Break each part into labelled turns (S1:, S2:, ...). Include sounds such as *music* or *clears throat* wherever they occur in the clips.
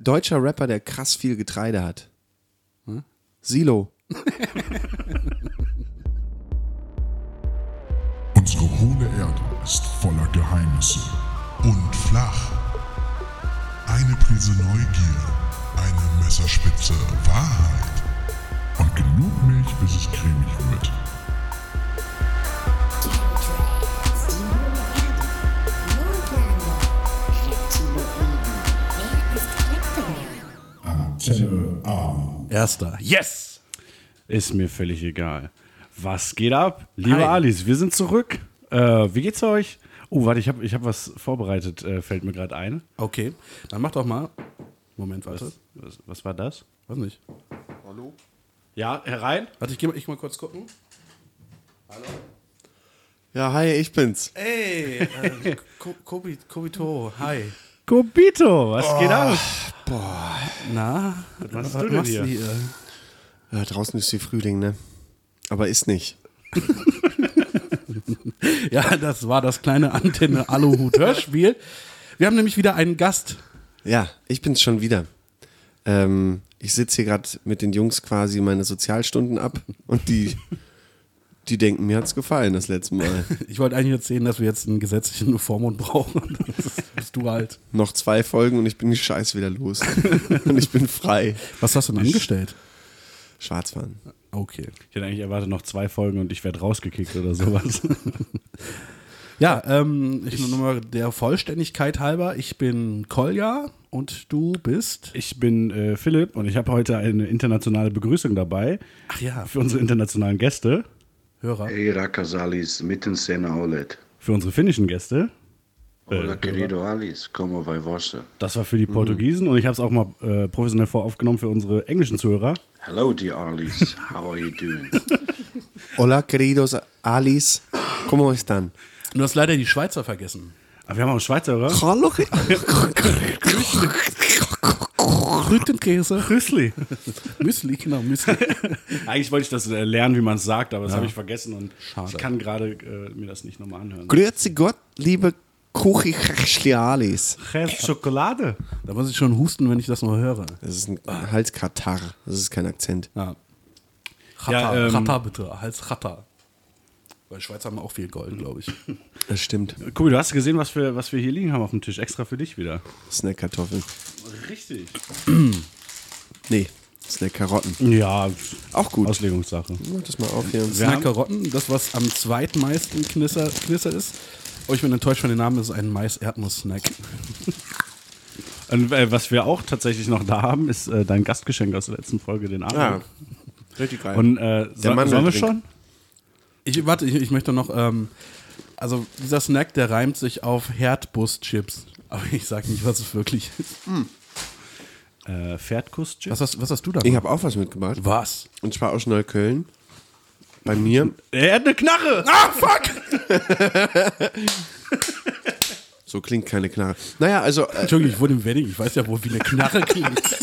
S1: deutscher Rapper, der krass viel Getreide hat. Hm? Silo.
S2: Unsere hohle Erde ist voller Geheimnisse und flach. Eine Prise Neugier, eine Messerspitze Wahrheit und genug Milch, bis es cremig wird. Ah, Antenne A.
S3: Erster. Yes! Ist mir völlig egal. Was geht ab? Liebe Alice, wir sind zurück. Äh, wie geht's euch? Oh, warte, ich habe ich hab was vorbereitet, äh, fällt mir gerade ein.
S4: Okay, dann mach doch mal. Moment, warte.
S3: Was, was war das?
S4: Weiß nicht.
S3: Ja, herein.
S4: Warte, ich geh mal, ich mal kurz gucken.
S1: Ja, hi, ich bin's.
S4: Ey, *laughs* äh, Ko- Kobi, Kobito, hi.
S3: Kobito, was geht ab?
S4: Na,
S3: Was machst du denn hier?
S1: Ja, draußen ist die Frühling, ne? Aber ist nicht.
S4: hier? Ja, das war das kleine Antenne *laughs* Aluhut Hörspiel. Wir haben nämlich wieder einen Gast.
S1: Ja, ich bin's schon wieder. Ähm, ich sitze hier gerade mit den Jungs quasi meine Sozialstunden ab und *laughs* die, die denken, mir hat's gefallen das letzte Mal.
S4: Ich wollte eigentlich erzählen, dass wir jetzt einen gesetzlichen Vormund brauchen. *laughs* Das bist du halt.
S1: Noch zwei Folgen und ich bin die Scheiß wieder *laughs* los. und ich bin frei.
S4: Was hast du denn angestellt?
S1: Schwarzfahren.
S4: Okay.
S3: Ich hätte eigentlich erwartet noch zwei Folgen und ich werde rausgekickt oder sowas.
S4: Ja, ähm, ich nochmal der Vollständigkeit halber. Ich bin Kolja und du bist.
S3: ich bin äh, Philipp und ich habe heute eine internationale Begrüßung dabei
S4: Ach ja,
S3: für unsere internationalen Gäste,
S4: Hörer.
S5: Hey Rakasalis, Mittensena Olet.
S3: für unsere finnischen Gäste.
S5: Hola querido Alice, como vai você?
S3: Das war für die Portugiesen und ich habe es auch mal äh, professionell voraufgenommen für unsere englischen Zuhörer.
S5: Hello dear Alice, how are you doing?
S1: Hola, queridos Alice. ¿Cómo están?
S4: Du hast leider die Schweizer vergessen.
S3: Aber wir haben auch einen Schweizer Hörer.
S4: *laughs*
S1: Hallo.
S4: Rüttenkäse.
S3: Grüßli.
S4: Müsli, genau, Müsli.
S3: Eigentlich wollte ich das äh, lernen, wie man es sagt, aber das habe ich vergessen und
S4: Schade.
S3: ich kann gerade äh, mir das nicht nochmal anhören.
S1: Grüezi Gott, liebe Kuchichschlialis.
S3: Schokolade.
S4: *laughs* Da muss ich schon husten, wenn ich das nur höre.
S1: Das ist ein Halskatar. Das ist kein Akzent.
S4: Ja. Ratter,
S3: Ja, ähm,
S4: Ratter bitte, Hals Ratter. Weil Schweizer haben auch viel Gold, glaube ich.
S1: Das stimmt.
S3: Cool, du hast gesehen, was wir, was wir hier liegen haben auf dem Tisch. Extra für dich wieder.
S1: Snackkartoffeln.
S3: Richtig.
S1: Nee, Snackkarotten.
S3: Ja,
S1: Auch gut.
S3: Auslegungssache.
S1: Mach das mal auf hier.
S3: Ja.
S4: Snackkarotten, das, was am zweitmeisten Knisser, Knisser ist. Oh, ich bin enttäuscht von den Namen, das ist ein Mais-Erdnuss-Snack.
S3: *laughs* Und äh, was wir auch tatsächlich noch da haben, ist äh, dein Gastgeschenk aus der letzten Folge, den
S1: Ja.
S3: Abend.
S1: Ah, Richtig geil.
S3: Und äh, so,
S1: Mandeldrink.
S3: sollen wir schon?
S4: Ich, warte, ich, ich möchte noch, ähm, also dieser Snack, der reimt sich auf Herdbus-Chips. Aber ich sag nicht, was es wirklich ist.
S3: Äh, Pferdkuss-Chips?
S4: Was hast, was hast du da?
S1: ich habe auch was mitgebracht.
S4: Was?
S1: Und zwar aus Neukölln. Bei mir.
S3: Er hat eine Knarre!
S4: Ah, fuck!
S1: *laughs* So klingt keine Knarre. Naja, also äh,
S4: Entschuldigung, ich wurde im Wedding, ich weiß ja wohl, wie eine Knarre *laughs* klingt.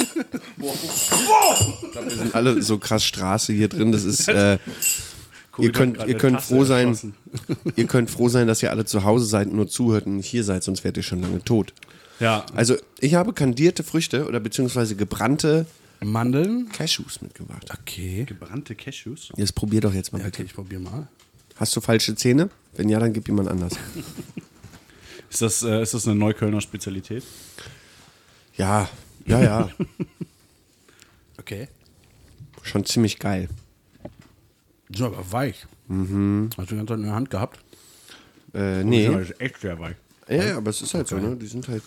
S1: wir sind alle so krass Straße hier drin. Das ist. Äh,
S3: Cool,
S1: ihr könnt,
S3: ich hab
S1: ihr
S3: grad
S1: könnt
S3: eine
S1: froh
S3: Tasse
S1: sein,
S3: erschossen.
S1: ihr könnt froh sein, dass ihr alle zu Hause seid und nur zuhört und nicht hier seid, sonst wärt ihr schon lange tot.
S3: Ja,
S1: Also ich habe kandierte Früchte oder beziehungsweise gebrannte
S4: Mandeln?
S1: Cashews mitgebracht.
S4: Okay.
S3: gebrannte Cashews.
S1: Jetzt probier doch jetzt mal
S4: Ja, Okay,
S1: bitte.
S4: ich probiere mal.
S1: Hast du falsche Zähne? Wenn ja, dann gib jemand *laughs* anders.
S3: Ist das, äh, ist das eine Neuköllner Spezialität?
S1: Ja, ja, ja.
S4: Okay.
S1: Schon ziemlich geil.
S4: Die sind aber weich. Hast du die ganze Zeit in der Hand gehabt?
S1: Äh, nee.
S3: Mhm. Ja, ist echt sehr weich.
S1: Ja, ja, aber es ist halt so, ne? Die sind halt.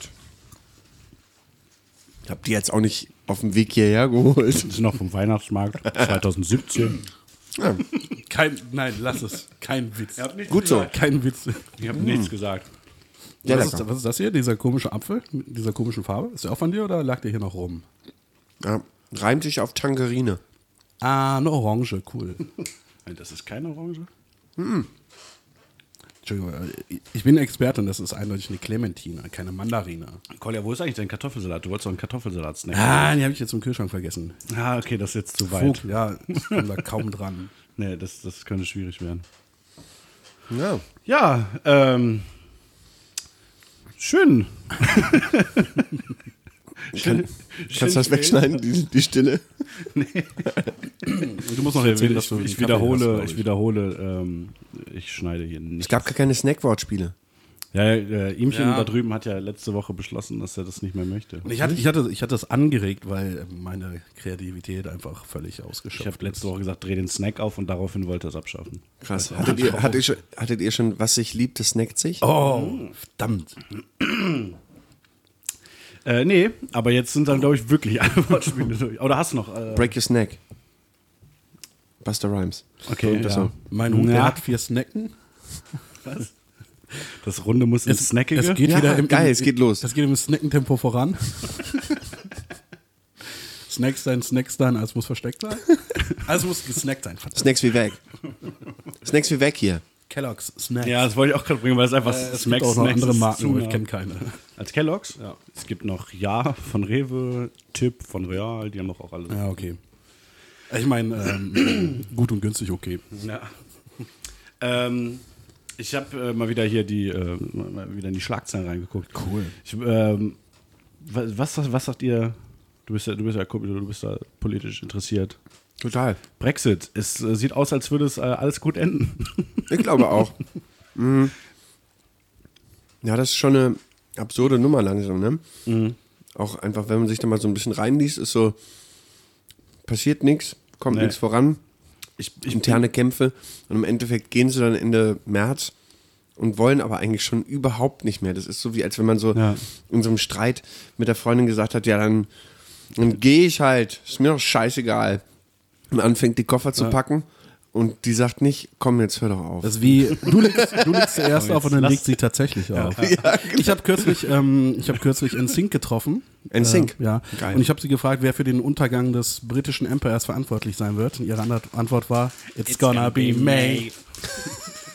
S1: Ich hab die jetzt auch nicht auf dem Weg hierher geholt.
S3: Das ist noch
S4: *laughs*
S3: vom Weihnachtsmarkt 2017.
S1: *laughs* Ja,
S4: Kein, nein, lass es. Kein Witz.
S1: Gut so. gesagt.
S4: Kein Witz.
S3: Ich habe nichts gesagt.
S1: ja
S4: was, ist,
S1: lecker.
S4: was ist das hier? Dieser komische Apfel mit dieser komischen Farbe? Ist der auch von dir oder lag der hier noch rum?
S1: Ja, reimt sich auf Tangerine.
S4: Ah, eine Orange, cool.
S3: Das ist keine Orange.
S4: Entschuldigung, äh, ich bin Experte und das ist eindeutig eine Clementine, keine Mandarine.
S3: Kolja, wo ist eigentlich dein Kartoffelsalat? Du wolltest doch einen Kartoffelsalat snacken.
S4: Ah, die habe ich jetzt im Kühlschrank vergessen.
S3: Ah, okay, das ist jetzt zu weit.
S4: Vogt, ja, ich komme da kaum dran.
S3: Nee, das, das könnte schwierig werden.
S1: Ja.
S3: Ja, ähm. Schön.
S1: Kann, kannst du das wegschneiden, die, die Stille?
S4: Du musst noch erzählen, dass
S3: Ich,
S4: du einen Kaffee hast,
S3: ich wiederhole,
S4: glaub
S3: ich wiederhole, ähm, ich schneide hier
S1: Es
S3: nicht.
S1: gab gar keine Snackwortspiele.
S3: Ja, äh, Ihmchen
S4: Ja.
S3: da drüben hat ja letzte Woche beschlossen, dass er das nicht mehr möchte.
S4: Und *laughs* Ich hatte, ich, hatte, ich hatte das angeregt, weil meine Kreativität einfach völlig
S3: Ich
S4: ausgeschöpft
S3: habe letzte Woche gesagt, dreh den Snack auf und daraufhin wollte er es abschaffen.
S1: Krass. Hattet ihr, hattet, ihr schon, hattet ihr schon, was sich liebt, das snackt sich?
S4: Oh, verdammt.
S3: Äh, nee, aber jetzt sind dann, glaube ich, wirklich *laughs* alle Wortspiele durch. Oder hast du noch? Äh,
S1: Break your snack. Buster Rhymes.
S3: okay,
S1: das
S3: ja.
S1: so.
S4: Mein Hund, der
S3: Ja.
S4: hat vier Snacken.
S3: Das Runde muss ins Snackige.
S4: es geht
S1: Ja,
S4: wieder im,
S1: geil,
S4: im,
S1: es geht los.
S4: Das geht im Snackentempo
S3: *laughs*
S4: voran. Snacks sein, Snacks sein, alles muss versteckt
S3: *laughs*
S4: sein. Alles muss gesnackt sein. Verdammt.
S1: Snacks wie weg. Snacks wie weg hier.
S4: Kelloggs Snacks.
S3: ja, das wollte ich auch gerade bringen, weil es einfach
S4: Äh, es
S3: Smacks-
S4: gibt auch noch
S3: Snacks
S4: andere
S3: ist
S4: Marken,
S3: zu
S4: aber ich
S3: nah.
S4: kenne keine.
S3: Als Kellogg's? Ja. Es gibt noch Ja von Rewe, Tipp von Real, die haben doch auch alles.
S4: Ja, okay. Ich meine, ähm, *clears throat* gut und günstig, okay.
S3: Ja. *laughs* Ähm, ich habe äh, mal wieder hier die, äh, mal- mal wieder in die Schlagzeilen reingeguckt.
S4: Cool.
S3: Ich, ähm, wa- was, was, was sagt ihr? Du bist ja, du bist ja, du bist ja politisch interessiert.
S1: Total.
S3: Brexit. Es äh, sieht aus, als würde es äh, alles gut enden.
S1: Ich glaube auch. Mhm. Ja, das ist schon eine absurde Nummer langsam, ne? Auch einfach, wenn man sich da mal so ein bisschen reinliest, ist so, passiert nichts, kommt
S3: Nee.
S1: nichts voran,
S3: Ich,
S1: interne Kämpfe und im Endeffekt gehen sie dann Ende März und wollen aber eigentlich schon überhaupt nicht mehr. Das ist so wie, als wenn man so
S3: Ja.
S1: in so einem Streit mit der Freundin gesagt hat, ja, dann, dann gehe ich halt, ist mir doch scheißegal. Und anfängt die Koffer zu packen und die sagt nicht, komm, jetzt hör doch auf.
S4: Das ist wie, du legst, du legst
S1: Oh,
S4: zuerst auf und dann
S3: lass-
S4: legt sie tatsächlich auf.
S1: genau.
S4: Ich habe kürzlich, ähm, ich hab kürzlich NSYNC getroffen.
S1: NSYNC?
S4: Äh, ja.
S1: Geil.
S4: Und ich habe sie gefragt, wer für den Untergang des britischen Empires verantwortlich sein wird. Und ihre Antwort- Antwort war, It's, gonna, be me.
S3: *laughs*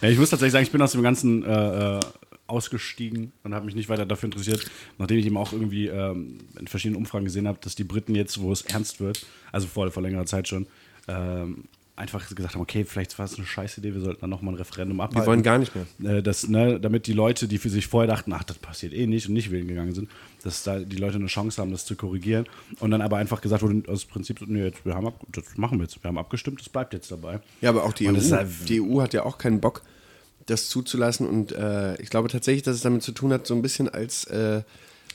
S3: ja, ich muss tatsächlich sagen, ich bin aus dem Ganzen äh, äh, ausgestiegen und habe mich nicht weiter dafür interessiert, nachdem ich eben auch irgendwie ähm, in verschiedenen Umfragen gesehen habe, dass die Briten jetzt, wo es ernst wird, also vor, vor längerer Zeit schon, ähm, einfach gesagt haben, okay, vielleicht war es eine scheiß Idee, wir sollten dann nochmal halt ein Referendum abhalten.
S1: Die wollen gar nicht mehr.
S3: Äh, dass, ne, damit die Leute, die für sich vorher dachten, ach, das passiert eh nicht und nicht wählen gegangen sind, dass da die Leute eine Chance haben, das zu korrigieren. Und dann aber einfach gesagt wurde, aus Prinzip, so, nee, jetzt, wir haben ab, das machen wir jetzt, wir haben abgestimmt, das bleibt jetzt dabei.
S1: Ja, aber auch die
S3: Und
S1: EU.
S3: das ist halt-
S1: die EU hat ja auch keinen Bock, das zuzulassen. Und äh, ich glaube tatsächlich, dass es damit zu tun hat, so ein bisschen als, äh,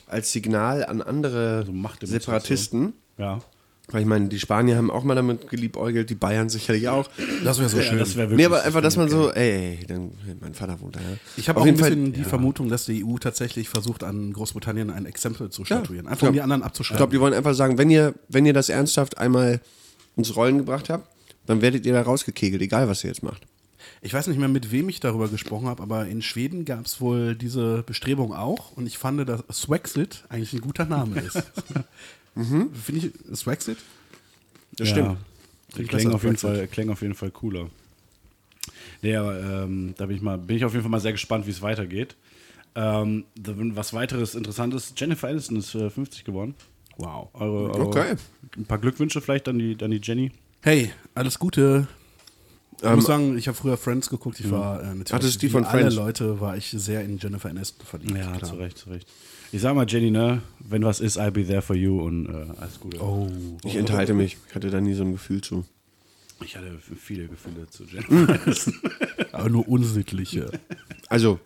S1: als Signal an andere
S3: So Machtdemonstration.
S1: Separatisten.
S3: Ja.
S1: Weil ich meine, die Spanier haben auch mal damit geliebäugelt, die Bayern sicherlich auch.
S4: Das wäre so schön.
S3: das wäre wirklich.
S1: Nee, aber einfach, dass man so, ey, dann, mein Vater wohnt da. ja.
S4: Ich habe
S1: Auf
S4: auch ein
S1: jeden
S4: bisschen die Vermutung, dass die EU tatsächlich versucht, an Großbritannien ein Exempel zu statuieren. Einfach um die anderen
S1: Ich glaube,
S4: abzuschreiben.
S1: die wollen einfach sagen, wenn ihr, wenn ihr das ernsthaft einmal ins Rollen gebracht habt, dann werdet ihr da rausgekegelt, egal was ihr jetzt macht.
S4: Ich weiß nicht mehr, mit wem ich darüber gesprochen habe, aber in Schweden gab es wohl diese Bestrebung auch. Und ich fand, dass Swexit eigentlich ein guter
S1: *laughs*
S4: Name ist. Mhm. Finde ich Swexit?
S1: Das
S3: Ja. Die
S4: Klingt
S3: klingen
S4: besser
S3: auf, jeden
S4: als Brexit.
S3: Fall, klingen auf jeden Fall cooler. Nee, aber ähm, da bin ich, mal, bin ich auf jeden Fall mal sehr gespannt, wie es weitergeht. Ähm, da- was weiteres Interessantes: Jennifer Aniston ist äh, 50 geworden.
S4: Wow.
S3: Eure, eure,
S1: Okay.
S3: Ein paar Glückwünsche vielleicht an die, an die Jenny.
S4: Hey, alles Gute. Ich
S1: Ähm,
S4: muss sagen, ich habe früher Friends geguckt. Ich war äh, natürlich
S1: Ach, das ist die
S4: wie
S1: von
S4: alle
S1: Friends.
S4: Leute war ich sehr in Jennifer Aniston verliebt.
S3: Ja,
S4: klar.
S3: zu Recht, zu Recht. Ich sag mal, Jenny, ne, wenn was ist, I'll be there for you und äh, alles Gute.
S4: Oh.
S1: Ich enthalte mich. Ich hatte da nie so ein Gefühl zu.
S3: Ich hatte viele Gefühle zu *laughs* Jennifer. Aniston.
S4: Aber nur unsittliche.
S1: Also,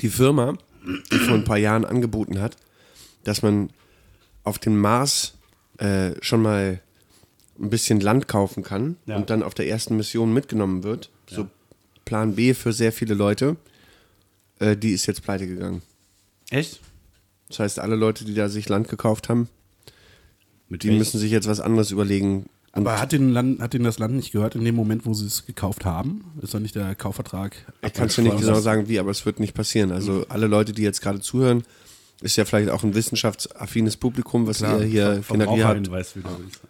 S1: die Firma, die vor ein paar Jahren angeboten hat, dass man auf dem Mars äh, schon mal ein bisschen Land kaufen kann
S3: Ja.
S1: und dann auf der ersten Mission mitgenommen wird, so Plan B für sehr viele Leute, äh, die ist jetzt pleite gegangen.
S3: Echt?
S1: Das heißt, alle Leute, die da sich Land gekauft haben,
S3: Mit
S1: die
S3: welch-
S1: müssen sich jetzt was anderes überlegen. um Und
S4: Aber hat den Land, hat denen das Land nicht gehört in dem Moment, wo sie es gekauft haben? Ist doch nicht der Kaufvertrag?
S1: ich kann es dir nicht genau sagen, wie, aber es wird nicht passieren. Also alle Leute, die jetzt gerade zuhören, ist ja vielleicht auch ein wissenschaftsaffines Publikum, was ihr hier generiert habt.
S3: Verbraucherhinweis, wie du willst.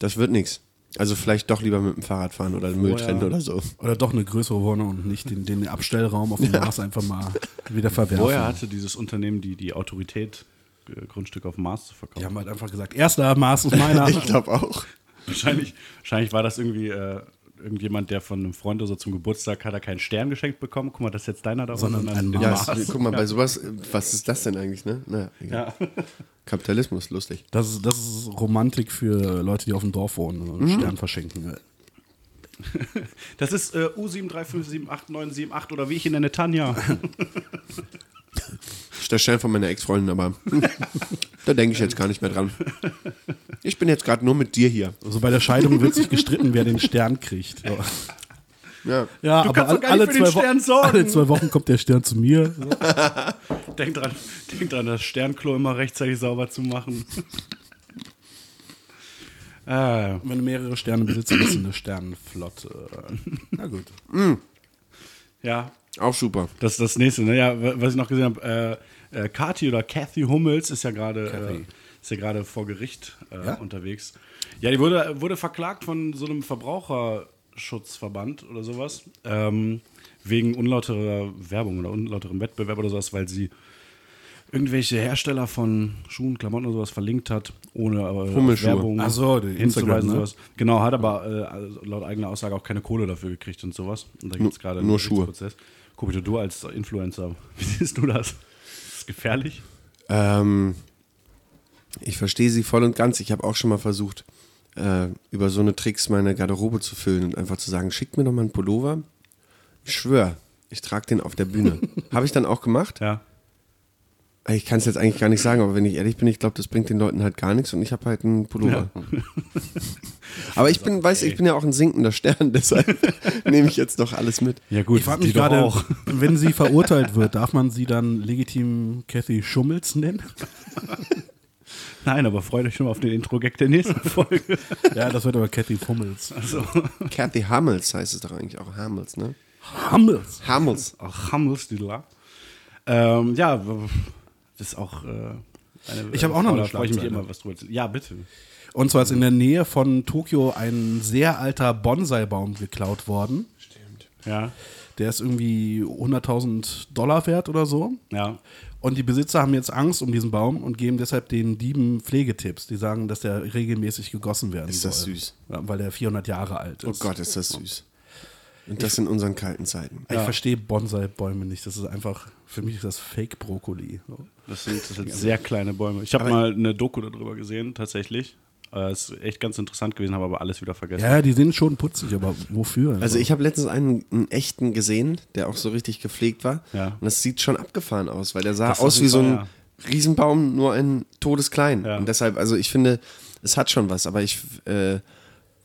S1: Das wird nichts. Also vielleicht doch lieber mit dem Fahrrad fahren oder Müll trennen oder so.
S4: Oder doch eine größere Wohnung und nicht den, den Abstellraum auf dem Mars einfach mal wieder verwerfen.
S3: Vorher hatte dieses Unternehmen die, die Autorität, äh, Grundstücke auf dem Mars zu
S4: Die
S3: verkaufen.
S4: haben halt einfach gesagt, erster Mars ist meiner.
S1: *laughs* Ich glaube auch.
S3: Wahrscheinlich, wahrscheinlich war das irgendwie äh, irgendjemand, der von einem Freund oder so zum Geburtstag hat er keinen Stern geschenkt bekommen. Guck mal, das ist jetzt deiner da ne?
S4: Sondern ein
S3: den
S1: Ja,
S4: Mars.
S1: es- guck mal, bei sowas, äh, was ist das denn eigentlich, ne? Naja, egal.
S3: Ja.
S1: Kapitalismus, lustig.
S4: Das ist, das ist Romantik für Leute, die auf dem Dorf wohnen und einen
S3: Mhm.
S4: Stern verschenken.
S3: Das ist äh, U735789778 oder wie ich ihn nenne,
S4: *laughs*
S3: Tanja.
S1: Ist der Stern von meiner Ex-Freundin, aber *laughs* da denke ich jetzt gar nicht mehr dran. Ich bin jetzt gerade nur mit dir hier.
S4: Also bei der Scheidung wird sich gestritten, wer den Stern kriegt. So.
S1: Ja.
S4: Ja,
S3: Du
S4: aber
S3: kannst doch
S4: alle,
S3: gar nicht
S4: alle,
S3: für den
S4: zwei Wo-
S3: Stern sorgen.
S4: alle zwei Wochen kommt der Stern zu mir. So.
S3: Denk dran, denk dran, das Sternklo immer rechtzeitig sauber
S4: *laughs*
S3: zu machen. äh,
S4: Wenn du mehrere Sterne besitzt, dann bist du eine Sternenflotte. Na gut.
S3: ja,
S1: Auch super.
S3: das ist das nächste. Ne? Ja, wa- was ich noch gesehen habe, äh, äh, Kathi oder Kathy Hummels ist ja gerade äh, ist ja gerade vor Gericht äh,
S4: Ja?
S3: unterwegs. Ja, die wurde, wurde verklagt von so einem Verbraucherschutzverband oder sowas. Ähm, wegen unlauterer Werbung oder unlauterem Wettbewerb oder sowas, weil sie irgendwelche Hersteller von Schuhen, Klamotten oder sowas verlinkt hat, ohne äh, auf
S1: Hummelschuhe.
S3: Werbung
S4: Ach so, die Instagram,
S3: hinzuweisen.
S4: ne?
S3: sowas. Genau, hat aber äh, also laut eigener Aussage auch keine Kohle dafür gekriegt und sowas. Und da gibt es gerade einen
S1: nur Schuhe.
S3: Gerichtsprozess. Kobito, du als Influencer, *laughs* wie siehst du das? Ist das gefährlich?
S1: Ähm, ich verstehe sie voll und ganz. Ich habe auch schon mal versucht, äh, über so eine Tricks meine Garderobe zu füllen und einfach zu sagen, schickt mir doch mal einen Pullover. Ich schwöre, ich trage den auf der Bühne. habe ich dann auch gemacht.
S3: Ja.
S1: Ich kann es jetzt eigentlich gar nicht sagen, aber wenn ich ehrlich bin, ich glaube, das bringt den Leuten halt gar nichts und ich habe halt einen Pullover. *laughs* aber ich bin, weiß, ich bin ja auch ein sinkender Stern, *laughs* deshalb nehme ich jetzt doch alles mit.
S3: Ja gut,
S4: Ich frage mich gerade, *laughs* wenn sie verurteilt wird, darf man sie dann legitim Kathy Schummels nennen?
S3: *laughs* Nein, aber freut euch schon mal auf den Intro-Gag der nächsten *laughs* Folge.
S4: Ja, das wird aber Kathy Hummels.
S3: Also,
S1: Kathy Hamels heißt es doch eigentlich auch. Hamels, ne?
S4: Hummels.
S1: Hamels.
S3: auch Hammelstüdler. Ähm, ja, w- das ist auch äh, eine,
S4: Ich hab auch noch eine
S3: da freue ich mich
S4: Schlagzeile.
S3: immer, was drüber zu Ja, bitte.
S4: Und zwar ist in der Nähe von Tokio ein sehr alter Bonsai-Baum geklaut worden.
S3: Ja,
S4: Der ist irgendwie 100.000 Dollar wert oder so.
S3: ja.
S4: Und die Besitzer haben jetzt Angst um diesen Baum und geben deshalb den Dieben Pflegetipps. Die sagen, dass der regelmäßig gegossen werden
S1: Ist
S4: soll.
S1: das süß.
S4: Ja, Weil der 400 Jahre alt
S1: Oh
S4: ist.
S1: Gott, ist das süß. Und das in unseren kalten Zeiten.
S4: Ich verstehe Bonsai-Bäume nicht. Das ist einfach, für mich ist das Fake-Brokkoli.
S3: Das sind, das sind sehr kleine Bäume. Ich habe mal eine Doku darüber gesehen, tatsächlich. Äh, ist echt ganz interessant gewesen, habe aber alles wieder vergessen.
S4: Ja, die sind schon putzig, aber wofür?
S1: Also ich habe letztens einen, einen echten gesehen, der auch so richtig gepflegt war.
S3: Ja.
S1: Und das sieht schon abgefahren aus, weil der sah
S3: Das auf
S1: aus wie
S3: jeden
S1: so ein
S3: Fall,
S1: Riesenbaum, nur ein todesklein.
S3: Ja.
S1: Und deshalb, also ich finde, es hat schon was, aber ich äh,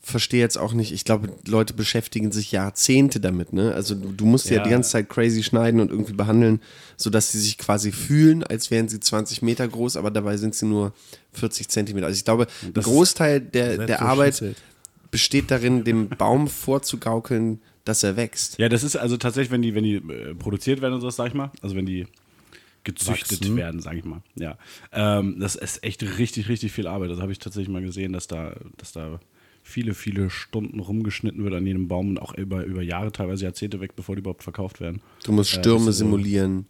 S1: verstehe jetzt auch nicht, ich glaube, Leute beschäftigen sich Jahrzehnte damit, ne? Also du, du musst die ja.
S3: Ja.
S1: die ganze Zeit crazy schneiden und irgendwie behandeln, sodass sie sich quasi fühlen, als wären sie 20 Meter groß, aber dabei sind sie nur 40 Zentimeter. Also ich glaube, ein Großteil der, der
S4: so
S1: Arbeit
S4: schnitzelt.
S1: besteht darin, dem Baum vorzugaukeln, dass er wächst.
S3: Ja, das ist also tatsächlich, wenn die, wenn die äh, produziert werden und sowas, sag ich mal, also wenn die gezüchtet
S4: Wachsen.
S3: werden, sag ich mal. Ja. Ähm, das ist echt richtig, richtig viel Arbeit. Das habe ich tatsächlich mal gesehen, dass da, dass da viele, viele Stunden rumgeschnitten wird an jedem Baum und auch über, über Jahre, teilweise Jahrzehnte weg, bevor die überhaupt verkauft werden. *laughs*
S1: Du musst Stürme
S3: das ist so-
S1: simulieren,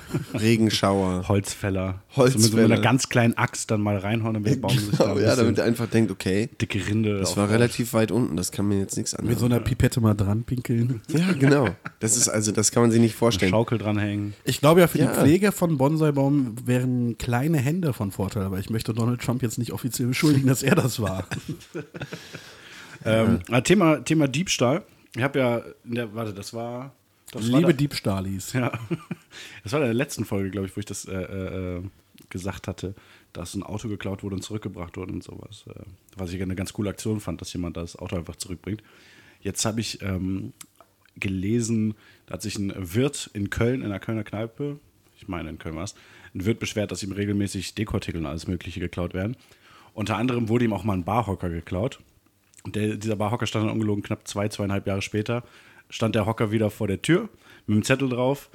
S3: *laughs*
S1: Regenschauer.
S3: Holzfäller.
S1: Holzfäller.
S3: So mit so einer ganz kleinen Axt dann mal reinhauen, damit der Baum sich da
S1: Genau,
S3: ein
S1: ja, damit
S3: bisschen
S1: er einfach denkt, okay,
S3: dicke Rinde.
S1: das war relativ weit unten, das kann mir jetzt nichts
S4: Mit so
S1: anhören.
S4: einer Pipette mal dran pinkeln.
S1: *laughs* Ja, genau. Das ist also, das kann man sich nicht vorstellen.
S3: Schaukel dranhängen.
S4: Ich glaube ja, für
S1: Ja.
S4: die Pflege von Bonsai-Baum wären kleine Hände von Vorteil, aber ich möchte Donald Trump jetzt nicht offiziell beschuldigen, dass er
S1: *laughs*
S4: das war.
S3: Ähm, na, Thema, Thema Diebstahl. Ich habe ja, in der, warte, das war. Das war
S4: Liebe
S3: da-
S4: Diebstahlis.
S3: Ja. *laughs* Das war in der letzten Folge, glaube ich, wo ich das äh, äh, äh, gesagt hatte, dass ein Auto geklaut wurde und zurückgebracht wurde und sowas. Äh, was ich eine ganz coole Aktion fand, dass jemand das Auto einfach zurückbringt. Jetzt habe ich ähm, gelesen, da hat sich ein Wirt in Köln, in einer Kölner Kneipe, ich meine in Köln war es, ein Wirt beschwert, dass ihm regelmäßig Dekoartikel und alles Mögliche geklaut werden. Unter anderem wurde ihm auch mal ein Barhocker geklaut. Und der, dieser Barhocker stand dann ungelogen knapp zwei, zweieinhalb Jahre später, stand der Hocker wieder vor der Tür mit dem Zettel drauf.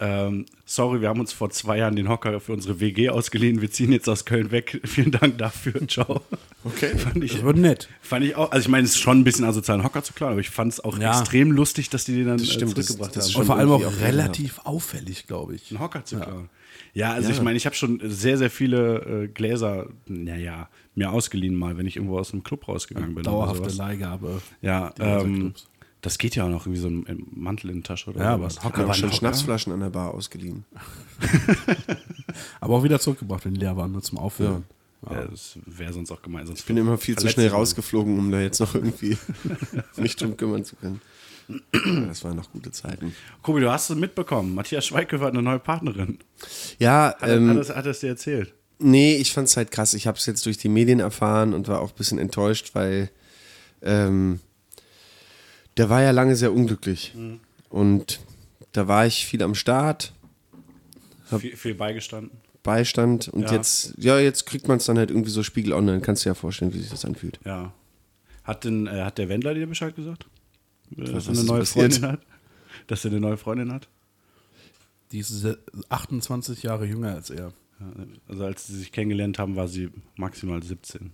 S3: Ähm, sorry, wir haben uns vor zwei Jahren den Hocker für unsere WG ausgeliehen. Wir ziehen jetzt aus Köln weg. *laughs* Vielen Dank dafür. Ciao.
S1: Okay.
S3: *laughs* Fand ich,
S4: Das wird nett.
S3: fand ich auch, also ich meine, es ist schon ein bisschen asozial, einen Hocker zu klauen, aber ich fand es auch
S4: Ja.
S3: extrem lustig, dass die den dann äh,
S1: stimmt, das-
S3: zurückgebracht
S1: das
S3: haben.
S1: ist
S4: Und
S1: Schon
S4: vor allem auch
S1: irgendwie auch
S4: relativ auffällig, glaube ich.
S3: einen Hocker zu klauen. Ja, also ich meine, ich habe schon sehr, sehr viele äh, Gläser, naja, mir ausgeliehen mal, wenn ich irgendwo aus dem Club rausgegangen bin. oder
S4: Dauerhafte
S3: sowas.
S4: Leihgabe.
S3: Ja,
S4: ganzen
S3: ähm,
S4: Clubs.
S3: das geht ja auch noch irgendwie so ein im Mantel in die Tasche oder
S4: Ja, aber
S3: sowas.
S4: ein
S1: Ich habe
S3: ein
S1: schon
S3: Hocker?
S1: Schnapsflaschen an der Bar ausgeliehen.
S4: *laughs* Aber auch wieder zurückgebracht, wenn die leer waren, nur zum Auffüllen.
S3: Ja, das wäre sonst auch gemein. Sonst
S1: Ich bin immer viel zu
S3: verletzt
S1: schnell
S3: man.
S1: rausgeflogen, um da jetzt noch
S3: *laughs*
S1: irgendwie *laughs* mich drum kümmern zu können. Aber Das waren noch gute Zeiten.
S3: Kobi, du hast es mitbekommen. Matthias Schweighöfer hat eine neue Partnerin.
S1: Ja,
S3: Hat,
S1: ähm,
S3: hat, es, hat es dir erzählt?
S1: Nee, ich fand's halt krass. Ich habe es jetzt durch die Medien erfahren und war auch ein bisschen enttäuscht, weil ähm, der war ja lange sehr unglücklich.
S3: Mhm.
S1: Und da war ich viel am Start,
S3: Viel, viel beigestanden.
S1: Beistand und
S3: Ja.
S1: jetzt, ja, jetzt kriegt man es dann halt irgendwie so Spiegel online. Kannst du dir ja vorstellen, wie sich das anfühlt.
S3: Ja. Hat, denn, äh, hat der Wendler dir Bescheid gesagt? Äh, Dass
S1: Was
S3: er eine
S1: ist
S3: neue
S1: passiert?
S3: Freundin hat? Dass er eine neue Freundin hat?
S4: Die ist se- 28 Jahre jünger als er.
S3: Ja, Also als sie sich kennengelernt haben, war sie
S1: *laughs*
S3: maximal 17.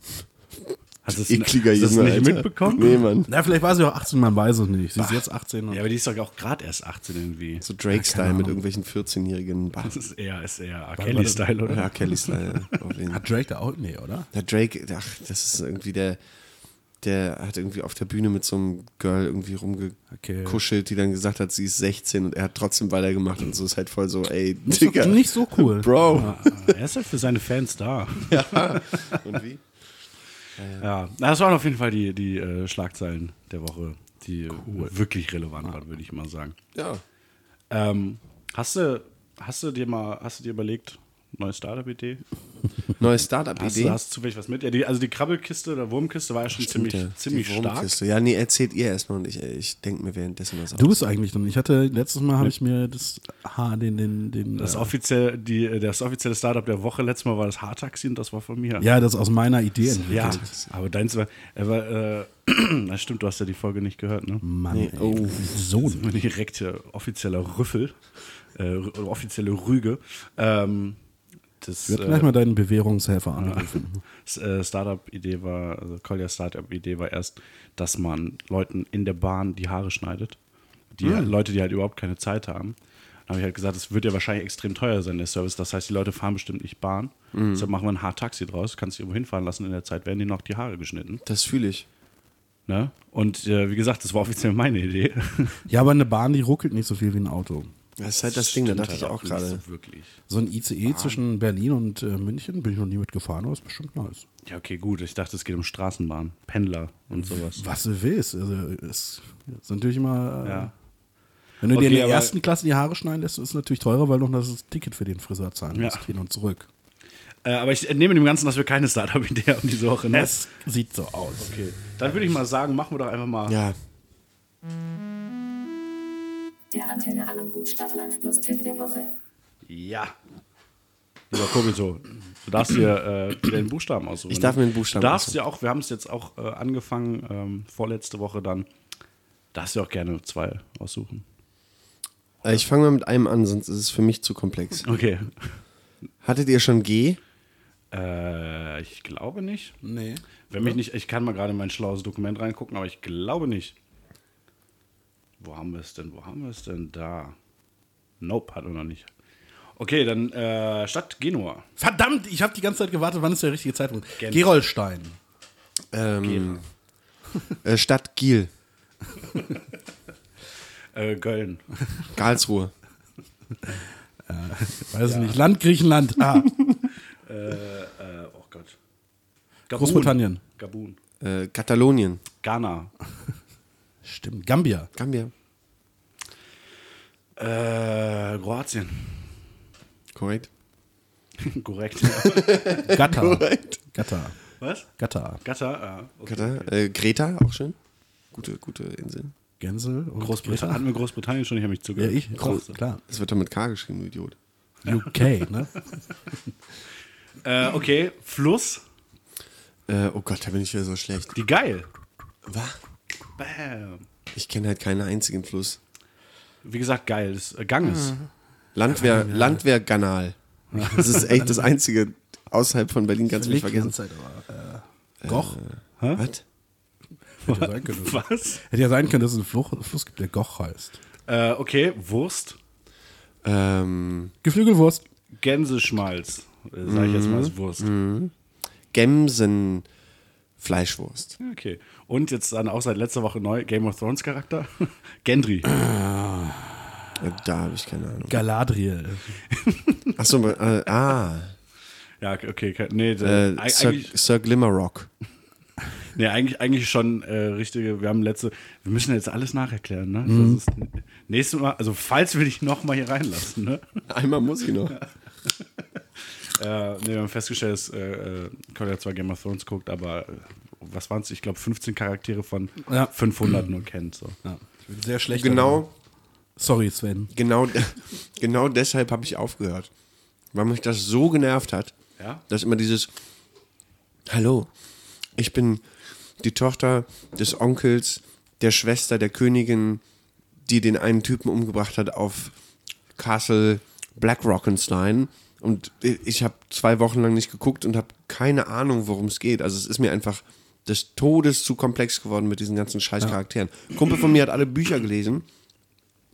S3: Hast du es-
S1: Ekliger
S3: hast du es
S1: Junge,
S3: nicht
S1: Alter.
S3: mitbekommen?
S1: Nee, Mann.
S4: Na, vielleicht war sie auch 18, man weiß es nicht. Sie ist jetzt 18 und
S3: Ja, aber die ist doch auch gerade erst 18 irgendwie.
S1: So Drake-Style mit irgendwelchen 14-jährigen
S3: Das ist eher, ist eher R. Kelly-Style, oder?
S1: Ja,
S3: *laughs*
S1: Kelly-Style. ja, auf jeden Fall.
S4: hat Drake da auch? Nee, oder?
S1: Der Drake, ach, das ist irgendwie der, der hat irgendwie auf der Bühne mit so einem Girl irgendwie rumgekuschelt, die dann gesagt hat, sie ist 16 und er hat trotzdem weitergemacht und so ist halt voll so, ey, Digga.
S4: Nicht so cool.
S1: Bro.
S3: Ah, Er ist halt für seine Fans da.
S1: Und wie?
S3: Ja, na, das waren auf jeden Fall die, die äh, Schlagzeilen der Woche, die äh, wirklich relevant waren, würde ich mal sagen.
S1: Ja.
S3: Ähm, hast, du, hast du dir mal, hast du dir überlegt, neue Startup-Idee?
S1: Neue
S3: Hast du
S1: Startup-Idee.
S3: hast du zufällig was mit? Ja, die, also die Krabbelkiste oder Wurmkiste war ja schon
S1: Stimmt,
S3: ziemlich,
S1: ja.
S3: ziemlich
S1: Die
S3: stark.
S1: Wurmkiste. Ja, nee, erzählt ihr erstmal und ich, ich denke mir währenddessen was
S4: Du bist eigentlich drin. Ich hatte, letztes Mal habe ich mir das Haar, den, den, den.
S3: Das,
S4: äh,
S3: offiziell, die, das offizielle Startup der Woche letztes Mal war das Haartaxi und das war von mir.
S4: ja, das aus meiner Idee entwickelt.
S3: Ja, aber deins war, aber, äh, *clears throat* das stimmt, du hast ja die Folge nicht gehört, ne?
S4: Mann,
S1: Nee,
S4: ey.
S1: oh.
S4: Sohn.
S3: Immer direkt äh, offizieller Rüffel, äh, rü- oder offizielle Rüge. Ähm,
S4: Ich
S3: das
S4: werde gleich mal deinen Bewährungshelfer anrufen.
S3: S- äh, Startup-Idee war, also Colliers Startup-Idee war erst, dass man Leuten in der Bahn die Haare schneidet. Die
S1: Hm.
S3: Leute, die halt überhaupt keine Zeit haben. Dann habe ich halt gesagt, es wird ja wahrscheinlich extrem teuer sein, der Service. Das heißt, die Leute fahren bestimmt nicht Bahn.
S1: Hm.
S3: Deshalb machen wir ein Haartaxi draus, kannst du irgendwo hinfahren lassen. In der Zeit werden dir noch die Haare geschnitten.
S1: Das fühle ich.
S3: Ne? Und äh, wie gesagt, das war offiziell meine Idee.
S4: Ja, aber eine Bahn, die ruckelt nicht so viel wie ein Auto.
S1: Das ist halt das Ding, da
S3: Stimmt
S1: dachte
S3: halt
S1: ich auch
S3: nicht
S1: gerade.
S3: so Wirklich.
S4: So ein ICE zwischen Berlin und äh, München bin ich noch nie mitgefahren, aber ist bestimmt nice.
S3: Ja, okay, gut. Ich dachte, es geht um Straßenbahn, Pendler und sowas.
S4: Was du willst. Also, es ist natürlich immer. äh,
S3: Ja.
S4: Wenn du dir
S3: Okay,
S4: in der
S3: aber-
S4: ersten Klasse die Haare schneiden lässt, ist es natürlich teurer, weil du noch das Ticket für den Friseur zahlen
S3: Ja.
S4: musst, hin und zurück.
S3: Äh, aber ich entnehme dem Ganzen, dass wir keine Startup-Idee haben diese Woche. Ne?
S4: Es sieht so aus.
S3: Okay. Dann würde ich mal sagen, machen wir doch einfach mal.
S1: Ja.
S6: Der Antenne Aluhut Stadtland plus Tipp der Woche.
S3: Ja. Lieber Kobito, du darfst dir äh, wieder einen Buchstaben aussuchen.
S1: Ich darf mir einen Buchstaben
S3: Du darfst ja auch, wir haben es jetzt auch äh, angefangen, ähm, vorletzte Woche dann, darfst du auch gerne zwei aussuchen.
S1: Äh, Ich fange mal mit einem an, sonst ist es für mich zu komplex.
S3: Okay.
S1: Hattet ihr schon G?
S3: Äh, ich glaube nicht.
S4: Nee.
S3: Wenn mich nicht, ich kann mal gerade in mein schlaues Dokument reingucken, aber ich glaube nicht. Wo haben wir es denn? Wo haben wir es denn? Da. Nope, hatten wir noch nicht. Okay, dann äh, Stadt Genua.
S4: Verdammt, ich habe die ganze Zeit gewartet, wann ist der richtige Zeitpunkt?
S3: Genf.
S4: Gerolstein.
S1: Ähm, äh, Stadt Kiel.
S3: Äh, Köln.
S1: Karlsruhe.
S4: Weiß ich nicht. Land Griechenland. *laughs* Ah,
S3: Äh, oh Gott. Gabun.
S4: Großbritannien.
S3: Gabun.
S1: Äh, Katalonien.
S3: Ghana.
S4: Stimmt. Gambia. *laughs*
S1: Gambia.
S3: Äh, Kroatien. *laughs*
S1: Korrekt.
S3: Korrekt.
S4: Gatter. Gatter.
S3: Was?
S4: Gatter.
S3: Qatar. Ah, okay.
S1: Katar. Äh, Greta, auch schön. Gute, gute Inseln.
S4: Gänsel und
S3: Großbritannien.
S4: Greta.
S3: Hatten wir Großbritannien schon? Ich habe mich
S4: Ja,
S3: zugehört.
S4: ich. Groß, klar.
S1: Es wird doch mit K geschrieben, du Idiot.
S4: UK, ne?
S3: Äh, okay, Fluss.
S1: Äh, oh Gott, da bin ich wieder so schlecht.
S3: Die Geil.
S1: Wa?
S3: Bam.
S1: Ich kenne halt keinen einzigen Fluss.
S4: Ah,
S3: Wie gesagt, geil. Das, äh, Ganges.
S1: Landwehr, Landwehrkanal. Das ist echt das einzige außerhalb von Berlin, ganz mich
S4: Überleg die
S1: vergessen.
S4: ganze Zeit, aber, äh, Goch?
S1: Was?
S4: Hätte ja sein können. dass-
S3: *laughs* Was?
S4: Hätte ja sein können, dass es einen Fluch, Fluss gibt, der Goch heißt.
S3: Äh, okay, Wurst,
S1: Ähm,
S4: Geflügelwurst.
S3: Gänseschmalz, äh, sag ich jetzt
S4: Mhm.
S3: mal als Wurst.
S1: Gemsen Fleischwurst.
S3: Okay. Und jetzt dann auch seit letzter Woche neu Game of Thrones Charakter. *laughs* Gendry.
S1: Äh, Da habe ich keine Ahnung.
S4: Galadriel.
S1: Achso, äh, ah,
S3: Ja, okay. ke- Nee, äh,
S1: äh, Sir,
S3: eigentlich,
S1: Sir Glimmerrock.
S3: nee eigentlich, eigentlich schon äh, richtige. Wir haben letzte. Wir müssen jetzt alles nacherklären, ne?
S4: Mhm.
S3: Das ist, nächstes Mal, also falls wir dich nochmal hier reinlassen, ne?
S1: Einmal muss ich noch.
S3: Äh, nee, wir haben festgestellt, dass äh, äh, Collier zwar Game of Thrones guckt, aber äh, was waren es? Ich glaube, 15 Charaktere von
S4: Ja.
S3: 500 nur kennt. So.
S4: Ja, ich bin sehr schlecht. darin.
S1: Genau,
S4: Sorry, Sven.
S1: genau, *laughs* genau deshalb habe ich aufgehört. Weil mich das so genervt hat,
S3: Ja?
S1: dass immer dieses Hallo, ich bin die Tochter des Onkels, der Schwester der Königin, die den einen Typen umgebracht hat auf Castle Blackrockenstein. Und ich habe zwei Wochen lang nicht geguckt und habe keine Ahnung, worum es geht. Also es ist mir einfach des Todes zu komplex geworden mit diesen ganzen Scheißcharakteren. Kumpel von mir hat alle Bücher gelesen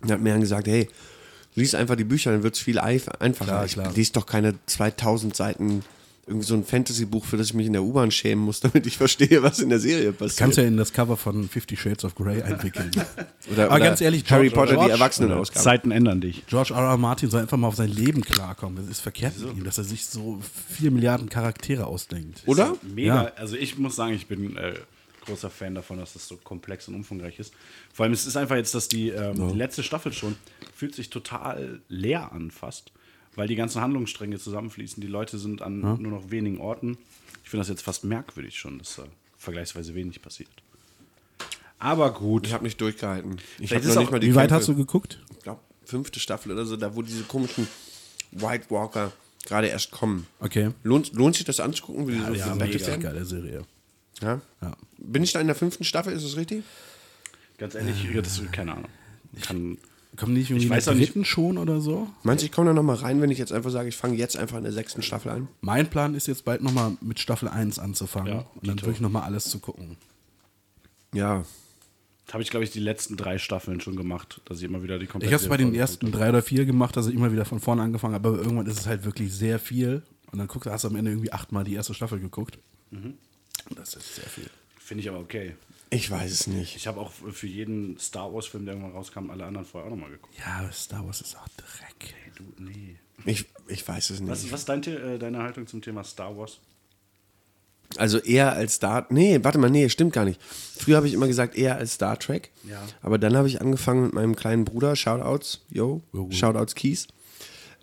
S1: und hat mir dann gesagt, hey, lies einfach die Bücher, dann wird es viel eif- einfacher.
S4: Klar,
S1: ich
S4: klar.
S1: lese doch keine 2000 Seiten irgendwie so ein Fantasy-Buch, für das ich mich in der U-Bahn schämen muss, *laughs* damit ich verstehe, was in der Serie passiert.
S4: Kannst ja in das Cover von Fifty Shades of Grey einwickeln.
S1: Oder,
S4: Aber
S1: oder
S4: ganz ehrlich,
S1: Harry
S4: George-
S1: Potter, die
S4: George-
S1: Erwachsenenausgabe.
S3: Zeiten ändern dich.
S4: George R. R. Martin soll einfach mal auf sein Leben klarkommen. Das ist verkehrt mit ihm, dass er sich so vier Milliarden Charaktere ausdenkt.
S1: Oder?
S3: Mega.
S4: Ja.
S3: Also ich muss sagen, ich bin äh, großer Fan davon, dass das so komplex und umfangreich ist. Vor allem, es ist einfach jetzt, dass die, ähm, die letzte Staffel schon fühlt sich total leer an fast, weil die ganzen Handlungsstränge zusammenfließen. Die Leute sind an nur noch wenigen Orten. Ich finde das jetzt fast merkwürdig schon, dass da vergleichsweise wenig passiert. Aber gut.
S1: Ich habe nicht durchgehalten. Ich
S3: Vielleicht
S1: habe
S3: ist
S1: noch
S3: auch-
S1: nicht mal die
S4: Wie weit
S1: Kämpfe-
S4: hast du geguckt?
S1: Ich glaub, fünfte Staffel oder so, da wo diese komischen White Walker gerade erst kommen.
S4: Okay.
S1: Lohnt, lohnt sich das anzugucken, wie die so verwettet
S4: mega
S1: werden?
S4: geile Serie.
S1: Ja?
S4: Ja.
S1: Bin ich da in der fünften Staffel, ist das richtig?
S3: Ganz ehrlich, das ist keine Ahnung. Kann,
S4: Kommen die nicht irgendwie
S3: Ich
S4: in
S3: weiß
S4: der
S3: auch nicht-
S4: dritten schon oder so?
S1: Meinst du, ich komme da nochmal rein, wenn ich jetzt einfach sage, ich fange jetzt einfach in der sechsten Staffel an?
S4: Mein Plan ist jetzt bald nochmal mit Staffel 1 anzufangen
S3: Ja,
S4: und dann
S3: Dito.
S4: wirklich nochmal alles zu gucken.
S1: Ja.
S3: habe ich, glaube ich, die letzten drei Staffeln schon gemacht, dass ich immer wieder die komplette
S4: Ich habe es bei den
S3: Folge
S4: ersten drei oder vier gemacht, dass ich immer wieder von vorne angefangen habe, aber irgendwann ist es halt wirklich sehr viel. Und dann guckst, hast du am Ende irgendwie achtmal die erste Staffel geguckt. Und Das ist sehr viel.
S3: gucke. Finde ich aber okay.
S1: Ich weiß es nicht.
S3: Ich habe auch für jeden Star Wars-Film, der irgendwann rauskam, alle anderen vorher auch nochmal geguckt.
S4: Ja, aber Star Wars ist auch Dreck.
S3: Hey, du, nee.
S1: Ich, ich weiß es nicht.
S3: Was, was ist dein, The- äh, deine Haltung zum Thema Star Wars?
S1: Also eher als Star. Nee, warte mal, nee, stimmt gar nicht. Früher habe ich immer gesagt, eher als Star Trek.
S3: Ja.
S1: Aber dann habe ich angefangen mit meinem kleinen Bruder, Shoutouts, yo, Shoutouts Keys,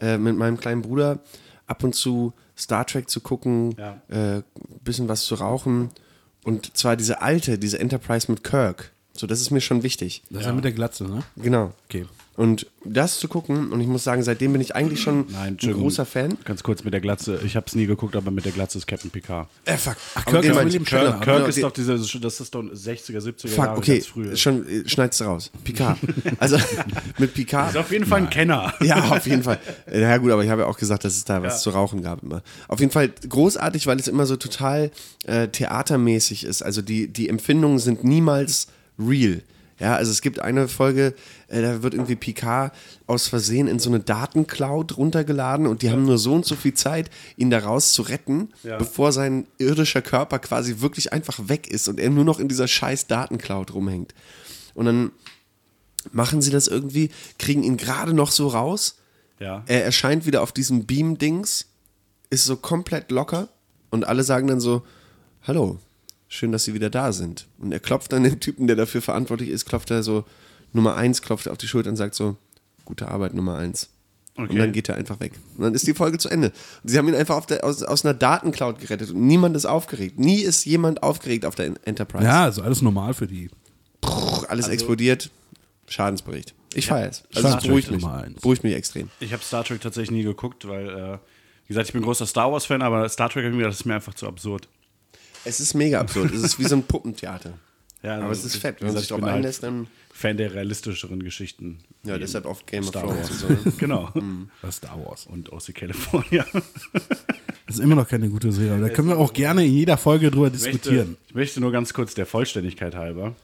S1: äh, mit meinem kleinen Bruder ab und zu Star Trek zu gucken,
S3: Ja.
S1: äh, bisschen was zu rauchen. Und zwar diese alte, diese Enterprise mit Kirk. So, das ist mir schon wichtig.
S4: Das ist ja mit der Glatze, ne?
S1: Genau.
S4: Okay.
S1: Und das zu gucken, und ich muss sagen, seitdem bin ich eigentlich schon ein
S3: Entschuldigung.
S1: großer Fan.
S3: Ganz kurz mit der Glatze. Ich habe es nie geguckt, aber mit der Glatze ist Captain Picard.
S1: Äh, fuck. Ach,
S4: Kirk ist William Shatner.
S3: Kirk, Kirk
S1: Genau,
S3: ist
S1: die-
S3: doch dieser, das ist doch 60er, 70er
S1: Fuck,
S3: Jahre
S1: okay,
S3: ganz früh.
S1: schon äh, schneid's raus. Picard. Also *laughs* mit
S3: ist
S1: Picard.
S3: auf jeden Fall ein Kenner.
S1: *laughs* Ja, auf jeden Fall. Äh, Ja gut, aber ich habe ja auch gesagt, dass es da was zu rauchen gab immer. Auf jeden Fall großartig, weil es immer so total äh, theatermäßig ist. Also die, die Empfindungen sind niemals real. Ja, also es gibt eine Folge, äh, da wird irgendwie Picard aus Versehen in so eine Datencloud runtergeladen und die haben nur so und so viel Zeit, ihn daraus zu retten,
S3: Ja.
S1: bevor sein irdischer Körper quasi wirklich einfach weg ist und er nur noch in dieser scheiß Datencloud rumhängt. Und dann machen sie das irgendwie, kriegen ihn gerade noch so raus.
S3: Ja.
S1: Er erscheint wieder auf diesem Beam-Dings, ist so komplett locker und alle sagen dann so: Hallo, schön, dass Sie wieder da sind. Und er klopft dann den Typen, der dafür verantwortlich ist, klopft er so: Nummer eins, klopft er auf die Schulter und sagt so: Gute Arbeit, Nummer eins.
S3: Okay.
S1: Und dann geht er einfach weg. Und dann ist die Folge zu Ende. Und sie haben ihn einfach auf der, aus, aus einer Datencloud gerettet und niemand ist aufgeregt. Nie ist jemand aufgeregt auf der Enterprise.
S4: Ja, also alles normal für die.
S1: Puh, alles explodiert. Schadensbericht. Ich feiere es. Also
S4: Star
S1: es beruhigt
S4: Trek
S1: mich.
S4: Nummer eins.
S1: Beruhigt mich extrem.
S3: Ich habe Star Trek tatsächlich nie geguckt, weil, äh, wie gesagt, ich bin großer Star Wars-Fan, aber Star Trek hab ich mir gedacht, das ist mir einfach zu absurd.
S1: Es ist mega absurd. es ist wie so ein Puppentheater.
S3: Ja,
S1: Aber es ist fett, wenn
S3: wie
S1: man
S3: gesagt,
S1: sich
S3: ich
S1: drauf
S3: bin halt
S1: einlässt, dann-
S3: Fan der realistischeren Geschichten.
S1: Ja,
S3: Wie
S1: deshalb oft Game of
S3: Star
S1: Thrones
S3: Wars.
S1: und so, ne?
S3: *laughs* genau.
S4: Das Star Wars.
S3: Und aus der California. *laughs*
S4: Das ist immer noch keine gute Serie. aber Da können wir auch gerne in jeder Folge drüber
S3: Ich möchte-
S4: diskutieren.
S3: Ich möchte nur ganz kurz der Vollständigkeit halber.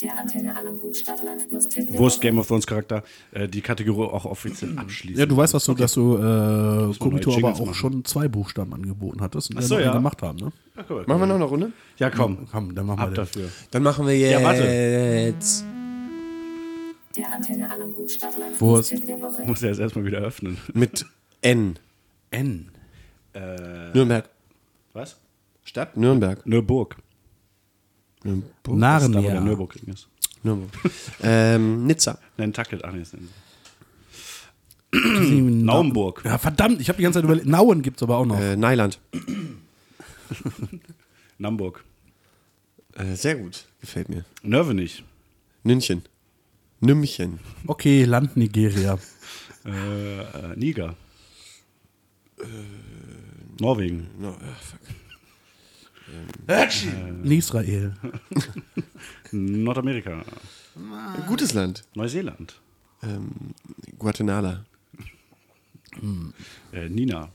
S6: Der Antenne Hallenhut Stadtland plus Telekom.
S3: Wurst Game of Thrones Charakter, äh, die Kategorie auch offiziell abschließen.
S4: Ja, du weißt, was du, dass du äh, Komito aber
S3: Jingles
S4: auch
S3: machen.
S4: schon zwei Buchstaben angeboten hattest und wir
S3: so,
S4: noch einen
S3: ja.
S4: gemacht haben, ne?
S3: Ach, guck mal.
S1: Machen wir noch eine Runde?
S3: Ja, komm.
S4: Komm, dann machen wir
S3: Ab
S4: den.
S3: dafür.
S1: Dann machen wir jetzt.
S3: Ja, warte.
S6: Der Antenne Hallenhut Stadtland
S4: Wurst.
S6: Telekom.
S3: Ich muss ja jetzt erstmal wieder öffnen.
S1: Mit N.
S4: N.
S1: Nürnberg.
S3: Äh, Was?
S1: Stadt Nürnberg.
S3: Nürburg.
S1: Nürnberg.
S3: Das ist da, wo der
S4: Narnia.
S3: Nürburgring ist.
S1: Nürnberg. ähm, Nizza.
S3: Nantucket, ach nee, ist nicht. Naumburg. Hm,
S4: Naumburg. Hm, Ja, verdammt, ich habe die ganze Zeit überlegt. Nauen gibt's aber auch noch.
S1: Äh, Neiland.
S3: Namburg.
S1: Äh, sehr gut. Gefällt mir.
S3: Nörvenich.
S1: München. Nümchen.
S4: Okay, Land
S3: *laughs*
S4: Nigeria.
S3: Äh, äh, Niger. Äh, Norwegen.
S1: No, ah, fuck.
S4: Israel.
S3: Nordamerika.
S1: Ein Gutes Land.
S3: Neuseeland.
S1: Ähm, Guatemala.
S3: Äh, Nina.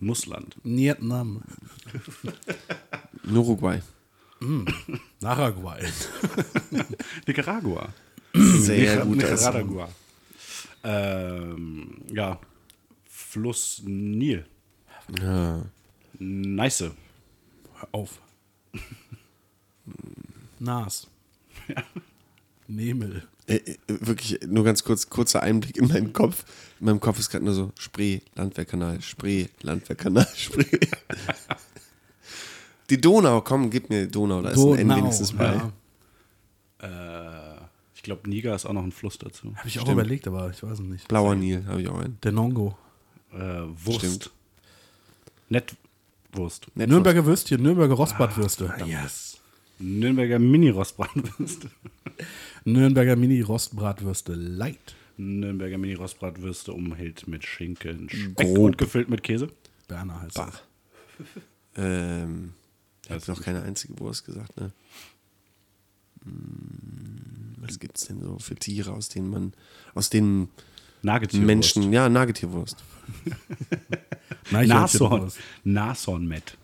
S3: Nussland.
S4: Vietnam.
S1: *clears throat* Uruguay.
S4: Paraguay.
S3: Nicaragua.
S1: Sehr
S3: Nicar-
S1: gutes Land.
S3: Nicaragua. Ähm, ja. Fluss Nil.
S1: Ja.
S3: Neiße.
S4: Hör auf. Nas. Nemel.
S1: Äh, äh, wirklich nur ganz kurz, kurzer Einblick in meinen Kopf. In meinem Kopf ist gerade nur so Spree, Landwehrkanal, Spree, Landwehrkanal, *laughs* Spree. Die Donau, komm, gib mir Donau, da ist ein N wenigstens bei.
S4: Ja.
S3: Äh, ich glaube, Niger ist auch noch ein Fluss dazu.
S4: Habe ich auch überlegt, aber ich weiß es nicht.
S1: Blauer Nil, habe ich auch einen.
S4: Der Nongo.
S3: Äh, Wurst.
S1: Stimmt. Netwurst.
S3: Nettwurst.
S4: Nürnberger Würstchen, Nürnberger Rostbratwürste.
S3: Yes. Nürnberger *laughs* Mini-Rostbratwürste.
S4: Nürnberger Mini-Rostbratwürste Light.
S3: Nürnberger Mini-Rostbratwürste umhüllt mit Schinken, Speck
S1: Grob.
S3: und gefüllt mit Käse.
S4: Berner heißt
S1: Bah.
S4: das.
S1: Ähm, ich
S3: Alles
S1: habe noch keine einzige Wurst gesagt, ne? Hm, Was gibt's denn so für Tiere, aus denen man, aus denen
S3: Nagetierwurst.
S1: Menschen, ja, Nagetierwurst.
S3: Nashorn.
S4: Nashorn.
S3: Nashorn-Met.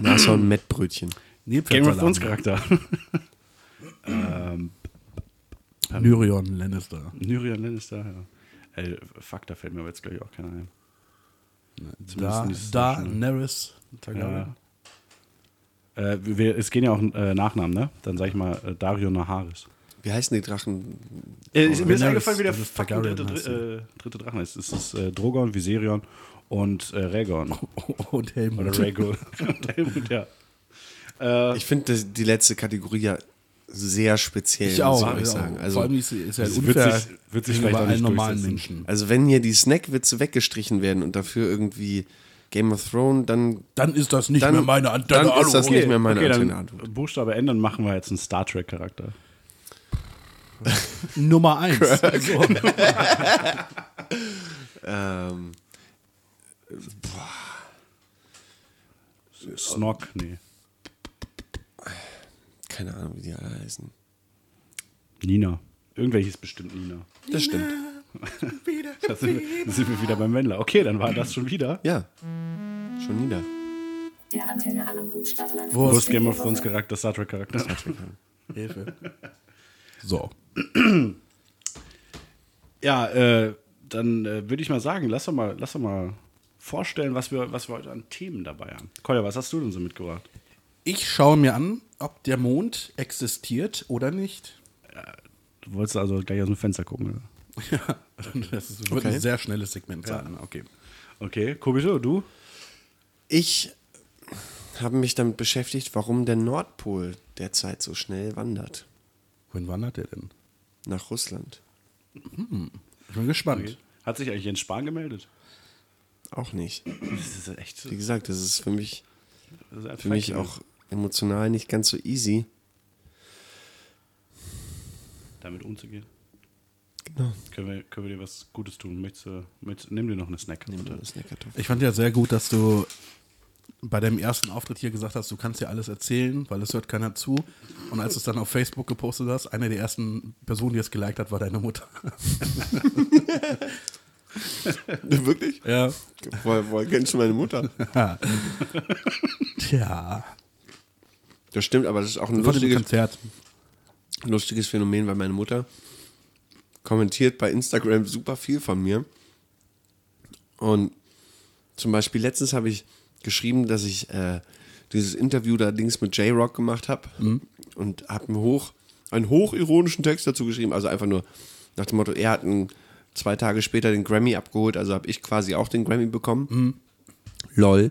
S1: Nashorn, Mettbrötchen.
S3: Game of
S4: Nilpferdsalat.
S3: Thrones Charakter. *laughs* ähm,
S4: Nyrion Lannister.
S3: Nyrian Lannister, ja. Äh, fuck, da fällt mir aber jetzt, glaube ich, auch keiner ein.
S4: Da,
S3: nicht so
S4: da
S3: schnell.
S4: Neris.
S3: Ja. Äh, wir, es gehen ja auch äh, Nachnamen, ne? Dann sag ich mal äh, Dario Naharis.
S1: Wie heißen die Drachen?
S3: Äh, ist, mir ist
S4: Daenerys,
S3: eingefallen, wie der
S4: das ist
S3: fucking
S4: Targaryen,
S3: dritte,
S4: heißt
S3: dr- äh, dritte Drachen ist. Es ist äh, Drogon, Viserion und äh, *laughs* Rhaegon.
S4: *laughs* Und Helmut.
S3: Oder *laughs* Rhaegon. Und Helmut, ja. Äh,
S1: Ich finde das- die letzte Kategorie ja sehr speziell,
S4: *laughs* Ich auch.
S1: muss ich euch
S4: also,
S1: sagen.
S4: Vor
S1: Also,
S4: allem ist, ist ja
S3: Das wird
S4: unfair
S3: sich- wird sich
S4: gegenüber
S3: vielleicht auch nicht
S4: allen normalen
S3: durchsetzen.
S4: Menschen.
S1: also wenn hier die Snackwitze weggestrichen werden und dafür irgendwie Game of Thrones, dann
S4: Dann ist das nicht
S1: Dann-
S4: mehr meine Antenne.
S1: dann ist das
S4: Hallo.
S1: nicht mehr meine
S3: okay,
S1: Antenne
S3: dann
S1: Antwort.
S3: Buchstabe ändern, machen wir jetzt einen Star Trek Charakter.
S4: Nummer eins. *laughs* So.
S1: Ähm,
S3: Snog, nee.
S1: keine Ahnung, wie die alle heißen.
S3: Nina. Irgendwelches bestimmt Nina.
S1: Das stimmt.
S3: Da sind wir, da sind wir wieder beim Wendler. Okay, dann war das schon wieder.
S1: Ja. Schon wieder.
S6: Der Antenne Hallenhut Stadtland
S4: Wurst.
S3: Wurst Game of Thrones Charakter, Star Trek Charakter.
S4: Hilfe. So.
S3: Ja, äh, dann äh, würde ich mal sagen, lass doch mal, lass doch mal vorstellen, was wir, was wir heute an Themen dabei haben. Kolja, was hast du denn so mitgebracht?
S4: Ich schaue mir an, ob der Mond existiert oder nicht. *laughs*
S3: Du wolltest also gleich aus dem Fenster gucken, ne? oder?
S4: Ja, das wird
S1: Okay.
S4: ein sehr schnelles Segment sein. Okay.
S3: Okay, Kobito, du?
S1: Ich habe mich damit beschäftigt, warum der Nordpol derzeit so schnell wandert.
S4: Wohin wandert der denn?
S1: Nach Russland.
S4: Ich bin gespannt.
S3: Hat sich eigentlich Jens Spahn gemeldet?
S1: Auch nicht.
S3: Das ist echt.
S1: Wie gesagt, das ist für mich,
S3: das ist ein
S1: für mich
S3: Fact.
S1: auch emotional nicht ganz so easy.
S3: Damit umzugehen.
S1: Genau.
S3: Können wir, können wir dir was Gutes tun? Möchtest du, möchtest, nimm dir noch eine Snack.
S1: Nehmen wir
S4: *laughs*
S3: bitte.
S1: das Neckartoffel.
S4: Ich fand ja sehr gut, dass du bei deinem ersten Auftritt hier gesagt hast, du kannst ja alles erzählen, weil es hört keiner zu. Und als du es dann auf Facebook gepostet hast, eine der ersten Personen, die es geliked hat, war deine Mutter.
S1: Wirklich?
S4: Ja.
S1: Woher, woher kennst du meine Mutter?
S4: *laughs* Tja.
S1: Das stimmt, aber das ist auch ein
S4: Von dem
S1: lustiges,
S4: Konzert.
S1: lustiges Phänomen, weil meine Mutter kommentiert bei Instagram super viel von mir. Und zum Beispiel letztens habe ich geschrieben, dass ich äh, dieses Interview da Dings mit J-Rock gemacht habe und habe einen, hoch, einen hochironischen Text dazu geschrieben. Also einfach nur nach dem Motto, er hat einen, zwei Tage später den Grammy abgeholt, also habe ich quasi auch den Grammy bekommen. Lol.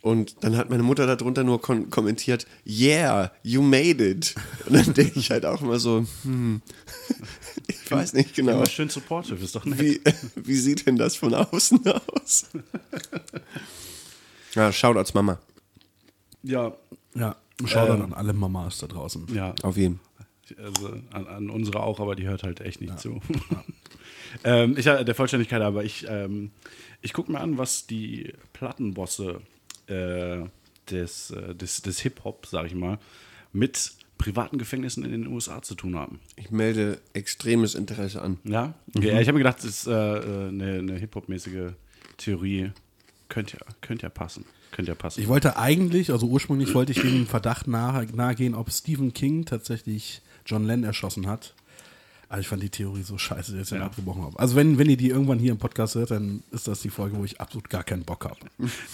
S1: Und dann hat meine Mutter darunter nur kon- kommentiert, yeah, you made it. Und dann denke ich halt auch immer so, hm, *laughs* ich weiß nicht genau.
S3: Immer schön supportive, ist doch nett.
S1: Wie, wie sieht denn das von außen aus? Ja, Shoutouts Mama,
S3: Ja,
S4: Ja. Schau dann an alle Mamas da draußen.
S3: ja.
S1: auf jeden.
S3: Also an, an unsere auch, aber die hört halt echt nicht zu. *laughs* ähm, ich, der Vollständigkeit aber, ich, ähm, ich gucke mir an, was die Plattenbosse äh, des, äh, des, des Hip-Hop, sag ich mal, mit privaten Gefängnissen in den USA zu tun haben.
S1: Ich melde extremes Interesse an.
S3: Ja, okay, ja, ich habe mir gedacht, das ist äh, äh, eine, eine Hip-Hop-mäßige Theorie. Könnte ja, könnte ja passen. Könnte ja passen.
S4: Ich wollte eigentlich, also ursprünglich wollte ich dem Verdacht nahe, nahe gehen, ob Stephen King tatsächlich John Lennon erschossen hat. Aber ich fand die Theorie so scheiße, dass ich
S3: Ja.
S4: ja. abgebrochen habe. Also wenn, wenn ihr die irgendwann hier im Podcast hört, dann ist das die Folge, wo ich absolut gar keinen Bock habe.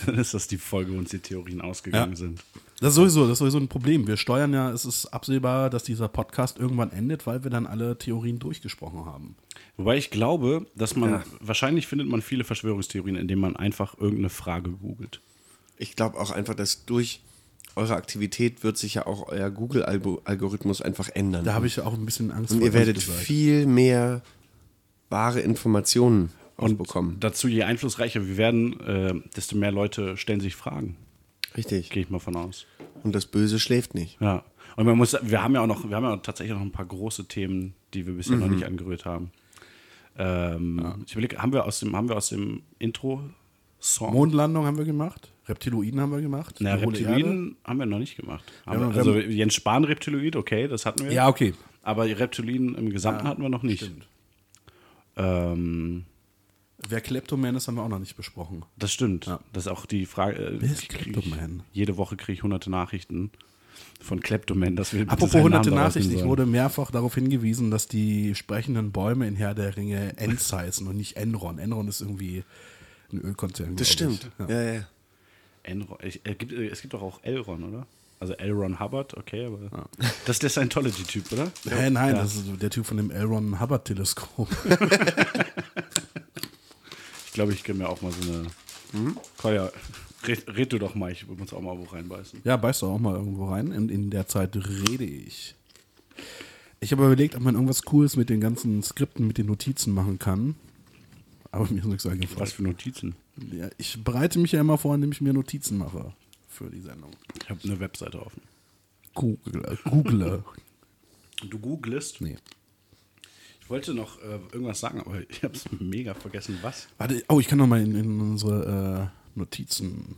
S3: Dann ist das die Folge, wo uns die Theorien ausgegangen
S4: Ja.
S3: sind.
S4: Das ist sowieso, das ist sowieso ein Problem. Wir steuern ja, es ist absehbar, dass dieser Podcast irgendwann endet, weil wir dann alle Theorien durchgesprochen haben.
S3: Wobei ich glaube, dass man, wahrscheinlich findet man viele Verschwörungstheorien, indem man einfach irgendeine Frage googelt.
S1: Ich glaube auch einfach, dass durch eure Aktivität wird sich ja auch euer Google-Algorithmus einfach ändern.
S4: Da habe ich ja auch ein bisschen Angst
S1: Und ihr
S4: ehrlich
S1: werdet
S4: gesagt.
S1: viel mehr wahre Informationen
S3: Und
S1: bekommen.
S3: dazu, je einflussreicher wir werden, äh, desto mehr Leute stellen sich Fragen.
S1: Richtig.
S3: Gehe ich mal von aus.
S1: Und das Böse schläft nicht.
S3: Ja. Und man muss, wir haben ja auch noch, wir haben ja tatsächlich noch ein paar große Themen, die wir bisher
S4: Mhm.
S3: noch nicht angerührt haben. Ähm, Ich überlege, haben wir aus dem, haben wir aus dem Intro-Song?
S4: Mondlandung haben wir gemacht, Reptiloiden haben wir gemacht.
S3: Na,
S4: die hohle Erde.
S3: Reptiloiden haben wir noch nicht gemacht. Haben
S4: Ja,
S3: wir,
S4: wir
S3: also
S4: haben-
S3: Jens Spahn Reptiloid, okay, das hatten wir.
S4: Ja, okay.
S3: Aber Reptiloiden im Gesamten hatten wir noch nicht. Ähm,
S4: Wer Kleptoman ist, haben wir auch noch nicht besprochen.
S3: das stimmt.
S4: Ja.
S3: Das ist auch die Frage. äh,
S4: Wer ist
S3: ich krieg-
S4: Kleptoman?
S3: Jede Woche kriege ich hunderte Nachrichten von Kleptoman, dass wir bitte
S4: Apropos
S3: seinen
S4: hunderte
S3: Namen daraus
S4: Nachrichten,
S3: nehmen
S4: ich
S3: sollen.
S4: wurde mehrfach darauf hingewiesen, dass die sprechenden Bäume in Herr der Ringe Ents heißen und nicht Enron. Enron ist irgendwie ein Ölkonzern.
S1: Das
S4: glaub
S1: stimmt.
S4: Ich. Ja.
S1: Ja, ja.
S3: Enron, ich, äh, gibt, äh, es gibt doch auch Elron, oder? Also Elron Hubbard, okay, aber das ist der Scientology-Typ, oder?
S4: Nein, nein, das ist so der Typ von dem Elron
S1: *laughs*
S4: Hubbard Teleskop.
S3: Ich glaube, ich gönne mir auch mal so eine.
S4: Hm?
S3: Koya, red, red du doch mal, ich muss auch mal wo reinbeißen.
S4: ja, beißt du auch mal irgendwo rein. In, in der Zeit rede ich. Ich habe überlegt, ob man irgendwas Cooles mit den ganzen Skripten, mit den Notizen machen kann. Aber mir ist nichts eingefallen.
S3: Was für Notizen?
S4: Ja, ich bereite mich ja immer vor, indem ich mir Notizen mache für die Sendung.
S3: Ich habe eine Webseite offen.
S4: Google. Google.
S3: Du googlest?
S4: nee.
S3: Ich wollte noch äh, irgendwas sagen, aber ich habe es mega vergessen. Was?
S4: Warte, oh, ich kann noch mal in, in unsere äh, Notizen.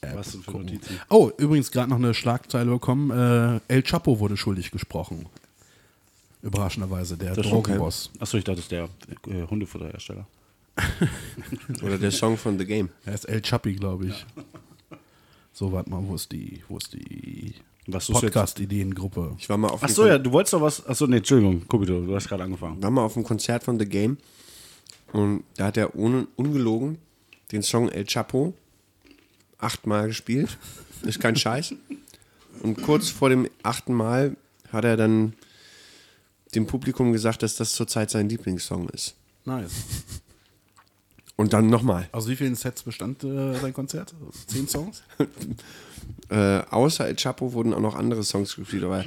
S4: App
S3: Was denn für Notizen?
S4: Oh, übrigens gerade noch eine Schlagzeile bekommen. Äh, El Chapo wurde schuldig gesprochen. Überraschenderweise, der
S1: ist
S4: Drogenboss.
S3: Achso, ich dachte, das ist der äh, Hundefutterhersteller.
S1: Oder der Song von The Game.
S4: Er ist El Chapi, glaube ich. So, warte mal, wo ist die, wo ist die
S3: Was suchst du jetzt?
S4: Podcast-Ideengruppe?
S1: Ich war mal auf einem
S3: Achso, ja, du wolltest doch was. Achso, nee, Entschuldigung, Kubito, du hast gerade angefangen.
S1: war mal auf einem Konzert von The Game und da hat er ohne, ungelogen den Song El Chapo achtmal gespielt. Ist kein Scheiß. Und kurz vor dem achten Mal hat er dann dem Publikum gesagt, dass das zurzeit sein Lieblingssong ist.
S4: Nice.
S1: Und dann nochmal.
S4: Aus wie vielen Sets bestand äh, sein Konzert? Zehn Songs?
S1: Äh, außer El Chapo wurden auch noch andere Songs gespielt, aber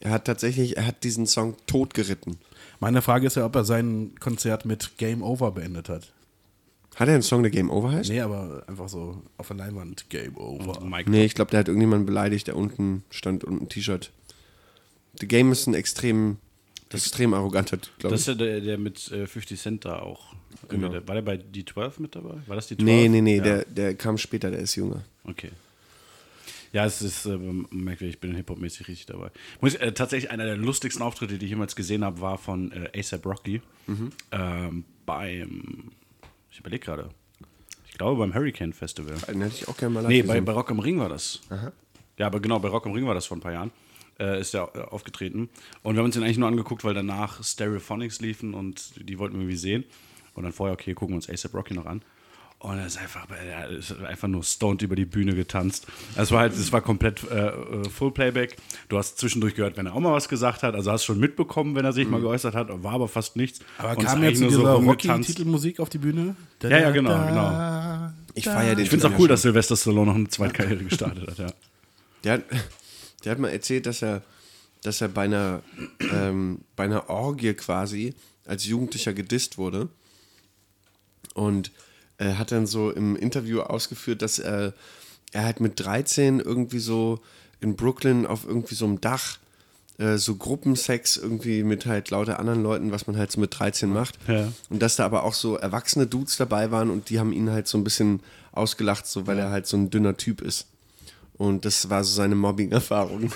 S1: er hat tatsächlich, er hat diesen Song totgeritten.
S4: Meine Frage ist ja, ob er sein Konzert mit Game Over beendet hat.
S1: Hat er einen Song, der Game Over heißt?
S4: Nee, aber einfach so auf der Leinwand Game Over.
S3: Mike.
S1: Nee, ich glaube, der hat irgendjemanden beleidigt, der unten stand und ein T-Shirt. The Game ist ein extrem extrem arrogant hat, glaube
S3: Das ist
S1: ich.
S3: ja der, der mit äh, 50 Cent da auch. Genau. War der bei D12 mit dabei? War das die 12?
S1: Nee, nee, nee,
S3: ja.
S1: der, der kam später, der ist jünger.
S3: Okay. Ja, es ist äh, merkwürdig, ich bin Hip-Hop-mäßig richtig dabei. Muss, ich- äh, tatsächlich einer der lustigsten Auftritte, die ich jemals gesehen habe, war von äh, ASAP Rocky. Ähm, beim, ich überlege gerade, ich glaube beim Hurricane Festival.
S1: Den hätte ich auch gerne mal live
S3: Nee, bei,
S1: gesehen.
S3: bei Rock am Ring war das. Ja, aber genau, bei Rock am Ring war das vor ein paar Jahren. Äh, ist ja äh, aufgetreten. Und wir haben uns den eigentlich nur angeguckt, weil danach Stereophonics liefen und die wollten wir irgendwie sehen. Und dann vorher, okay, gucken wir uns ASAP Rocky noch an. Und er ist einfach, äh, er ist einfach nur stoned über die Bühne getanzt. Es war halt, es war komplett äh, äh, Full Playback. Du hast zwischendurch gehört, wenn er auch mal was gesagt hat. Also hast schon mitbekommen, wenn er sich mal geäußert hat, war aber fast nichts.
S4: Mhm. Aber
S3: Und ist
S4: kam
S3: eigentlich
S4: jetzt
S3: nur
S4: dieser
S3: rumgetanzt.
S4: Rocky-Titelmusik auf die Bühne? Da,
S3: Ja, ja, genau,
S4: da,
S3: genau.
S4: da.
S1: Ich feiere den.
S3: Ich finde es
S1: Typen
S3: auch cool,
S1: ja
S3: dass Sylvester Stallone noch eine
S4: *laughs*
S3: Zweitkarriere gestartet hat, ja.
S1: Der hat, *laughs* der hat mal erzählt, dass er, dass er bei einer, ähm, bei einer Orgie quasi als Jugendlicher gedisst wurde. Und äh, hat dann so im Interview ausgeführt, dass er, er halt mit 13 irgendwie so in Brooklyn auf irgendwie so einem Dach äh, so Gruppensex irgendwie mit halt lauter anderen Leuten, was man halt so mit 13 macht.
S3: Ja.
S1: Und dass da aber auch so erwachsene Dudes dabei waren und die haben ihn halt so ein bisschen ausgelacht, so weil er halt so ein dünner Typ ist. Und das war so seine Mobbing-Erfahrung.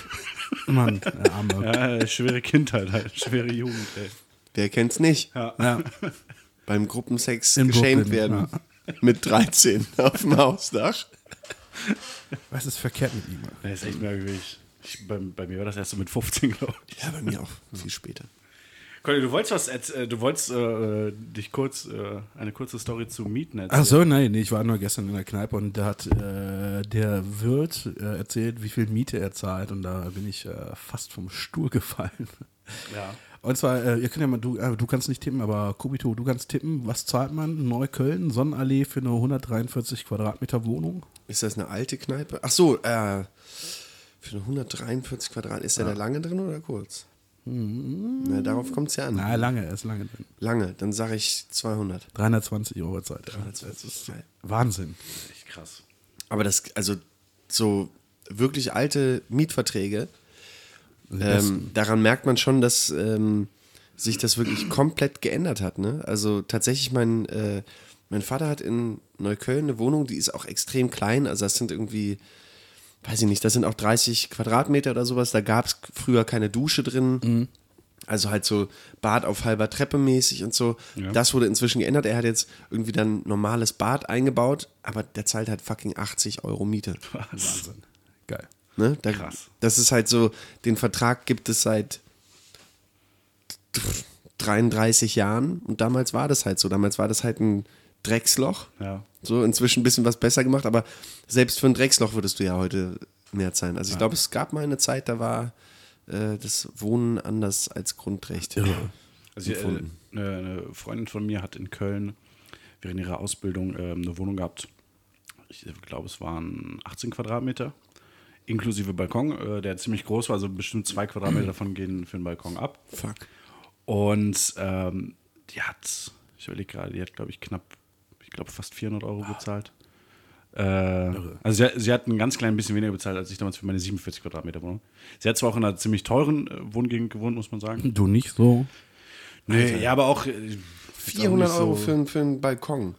S1: *laughs*
S4: Mann, der arme.
S3: Ja, äh, schwere Kindheit, halt. schwere Jugend, ey.
S1: Wer kennt's nicht?
S4: Ja.
S1: Beim Gruppensex
S4: In
S1: geschämt
S4: Brooklyn,
S1: werden. Mit 13 *laughs* auf dem Hausdach.
S4: Was ist verkehrt mit ihm?
S3: Das ist echt merkwürdig. Ich, bei, bei mir war das erst so mit 15, glaube ich.
S1: Ja, bei mir auch. Viel später.
S3: Conny, du wolltest was, erz- äh, du wolltest äh, dich kurz, äh, eine kurze Story zu Mieten erzählen.
S4: Ach so, nein, nee, ich war nur gestern in der Kneipe und da hat äh, der Wirt äh, erzählt, wie viel Miete er zahlt und da bin ich äh, fast vom Stuhl gefallen.
S3: Ja.
S4: Und zwar, äh, ihr könnt ja mal, du, äh, du kannst nicht tippen, aber Kubito, du kannst tippen, was zahlt man? Neukölln, Sonnenallee für eine 143 Quadratmeter Wohnung?
S1: Ist das eine alte Kneipe? Ach so, äh, für eine 143 Quadrat. Ist der da lange drin oder kurz? Na, darauf kommt's ja an.
S4: Mhm. Na, lange, er ist lange drin.
S1: Lange, dann sage ich 200.
S4: 320 Euro zahlt er.
S1: Das ist geil.
S4: Wahnsinn.
S3: Echt krass.
S1: Aber das, also so wirklich alte Mietverträge, ähm, daran merkt man schon, dass ähm, sich das wirklich komplett geändert hat. Ne? Also tatsächlich, mein, äh, mein Vater hat in Neukölln eine Wohnung, die ist auch extrem klein. Also das sind irgendwie, weiß ich nicht, das sind auch 30 Quadratmeter oder sowas. Da gab es früher keine Dusche drin. Also halt so Bad auf halber Treppe mäßig und so. Das wurde inzwischen geändert. Er hat jetzt irgendwie dann normales Bad eingebaut, aber der zahlt halt fucking 80 Euro Miete.
S4: *laughs* Wahnsinn. Geil.
S1: Ne? Da,
S3: Krass.
S1: Das ist halt so, den Vertrag gibt es seit 33 Jahren und damals war das halt so. Damals war das halt ein Drecksloch.
S3: Ja.
S1: So, inzwischen ein bisschen was besser gemacht, aber selbst für ein Drecksloch würdest du ja heute mehr zahlen. Also ich glaube, es gab mal eine Zeit, da war äh, das Wohnen anders als Grundrecht.
S3: Also, äh, eine, eine Freundin von mir hat in Köln während ihrer Ausbildung ähm, eine Wohnung gehabt. Ich glaube, es waren 18 Quadratmeter. Inklusive Balkon, äh, der ziemlich groß war, also bestimmt zwei *clears throat* Quadratmeter davon gehen für den Balkon ab.
S1: Fuck.
S3: Und ähm, die hat, ich überlege gerade, die hat, glaube ich, knapp, ich glaube, fast 400 Euro bezahlt. Äh, also sie, sie hat ein ganz klein bisschen weniger bezahlt, als ich damals für meine 47 Quadratmeter Wohnung. Sie hat zwar auch in einer ziemlich teuren äh, Wohngegend gewohnt, muss man sagen.
S4: Du nicht so.
S3: Nee, ja, aber auch, äh,
S1: 400 Euro
S3: so-
S1: für, einen- für einen Balkon.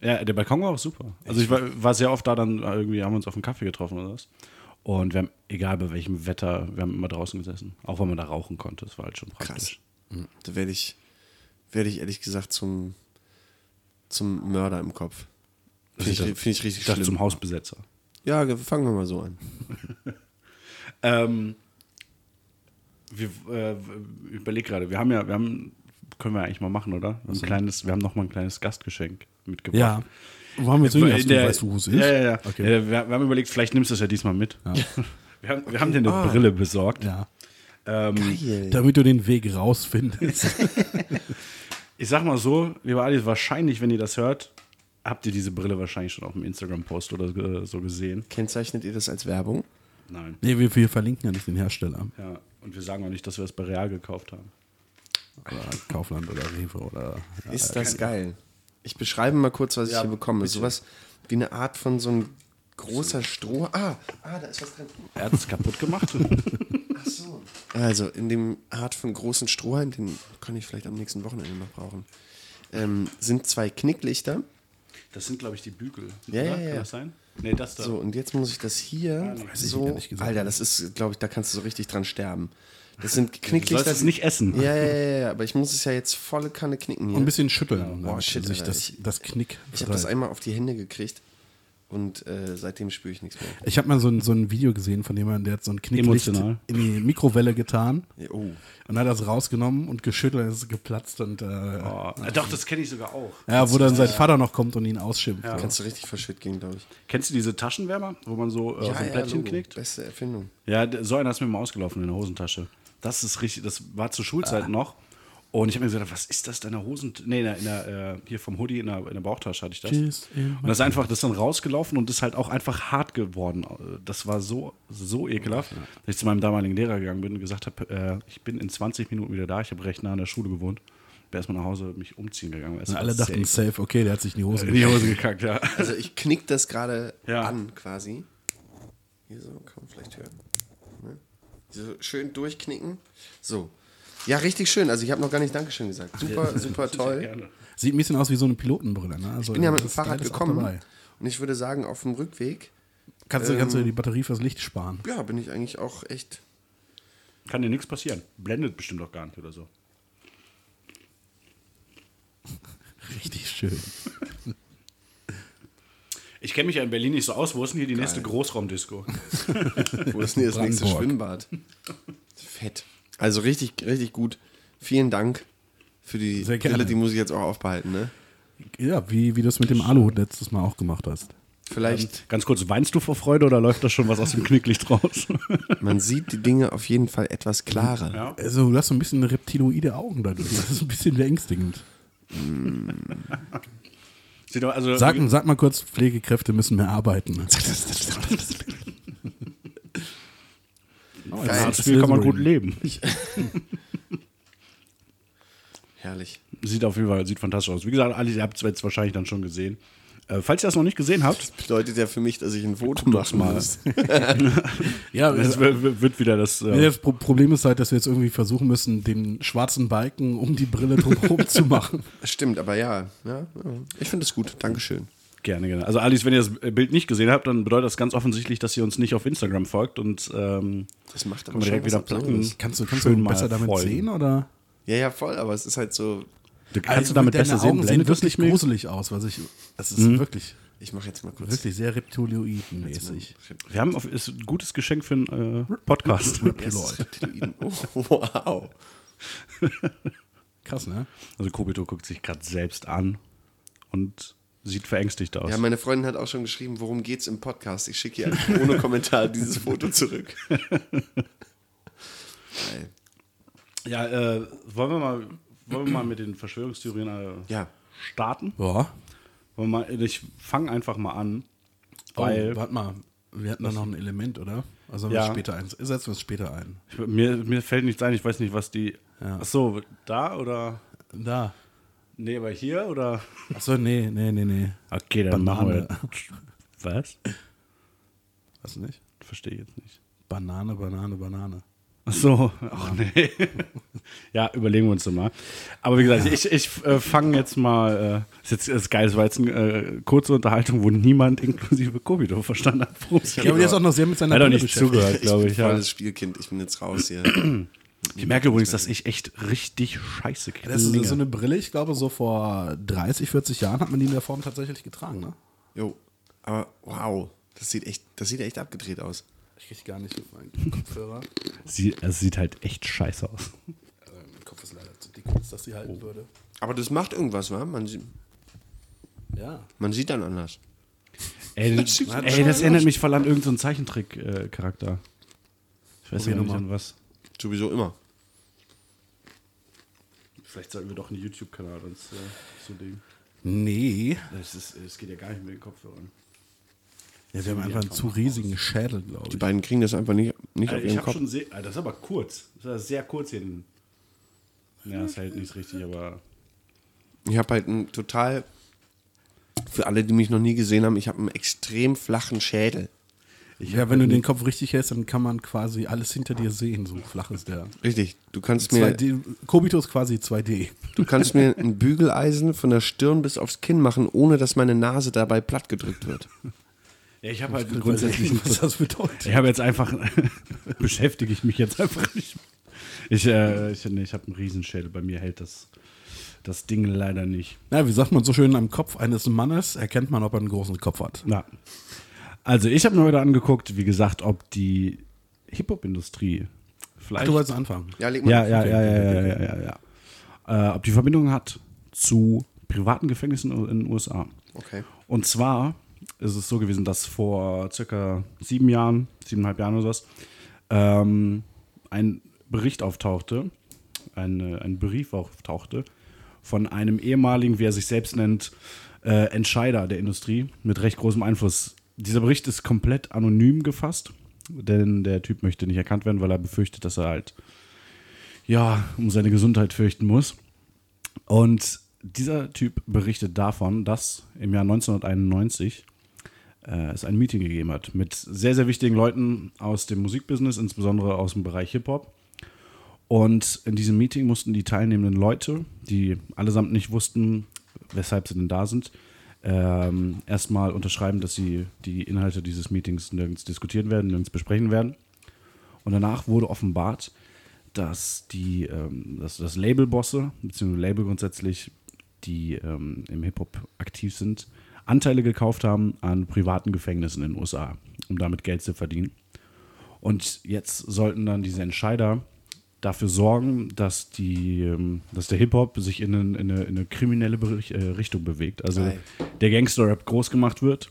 S3: ja, der Balkon war auch super. Also ich war, war sehr oft da, dann äh, irgendwie haben wir uns auf einen Kaffee getroffen oder was. Und wir haben, egal bei welchem Wetter, wir haben immer draußen gesessen. Auch wenn man da rauchen konnte, das war halt schon praktisch.
S1: Krass. Da werde ich, werde ich ehrlich gesagt zum, zum Mörder im Kopf. Finde ich, finde ich richtig
S3: Ich dachte
S1: schlimm.
S3: zum Hausbesetzer.
S1: Ja, ge- fangen wir mal so an.
S3: Ähm, wir äh, überleg gerade, wir haben ja, wir haben, können wir eigentlich mal machen, oder? Ein kleines, wir haben noch mal ein kleines Gastgeschenk mitgebracht.
S4: Ja. Wo haben wir zu ihm?
S3: In der-
S4: Weißt du, wo es ist?
S3: Ja, ja, ja.
S4: Okay.
S3: ja wir, wir haben überlegt, vielleicht nimmst du es ja diesmal mit. *laughs* Wir, haben, wir haben dir eine Brille besorgt.
S4: Ah. ja.
S3: Ähm,
S4: Damit du den Weg rausfindest.
S3: ich sag mal so, lieber Alice, wahrscheinlich, wenn ihr das hört, habt ihr diese Brille wahrscheinlich schon auf dem Instagram-Post oder äh, so gesehen.
S1: Kennzeichnet ihr das als Werbung?
S3: Nein.
S4: nee, wir, wir verlinken ja nicht den Hersteller.
S3: Ja. Und wir sagen auch nicht, dass wir es bei Real gekauft haben.
S4: Oder Kaufland oder Rewe oder. Ja.
S1: Ist das geil? Ich beschreibe mal kurz, was ich hier bekomme. Sowas wie eine Art von so ein großer Stroh. Ah, ah, da ist was drin.
S3: Er hat es kaputt gemacht.
S1: Ach so. Also, in dem Art von großen Strohhalm, den kann ich vielleicht am nächsten Wochenende noch brauchen, ähm, sind zwei Knicklichter.
S3: Das sind, glaube ich, die Bügel.
S1: Ja,
S3: oder?
S1: ja, ja.
S3: Kann das sein? Nee, das da.
S1: So, und jetzt muss ich das hier
S4: ich
S1: so.
S4: ehrlich gesagt.
S1: Alter, das ist, glaube ich, da kannst du so richtig dran sterben. Das sind
S3: Du
S1: Knicklichter.
S3: sollst es nicht essen.
S1: Ja, ja, ja, ja, aber ich muss es ja jetzt volle Kanne knicken hier.
S4: Und ein bisschen schütteln,
S1: Boah,
S4: damit
S1: shit,
S4: sich
S1: Alter,
S4: das,
S1: ich-
S4: das Knick
S1: Ich habe das
S4: verteilt.
S1: einmal auf die Hände gekriegt und äh, seitdem spüre ich nichts mehr.
S4: Ich habe mal so ein, so ein Video gesehen von jemandem, der hat so ein Knicklicht
S3: Emotional.
S4: in die Mikrowelle getan
S1: Ja, Oh.
S4: und hat das rausgenommen und geschüttelt, es ist geplatzt und äh,
S3: Oh, äh, doch, das kenne ich sogar auch.
S4: ja, wo dann sein Vater noch kommt und ihn ausschimpft.
S1: Kannst du richtig verschütt gehen, glaube ich.
S3: Kennst du diese Taschenwärmer, wo man so, äh, so ein Plättchen
S1: Logo.
S3: knickt?
S1: Beste Erfindung.
S3: Ja, d- so einer ist mir mal ausgelaufen in der Hosentasche. Das ist richtig, das war zur Schulzeit noch. Und ich habe mir gesagt, was ist das, deine Hosen... Nee, in der, in der, äh, hier vom Hoodie in der, in der Bauchtasche hatte ich das.
S4: Tschüss,
S3: und das ist einfach, das ist dann rausgelaufen und ist halt auch einfach hart geworden. Das war so, so ekelhaft, dass ich zu meinem damaligen Lehrer gegangen bin und gesagt habe, äh, ich bin in 20 Minuten wieder da, ich habe recht nah an der Schule gewohnt. Bin erstmal nach Hause mich umziehen gegangen. Es
S4: Und
S3: war
S4: alle dachten,
S3: safe.
S4: safe, okay, der hat sich in die Hose
S3: in die
S4: gekackt.
S3: Hose gekackt, ja.
S1: Also ich knick das gerade
S3: Ja.
S1: an quasi. Hier so, kann man vielleicht hören. Ne? So schön durchknicken. So. Ja, richtig schön. Also ich habe noch gar nicht Dankeschön gesagt. Super, super
S3: *laughs*
S1: toll.
S3: Gerne.
S4: Sieht ein bisschen aus wie so eine Pilotenbrille. Ne?
S1: Ich
S4: Also,
S1: bin ja mit dem
S4: das
S1: Fahrrad
S4: Teil ist auch
S1: gekommen
S4: dabei.
S1: und ich würde sagen, auf dem Rückweg,
S4: Kannst, du, kannst
S1: Ähm,
S4: du die Batterie fürs Licht sparen?
S1: ja, bin ich eigentlich auch echt
S3: Kann dir nichts passieren. Blendet bestimmt auch gar nicht oder so.
S4: Richtig schön.
S3: Ich kenne mich ja in Berlin nicht so aus. Wo ist denn hier die nächste Großraumdisco? *laughs*
S1: Wo ist denn hier das nächste Schwimmbad? Fett. Also richtig, richtig gut. Vielen Dank für die
S4: Sehr gerne.
S1: Brille, die muss ich jetzt auch aufbehalten, ne?
S4: Ja, wie, wie du es mit dem Alu letztes Mal auch gemacht hast.
S1: Vielleicht,
S3: Ganz kurz, weinst du vor Freude oder läuft da schon was aus dem Knicklicht raus?
S1: man sieht die Dinge auf jeden Fall etwas klarer.
S3: Ja.
S4: Also, du hast so ein bisschen reptiloide Augen dadurch. Das ist ein bisschen beängstigend.
S3: Sieht doch- also,
S4: Sag, sag mal kurz, Pflegekräfte müssen mehr
S3: *laughs*
S4: arbeiten. *laughs*
S3: oh,
S1: Geil.
S3: das Spiel kann man gut leben.
S1: Herrlich.
S3: Sieht auf jeden Fall sieht fantastisch aus. Wie gesagt, alle, ihr habt es jetzt wahrscheinlich dann schon gesehen. Äh, falls ihr das noch nicht gesehen
S4: *laughs*
S3: habt,
S1: Bedeutet ja für mich, dass ich ein Votum machen
S3: mal.
S1: muss.
S4: Ja,
S3: es
S4: also,
S3: wird- wird äh, wird wieder das.
S4: nee,
S3: Äh,
S4: das Pro- Problem ist halt, dass wir jetzt irgendwie versuchen müssen, den schwarzen Balken um die Brille drumherum zu
S3: *laughs*
S4: machen.
S1: Stimmt, aber ja. ja ja. ich finde es gut. Dankeschön.
S3: gerne, gerne. Also, Alice, wenn ihr das äh, Bild nicht gesehen habt, dann bedeutet das ganz offensichtlich, dass ihr uns nicht auf Instagram folgt und ähm,
S1: Das macht aber
S3: können wir direkt
S1: schon was
S3: wieder placken.
S1: Absurdes.
S4: Kannst du, kannst
S3: Schön
S4: du
S3: mal
S4: besser damit
S3: folgen.
S4: sehen? Oder? Also,
S1: Ja, ja, voll, aber es ist halt so,
S3: Du kannst du damit
S4: deine
S3: besser sehen?
S4: Augen sehen
S3: Blendet das Hm.
S4: wirklich
S3: nicht mehr?
S4: gruselig aus, was ich. Das ist wirklich,
S1: ich mache jetzt mal kurz.
S4: wirklich sehr reptiloidenmäßig.
S3: Wir haben auf, ist ein gutes Geschenk für einen äh, Podcast.
S1: *laughs* Yes. Oh, wow.
S4: Krass, ne?
S3: Also Kobito guckt sich gerade selbst an und sieht verängstigt aus.
S1: Ja, meine Freundin hat auch schon geschrieben, worum geht's im Podcast. Ich schicke ihr einfach ohne Kommentar dieses Foto zurück. Geil.
S3: Ja, äh, wollen, wir mal, wollen wir mal mit den Verschwörungstheorien äh,
S1: Ja.
S3: starten?
S4: Ja.
S3: Wollen wir mal, ich fange einfach mal an,
S4: Oh,
S3: weil
S4: warte mal. Wir hatten da noch ein Element, oder? Also
S3: Ja.
S4: ja. später ein. Setzen wir es später ein.
S3: ich, mir, mir fällt nichts ein, ich weiß nicht, was die. Ach so, da oder?
S4: Da.
S3: Nee, aber hier oder?
S4: Achso, nee, nee, nee, nee.
S3: Okay, dann
S4: Banane.
S3: machen wir. Was?
S4: Weiß nicht?
S3: Verstehe ich jetzt nicht.
S4: Banane, Banane, Banane.
S3: Ach so, ach nee. *laughs* ja, überlegen wir uns doch mal. Aber wie gesagt, ich, ich äh, fange jetzt mal. Äh, ist jetzt ist geil, es war jetzt eine äh, kurze Unterhaltung, wo niemand inklusive Kobito verstanden hat. worum es
S4: Ja, aber
S3: geht.
S4: der ist auch noch sehr mit seiner
S3: Hat doch
S4: Brille
S3: nicht
S4: beschäftigt.
S3: zugehört, glaube
S1: bin
S3: ich. ja.
S1: volles Spielkind. Ich bin jetzt raus hier.
S3: Ich merke übrigens, dass ich echt richtig scheiße klinge.
S4: Das ist so eine Brille, ich glaube, so vor 30, 40 Jahren hat man die in der Form tatsächlich getragen, ne?
S1: Jo. Aber wow, das sieht echt, das sieht echt abgedreht aus.
S4: Ich krieg gar nicht auf meinen Kopfhörer.
S3: Sie, es sieht halt echt scheiße *laughs* aus.
S4: Also, mein Kopf ist leider zu dick, als dass sie halten würde.
S1: Aber das macht irgendwas, wa? Man, sie-
S4: Ja.
S1: man sieht dann anders.
S3: Ey, das,
S1: stimmt.
S3: ey, das erinnert mich voll an irgendeinen Zeichentrick-Charakter. äh, Ich weiß ja nicht an was.
S1: Sowieso immer.
S3: Vielleicht sollten wir doch einen YouTube-Kanal uns äh, zulegen.
S4: Nee.
S3: Das, ist, das geht ja gar nicht mit den Kopfhörern.
S4: Ja, wir haben einfach einen zu riesigen Schädel, glaube
S1: Die
S4: ich.
S1: beiden kriegen das einfach nicht, nicht auf
S3: Alter, Also ich
S1: ihren
S3: hab
S1: Kopf.
S3: schon sehr, Alter, das ist aber kurz. Das ist aber sehr kurz hier. hinten. Ja, es hält nicht richtig, aber.
S1: Ich habe halt einen total, für alle, die mich noch nie gesehen haben, ich habe einen extrem flachen Schädel.
S4: ja, wenn du den Kopf richtig hältst, dann kann man quasi alles hinter dir sehen. So flach ist der.
S1: Richtig, du kannst mir,
S4: 2D, Kobito ist quasi 2D.
S1: du kannst mir ein Bügeleisen von der Stirn bis aufs Kinn machen, ohne dass meine Nase dabei plattgedrückt wird.
S3: Ja, ich halt habe
S4: Ich weiß nicht, was das bedeutet.
S3: Ich habe jetzt einfach, *laughs* beschäftige ich mich jetzt einfach nicht. Ich, äh, ich, nee, ich habe einen Riesenschädel. Bei mir hält das, das Ding leider nicht.
S4: Na, wie sagt man so schön, am Kopf eines Mannes erkennt man, ob er einen großen Kopf hat.
S3: Na. Also, ich habe mir heute angeguckt, wie gesagt, ob die Hip-Hop-Industrie
S4: Ach,
S3: vielleicht.
S4: du wolltest anfangen.
S1: Ja, leg
S3: ja, ja, ja, ja, ja, ja, ja, ja. Äh, ob die Verbindung hat zu privaten Gefängnissen in den USA.
S1: Okay.
S3: Und zwar ist es so gewesen, dass vor circa sieben Jahren, siebeneinhalb Jahren oder sowas, ähm, ein Bericht auftauchte, ein, äh, ein Brief auftauchte von einem ehemaligen, wie er sich selbst nennt, äh, Entscheider der Industrie mit recht großem Einfluss. Dieser Bericht ist komplett anonym gefasst, denn der Typ möchte nicht erkannt werden, weil er befürchtet, dass er halt ja um seine Gesundheit fürchten muss. Und dieser Typ berichtet davon, dass im Jahr 1991 äh, es ein Meeting gegeben hat mit sehr, sehr wichtigen Leuten aus dem Musikbusiness, insbesondere aus dem Bereich Hip-Hop. Und in diesem Meeting mussten die teilnehmenden Leute, die allesamt nicht wussten, weshalb sie denn da sind, ähm, erstmal unterschreiben, dass sie die Inhalte dieses Meetings nirgends diskutieren werden, nirgends besprechen werden. Und danach wurde offenbart, dass die, ähm, dass das Labelbosse, beziehungsweise Label grundsätzlich, die ähm, im Hip-Hop aktiv sind, Anteile gekauft haben an privaten Gefängnissen in den USA, um damit Geld zu verdienen. Und jetzt sollten dann diese Entscheider dafür sorgen, dass, die, ähm, dass der Hip-Hop sich in, eine- in, eine, in eine kriminelle Berich- äh, Richtung bewegt. Also
S1: Geil.
S3: der Gangster-Rap groß gemacht wird,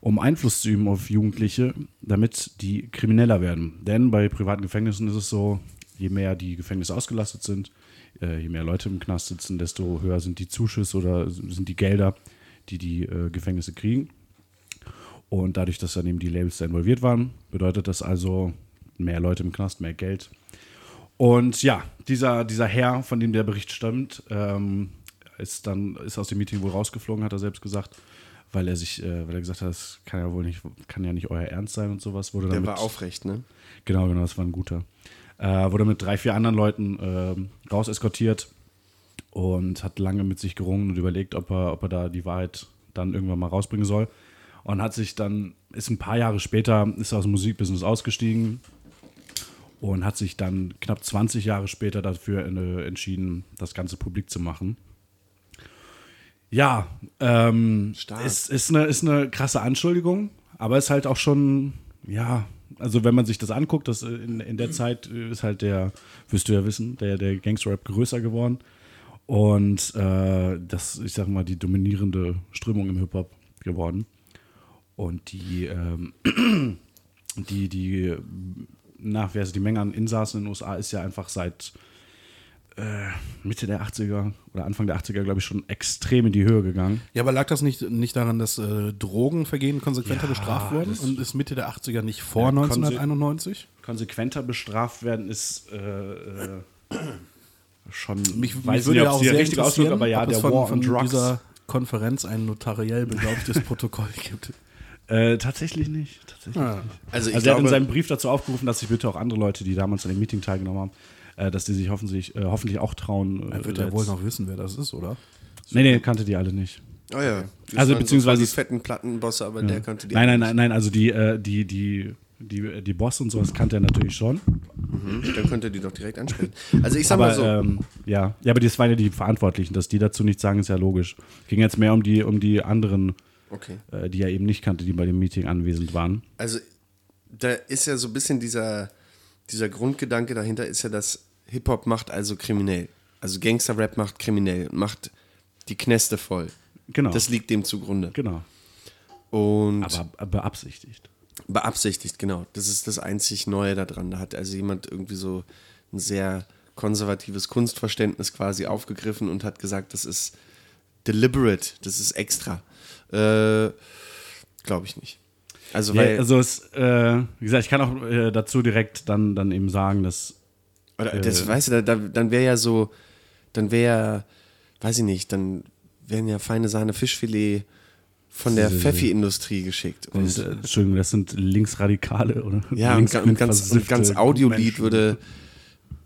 S3: um Einfluss zu üben auf Jugendliche, damit die krimineller werden. Denn bei privaten Gefängnissen ist es so, je mehr die Gefängnisse ausgelastet sind, äh, je mehr Leute im Knast sitzen, desto höher sind die Zuschüsse oder sind die Gelder, die die äh, Gefängnisse kriegen. Und dadurch, dass dann eben die Labels da involviert waren, bedeutet das also mehr Leute im Knast, mehr Geld. Und ja, dieser, dieser Herr, von dem der Bericht stammt, ähm, ist dann ist aus dem Meeting wohl rausgeflogen, hat er selbst gesagt, weil er sich, äh, weil er gesagt hat, das kann ja wohl nicht, kann ja nicht euer Ernst sein und sowas. Wurde
S1: Der
S3: damit-
S1: war aufrecht, ne?
S3: Genau, genau, das war ein guter. Äh, wurde mit drei, vier anderen Leuten ähm, raus eskortiert und hat lange mit sich gerungen und überlegt, ob er, ob er da die Wahrheit dann irgendwann mal rausbringen soll. Und hat sich dann, ist ein paar Jahre später, ist aus dem Musikbusiness ausgestiegen und hat sich dann knapp 20 Jahre später dafür äh, entschieden, das Ganze publik zu machen. Ja, ähm,
S1: Stark.
S3: ist, ist, eine, ist eine krasse Anschuldigung, aber ist halt auch schon, ja, also wenn man sich das anguckt, das äh, in, in der Zeit äh, ist halt der, wirst du ja wissen, der, der Gangster-Rap größer geworden. Und äh, das, ich sag mal, die dominierende Strömung im Hip-Hop geworden. Und die, ähm, *clears throat* die, die, nach, wer ist die Menge an Insassen in den USA ist ja einfach seit äh, Mitte der 80er oder Anfang der 80er, glaube ich, schon extrem in die Höhe gegangen.
S4: Ja, aber lag das nicht, nicht daran, dass äh, Drogenvergehen konsequenter
S3: Ja,
S4: bestraft wurden
S3: das-
S4: und ist Mitte der 80er nicht vor
S3: Ja, konse-
S4: 1991?
S3: konsequenter bestraft werden ist äh, äh, schon
S4: Mich,
S3: ich
S4: mich würde ja auch sehr interessieren,
S3: aber ja
S4: ob es
S3: der
S4: von,
S3: War
S4: von
S3: on Drugs
S4: dieser Konferenz ein notariell beglaubigtes Protokoll gibt.
S3: äh, tatsächlich nicht tatsächlich
S4: Ah.
S3: nicht.
S1: Also ich
S3: also er hat in
S1: glaube-
S3: seinem Brief dazu aufgerufen dass sich bitte auch andere Leute die damals an dem Meeting teilgenommen haben äh, dass die sich hoffentlich äh, hoffentlich auch trauen äh,
S4: Er wird ja
S3: jetzt-
S4: wohl noch wissen, wer das ist, oder?
S3: nee nee kannte die alle nicht
S1: Oh ja. Das
S3: Also
S1: waren
S3: beziehungsweise-
S1: So die fetten Plattenbosse, aber der kannte die
S3: nein nein
S1: anderen
S3: nein nein also die äh, die die die die Boss und sowas kannte er natürlich schon
S1: nicht. Dann könnte die doch direkt ansprechen. Also ich sag
S3: Aber
S1: mal so,
S3: ähm, ja. ja, aber das waren ja die Verantwortlichen, dass die dazu nichts sagen, ist ja logisch. Ging jetzt mehr um die, um die anderen,
S1: Okay.
S3: äh, die er eben nicht kannte, die bei dem Meeting anwesend waren.
S1: also da ist ja so ein bisschen dieser, dieser Grundgedanke dahinter ist ja, dass Hip-Hop macht also kriminell. Also Gangster-Rap macht kriminell und macht die Knäste voll.
S3: Genau.
S1: Das liegt dem zugrunde.
S3: Genau.
S1: Und
S3: Aber beabsichtigt.
S1: Beabsichtigt, genau. Das ist das einzig Neue daran. Da hat also jemand irgendwie so ein sehr konservatives Kunstverständnis quasi aufgegriffen und hat gesagt, das ist deliberate, das ist extra. Äh, Glaube ich nicht. Also,
S3: Ja,
S1: weil
S3: also es, äh, wie gesagt, ich kann auch äh, dazu direkt dann, dann eben sagen, dass Äh.
S1: Oder das, weißt du, da, da, dann wäre ja so, dann wäre ja, weiß ich nicht, dann wären ja feine Sahne Fischfilet von der Pfeffi-Industrie geschickt.
S3: Und,
S1: Und,
S3: äh, Entschuldigung, das sind Linksradikale oder
S1: ja, und,
S3: links
S1: ga- und ganz, und
S3: versiffte
S1: ganz Audiolied
S3: Menschen.
S1: würde,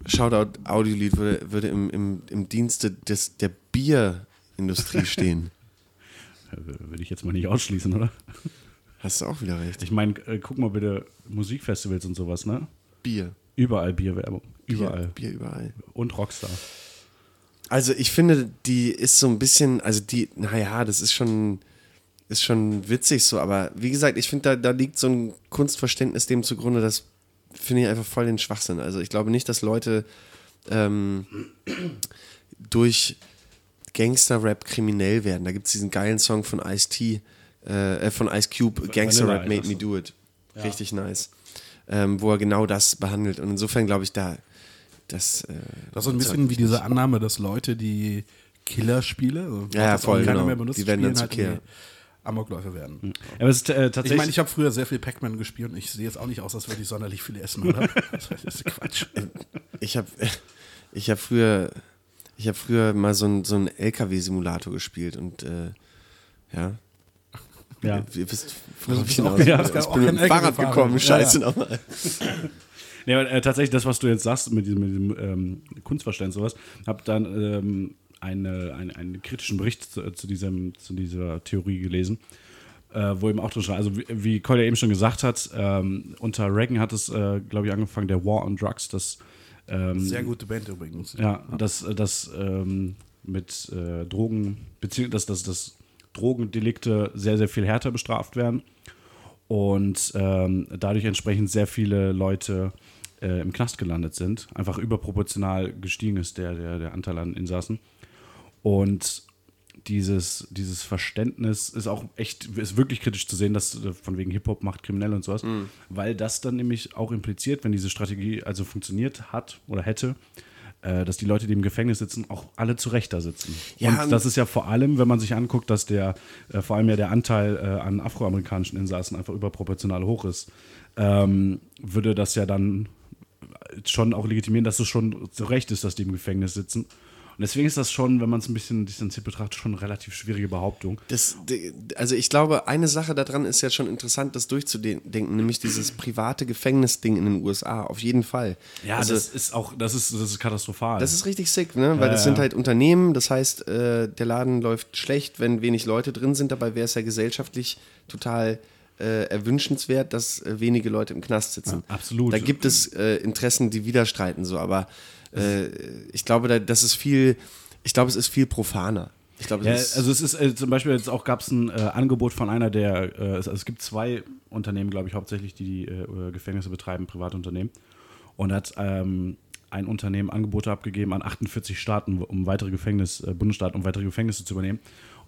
S1: Shoutout Audiolied würde, würde im, im, im Dienste des, der Bierindustrie
S3: *laughs*
S1: stehen.
S3: Äh, Würde ich jetzt mal nicht ausschließen, oder?
S1: Hast du auch wieder recht.
S3: Ich meine, äh, guck mal bitte Musikfestivals und sowas, ne?
S1: Bier.
S3: Überall Bierwerbung. Überall.
S1: Bier, Bier überall.
S3: Und Rockstar.
S1: Also ich finde, die ist so ein bisschen, also die, naja, das ist schon, ist schon witzig so, aber wie gesagt, ich finde, da, da liegt so ein Kunstverständnis dem zugrunde, das finde ich einfach voll den Schwachsinn. Also ich glaube nicht, dass Leute ähm, durch Gangster-Rap kriminell werden. Da gibt es diesen geilen Song von Ice-T, äh, äh, von Ice Cube, Gangster-Rap
S3: Vanilla
S1: Made
S3: Ice,
S1: Me Do It. Richtig nice. Ähm, wo er genau das behandelt. Und insofern glaube ich, da, das... Äh,
S4: Das ist so ein bisschen wie diese Annahme, dass Leute, die Killer spiele, also
S1: Ja, ja,
S4: das auch
S1: voll,
S4: keiner
S1: genau.
S4: mehr benutzt,
S1: Die werden dann
S4: spielen
S1: zu
S4: halt irgendwie
S1: Killer.
S4: Amokläufer werden.
S3: Aber es ist äh,
S4: Ich
S3: tatsächlich.
S4: meine, ich habe früher sehr viel Pac-Man gespielt und ich sehe jetzt auch nicht aus, als würde ich sonderlich viel essen, oder? Das ist Quatsch.
S1: Ich habe *laughs* ich hab früher, ich hab früher mal so einen so einen LKW-Simulator gespielt und äh, ja.
S3: ja.
S1: Ihr wisst, worauf ich
S4: bist auch-
S1: hinaus
S4: ja,
S1: will.
S4: bist
S1: ich
S4: auch
S1: bin
S4: kein
S1: mit dem Fahrrad
S4: LKW-Fahrer.
S1: gekommen,
S4: Ja,
S1: scheiße
S4: ja.
S1: nochmal.
S3: Nee, aber äh, tatsächlich, das, was du jetzt sagst mit diesem, mit diesem ähm, Kunstverständnis und sowas, habe dann ähm, eine, ein, einen kritischen Bericht zu, zu, diesem, zu dieser Theorie gelesen, äh, wo eben auch drin stand, also wie, wie Cole ja eben schon gesagt hat, ähm, unter Reagan hat es, äh, glaube ich, angefangen, der War on Drugs, das ähm,
S4: Sehr gute Band übrigens.
S3: ja, dass das ähm, mit äh, Drogen, beziehungsweise dass, dass, dass Drogendelikte sehr, sehr viel härter bestraft werden und ähm, dadurch entsprechend sehr viele Leute äh, im Knast gelandet sind. Einfach überproportional gestiegen ist der, der, der Anteil an Insassen. Und dieses, dieses Verständnis ist auch echt, ist wirklich kritisch zu sehen, dass äh, von wegen Hip-Hop macht kriminell und sowas, weil das dann nämlich auch impliziert, wenn diese Strategie also funktioniert hat oder hätte, äh, dass die Leute, die im Gefängnis sitzen, auch alle zu Recht da sitzen.
S1: Ja,
S3: und
S1: und-
S3: das ist ja vor allem, wenn man sich anguckt, dass der, äh, vor allem ja der Anteil äh, an afroamerikanischen Insassen einfach überproportional hoch ist, ähm, würde das ja dann schon auch legitimieren, dass es schon zu Recht ist, dass die im Gefängnis sitzen. Und deswegen ist das schon, wenn man es ein bisschen distanziert betrachtet, schon eine relativ schwierige Behauptung.
S1: Das, d- also ich glaube, eine Sache daran ist ja schon interessant, das durchzudenken, nämlich dieses private Gefängnisding in den USA, auf jeden Fall. also,
S3: das ist auch, das ist, das ist katastrophal.
S1: Das ist richtig sick, ne? Weil das sind halt Unternehmen, das heißt, äh, der Laden läuft schlecht, wenn wenig Leute drin sind. Dabei wäre es ja gesellschaftlich total äh, erwünschenswert, dass äh, wenige Leute im Knast sitzen.
S3: Ja, absolut.
S1: Da gibt es äh, Interessen, die widerstreiten, so, aber äh, ich glaube, da, das ist viel, ich glaube, es ist viel profaner. Ich glaube,
S3: Ja,
S1: das ist,
S3: also es ist äh, zum Beispiel jetzt auch gab es ein äh, Angebot von einer der, äh, es, also es gibt zwei Unternehmen, glaube ich, hauptsächlich, die die äh, Gefängnisse betreiben, Privatunternehmen. Und hat ähm, ein Unternehmen Angebote abgegeben an 48 Staaten, um weitere Gefängnis, äh, Bundesstaaten, um weitere Gefängnisse zu übernehmen.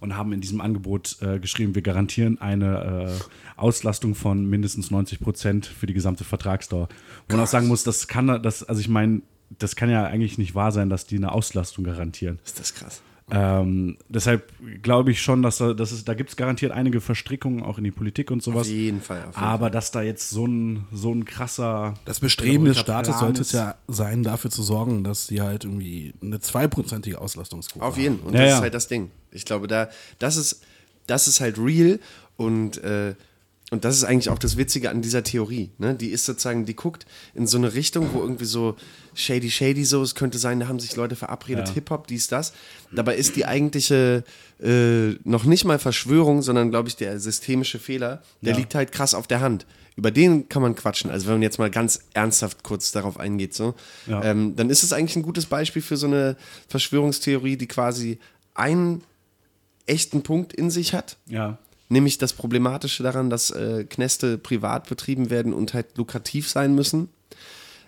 S3: Und haben in diesem Angebot äh, geschrieben, wir garantieren eine äh, Auslastung von mindestens 90 Prozent für die gesamte Vertragsdauer. Wo man auch sagen muss, das kann, das, also ich meine, das kann ja eigentlich nicht wahr sein, dass die eine Auslastung garantieren.
S1: ist das krass.
S3: Ähm, deshalb glaube ich schon, dass da, dass es, da gibt es garantiert einige Verstrickungen auch in die Politik und sowas.
S1: Auf jeden Fall, auf jeden
S3: aber dass da jetzt so ein, so ein krasser.
S4: Das
S1: Also,
S4: Bestreben des
S3: Plan
S4: Staates sollte es
S3: ist-
S4: ja sein, dafür zu sorgen, dass sie halt irgendwie eine zweiprozentige Auslastungsquote
S1: Auf jeden. Und
S3: Ja,
S1: das
S3: ja.
S1: ist halt das Ding. Ich glaube, da, das ist, das ist halt real und, äh, und das ist eigentlich auch das Witzige an dieser Theorie. Ne? Die ist sozusagen, die guckt in so eine Richtung, wo irgendwie so shady, shady so, es könnte sein, da haben sich Leute verabredet, Hip-Hop, dies, das. Dabei ist die eigentliche äh, noch nicht mal Verschwörung, sondern glaube ich der systemische Fehler, der liegt halt krass auf der Hand. Über den kann man quatschen. Also wenn man jetzt mal ganz ernsthaft kurz darauf eingeht, so,
S3: Ja.
S1: ähm, ähm, dann ist es eigentlich ein gutes Beispiel für so eine Verschwörungstheorie, die quasi einen echten Punkt in sich hat,
S3: Ja.
S1: nämlich das Problematische daran, dass äh, Knäste privat betrieben werden und halt lukrativ sein müssen.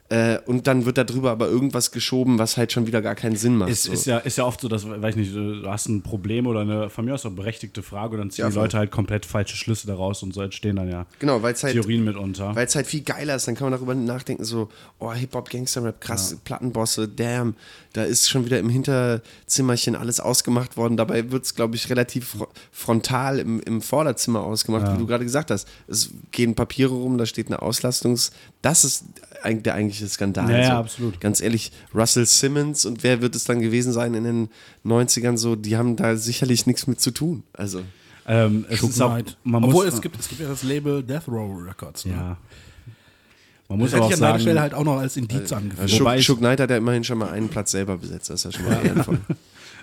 S1: Äh, und dann wird darüber aber irgendwas geschoben, was halt schon wieder gar keinen Sinn macht.
S3: Es
S1: so.
S3: ist ja, ist ja oft so, dass, weiß nicht, du hast ein Problem oder eine von mir aus auch berechtigte Frage und dann ziehen
S1: Ja,
S3: die
S1: voll.
S3: Leute halt komplett falsche Schlüsse daraus und so entstehen dann ja
S1: Genau, weil's halt-
S3: Theorien mitunter.
S1: Weil es halt viel geiler ist, dann kann man darüber nachdenken, so, oh, Hip-Hop, Gangster-Rap, krass, Plattenbosse, damn, da ist schon wieder im Hinterzimmerchen alles ausgemacht worden. Dabei wird es, glaube ich, relativ fro frontal im, im Vorderzimmer ausgemacht, wie du gerade gesagt hast. Es gehen Papiere rum, da steht eine Auslastungs-, das ist eigentlich der eigentliche Skandal.
S3: Ja, ja,
S1: so.
S3: absolut.
S1: Ganz ehrlich, Russell Simmons und wer wird es dann gewesen sein in den 90ern so, die haben da sicherlich nichts mit zu tun. Also,
S3: Ähm, es ist auch,
S4: Schuppenheit.
S3: man
S4: halt. Obwohl
S3: muss,
S4: es gibt, es gibt ja das Label Death Row Records. Ne?
S3: Ja. Man muss
S4: Das hätte ich
S3: aber auch
S4: an deiner
S3: sagen,
S4: Stelle halt auch noch als Indiz angeführt.
S1: Schuck,
S3: Wobei ich-
S1: Schuck Knight hat ja immerhin schon mal einen Platz selber besetzt. Das ist ja schon mal ehrenvoll.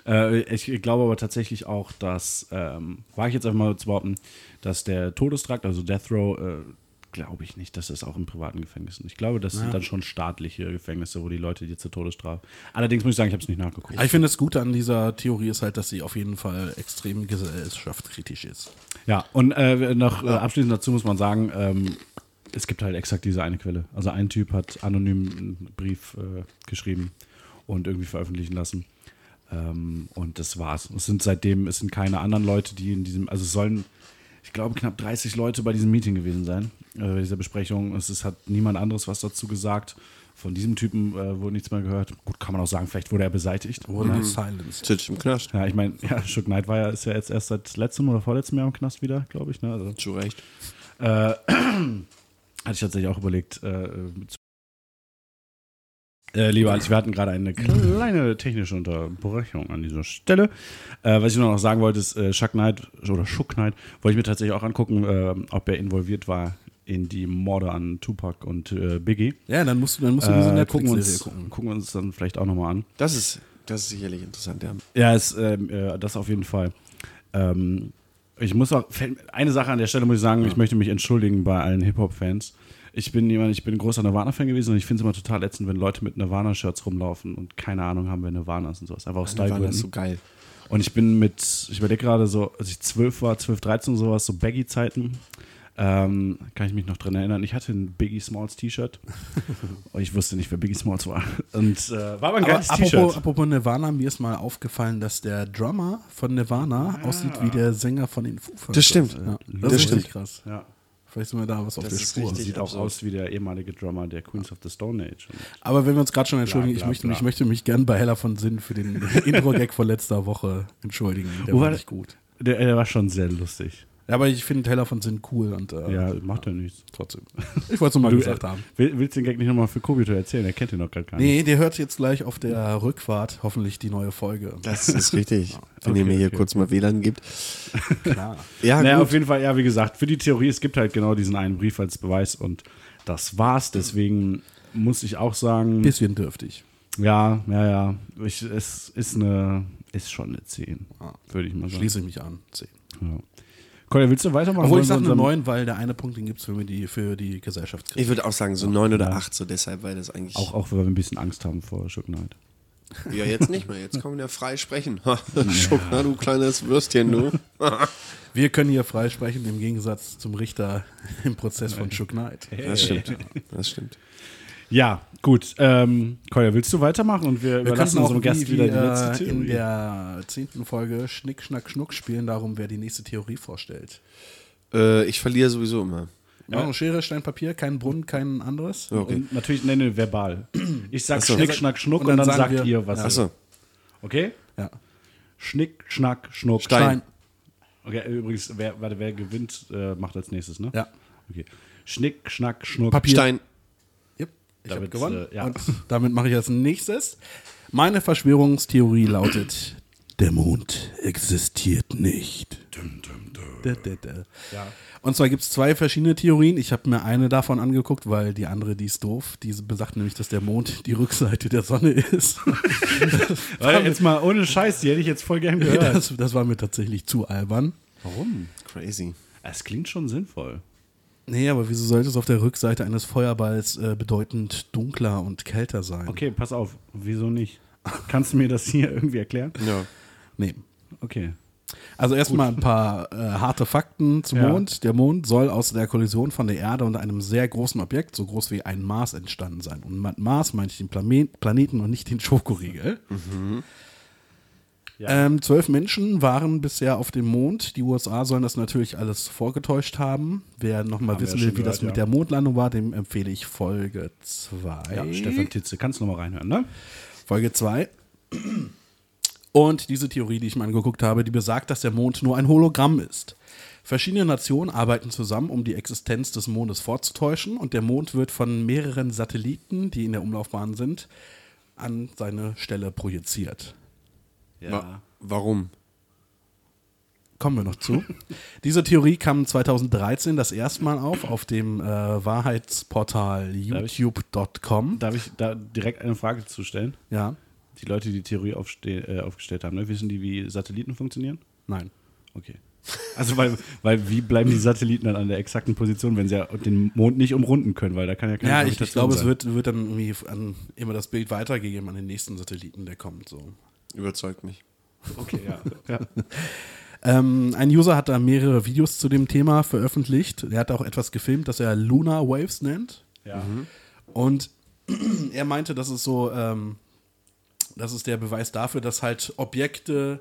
S3: Äh, ich glaube aber tatsächlich auch, dass, ähm, wage ich jetzt einfach mal zu behaupten, dass der Todestrakt, also Death Row, äh, glaube ich nicht, dass das auch in privaten Gefängnissen ist. Ich glaube, das sind dann schon staatliche Gefängnisse, wo die Leute dir zur Todesstrafe. Allerdings muss ich sagen, ich habe es nicht nachgeguckt.
S4: Aber ich finde, das Gute an dieser Theorie ist halt, dass sie auf jeden Fall extrem gesellschaftskritisch ist.
S3: Ja, und äh, noch äh, abschließend dazu muss man sagen, ähm, es gibt halt exakt diese eine Quelle. Also ein Typ hat anonym einen Brief äh, geschrieben und irgendwie veröffentlichen lassen. Ähm, und das war's. Es sind seitdem, es sind keine anderen Leute, die in diesem, also es sollen, ich glaube, knapp 30 Leute bei diesem Meeting gewesen sein, äh, bei dieser Besprechung. Es ist, hat niemand anderes was dazu gesagt. Von diesem Typen äh, wurde nichts mehr gehört. Gut, kann man auch sagen, vielleicht wurde er beseitigt.
S4: Wurde silenced.
S1: Sitzt im Knast.
S3: Ja, ich meine, ja, Shook Knight war ja, ist ja jetzt erst seit letztem oder vorletztem Jahr im Knast wieder, glaube ich. Ne? Also,
S1: Zu Recht.
S3: Äh, *clears throat* Hatte ich tatsächlich auch überlegt. Äh, mit zu äh, lieber Alex, wir hatten gerade eine kleine technische Unterbrechung an dieser Stelle. Äh, was ich nur noch sagen wollte, ist, äh, Chuck Knight oder Schuck Knight wollte ich mir tatsächlich auch angucken, äh, ob er involviert war in die Morde an Tupac und äh, Biggie.
S4: Ja, dann musst du, dann musst du diese
S3: Äh, gucken, wir
S4: Netflix-Serie
S3: uns,
S4: gucken.
S3: gucken wir uns dann vielleicht auch nochmal an.
S1: Das ist, das ist sicherlich interessant, ja.
S3: Ja, ist, ähm, äh, das auf jeden Fall. Ähm, ich muss auch, fällt- eine Sache an der Stelle muss ich sagen, ich möchte mich entschuldigen bei allen Hip-Hop-Fans. Ich bin jemand, ich bin großer Nirvana-Fan gewesen und ich finde es immer total ätzend, wenn Leute mit Nirvana-Shirts rumlaufen und keine Ahnung haben, wer Nirvana ist und sowas. Einfach aus
S1: Nirvana ist
S3: Style-Gründen.
S1: so geil.
S3: Und ich bin mit, ich überlege gerade so, als ich zwölf war, zwölf, dreizehn und sowas, so Baggy-Zeiten, ähm, kann ich mich noch dran erinnern. Ich hatte ein Biggie Smalls T-Shirt. und ich wusste nicht, wer Biggie Smalls war. Und äh, war aber ein
S4: Aber
S3: geiles
S4: apropos,
S3: T-Shirt.
S4: apropos Nirvana, mir ist mal aufgefallen, dass der Drummer von Nirvana
S3: Ah.
S4: aussieht wie der Sänger von den Foo Fighters.
S1: Das stimmt.
S4: Ja, das,
S1: Das
S4: ist
S1: stimmt.
S4: richtig krass.
S3: Ja.
S4: Vielleicht sind wir da was auf
S1: Das
S4: der
S1: ist
S4: Spur.
S1: richtig.
S3: Sieht auch
S1: absurd.
S3: aus wie der ehemalige Drummer der Queens of the Stone Age.
S4: Aber wenn wir uns gerade schon entschuldigen,
S3: Bla, bla,
S4: ich, möchte,
S3: bla.
S4: ich möchte mich gern bei Hella von Sinn für
S3: *laughs*
S4: den Intro-Gag von letzter Woche entschuldigen. Der
S3: Wo
S4: war
S3: war
S4: nicht
S3: der-
S4: gut.
S3: Der, der war schon sehr lustig.
S4: Ja, aber ich finde Hella von Sinn cool und äh,
S3: Ja, äh, macht ja nichts.
S4: trotzdem. Ich wollte es nur mal gesagt haben.
S3: Will, willst du den Gag nicht nochmal für Kobito erzählen? Er kennt ihn noch gar gar nicht.
S4: Nee, der hört jetzt gleich auf der Rückfahrt hoffentlich die neue Folge.
S1: Das ist
S3: *laughs*
S1: richtig. Wenn ihr mir hier
S3: okay.
S1: kurz mal WLAN
S3: *laughs*
S1: gibt.
S4: Klar.
S1: Ja,
S3: naja,
S1: gut.
S3: auf jeden Fall, ja, wie gesagt, für die Theorie, es gibt halt genau diesen einen Brief als Beweis und das war's. Deswegen muss ich auch sagen,
S4: Bisschen dürftig.
S3: ja, ja, ja, ich, es ist eine, ist schon eine 10, würde ich mal sagen.
S4: Schließe Ah. ich mich an. Zehn.
S3: Ja. Kolja, willst du weitermachen?
S4: Obwohl ich
S3: Wollen
S4: sage
S3: wir
S4: eine
S3: unserem-
S4: 9, weil der eine Punkt, den gibt es für, mir die- für die Gesellschaftskritik.
S1: Ich würde auch sagen, so neun oder acht, so deshalb, weil das eigentlich.
S3: Auch, auch, weil wir ein bisschen Angst haben vor Shook Knight.
S1: Ja, jetzt nicht mehr. Jetzt kann man ja frei sprechen. *laughs* Schuck, na du kleines Würstchen,
S3: *laughs*
S1: du.
S4: Wir können hier frei sprechen, im Gegensatz zum Richter *laughs* im Prozess von Chuck Knight.
S1: Das stimmt. Das stimmt.
S3: Ja, gut. Ähm, Kolja, willst du weitermachen und wir,
S4: Wir
S3: überlassen
S4: könnten auch
S3: unserem
S4: Gast
S3: Gast
S4: wie,
S3: wieder
S4: wieder
S3: die letzte
S4: äh,
S3: Theorie?
S4: in der zehnten Folge Schnick, Schnack, Schnuck spielen, darum, wer die nächste Theorie vorstellt.
S1: Äh, ich verliere sowieso immer.
S4: Ja. Schere, Stein, Papier, kein Brunnen, kein anderes.
S1: Okay.
S3: Und natürlich nenne nee, verbal. Ich sag
S1: so.
S3: Schnick, Schnack, Schnuck und dann, sagt
S4: wir-
S3: ihr was.
S4: Ja.
S3: ihr-
S1: Achso,
S3: Okay?
S4: Ja.
S3: Schnick, Schnack, Schnuck.
S1: Stein.
S3: Okay, übrigens, wer, warte, wer gewinnt, äh, macht als nächstes, ne?
S4: Ja.
S3: Okay. Schnick, Schnack, Schnuck.
S4: Papier.
S1: Stein.
S4: Yep, ich habe
S3: Damit,
S4: gewonnen.
S3: äh, ja.
S4: Und damit mache ich als nächstes. Meine Verschwörungstheorie lautet: Der Mond existiert nicht. Da, da, da. Und zwar gibt es zwei verschiedene Theorien. Ich habe mir eine davon angeguckt, weil die andere, die ist doof. Die besagt nämlich, dass der Mond die Rückseite der Sonne ist.
S3: *laughs* Warte, jetzt mal ohne Scheiß, die hätte ich jetzt voll gern gehört.
S4: das, das war mir tatsächlich zu albern.
S3: Warum?
S1: Crazy.
S3: Es klingt schon sinnvoll.
S4: Nee, aber wieso sollte es auf der Rückseite eines Feuerballs äh, bedeutend dunkler und kälter sein?
S3: Okay, pass auf. Wieso nicht? Kannst du mir das hier irgendwie erklären?
S1: Ja.
S4: Nee.
S3: Okay.
S4: Also erstmal ein paar äh, harte Fakten zum
S3: Ja.
S4: Mond. Der Mond soll aus der Kollision von der Erde und einem sehr großen Objekt, so groß wie ein Mars, entstanden sein. Und mit Mars meine ich den Plame Planeten und nicht den Schokoriegel.
S3: Mhm.
S4: Ähm, zwölf Menschen waren bisher auf dem Mond. Die USA sollen das natürlich alles vorgetäuscht haben. Wer nochmal
S3: Haben wir
S4: wissen
S3: ja
S4: will,
S3: schon
S4: wie das mit
S3: gehört, ja.
S4: der Mondlandung war, dem empfehle ich Folge 2.
S3: Ja, Stefan Titze, kannst du nochmal reinhören, ne?
S4: Folge 2. Und diese Theorie, die ich mir angeguckt habe, die besagt, dass der Mond nur ein Hologramm ist. Verschiedene Nationen arbeiten zusammen, um die Existenz des Mondes vorzutäuschen und der Mond wird von mehreren Satelliten, die in der Umlaufbahn sind, an seine Stelle projiziert.
S1: Wa warum?
S4: Kommen wir noch zu. Diese Theorie kam 2013 das erste Mal auf, auf dem äh, Wahrheitsportal youtube.com.
S3: Darf ich da direkt eine Frage zu stellen?
S4: Ja,
S3: Die Leute, die die Theorie aufste äh, aufgestellt haben, ne? wissen die, wie Satelliten funktionieren?
S4: nein.
S3: Okay. *laughs* Also, weil, weil wie bleiben die Satelliten dann an der exakten Position, wenn sie ja den Mond nicht umrunden können? Weil da kann ja keine
S4: Ja, ich, ich
S3: Gravitation
S4: glaube, es
S3: sein.
S4: wird, wird dann irgendwie an, immer das Bild weitergegeben an den nächsten Satelliten, der kommt. So.
S1: Überzeugt mich.
S3: Okay, ja.
S4: *laughs* Ähm, ein User hat da mehrere Videos zu dem Thema veröffentlicht. Er hat auch etwas gefilmt, das er Lunar Waves nennt.
S3: ja.
S4: Und *clears throat* er meinte, das ist so, ähm, das ist der Beweis dafür, dass halt Objekte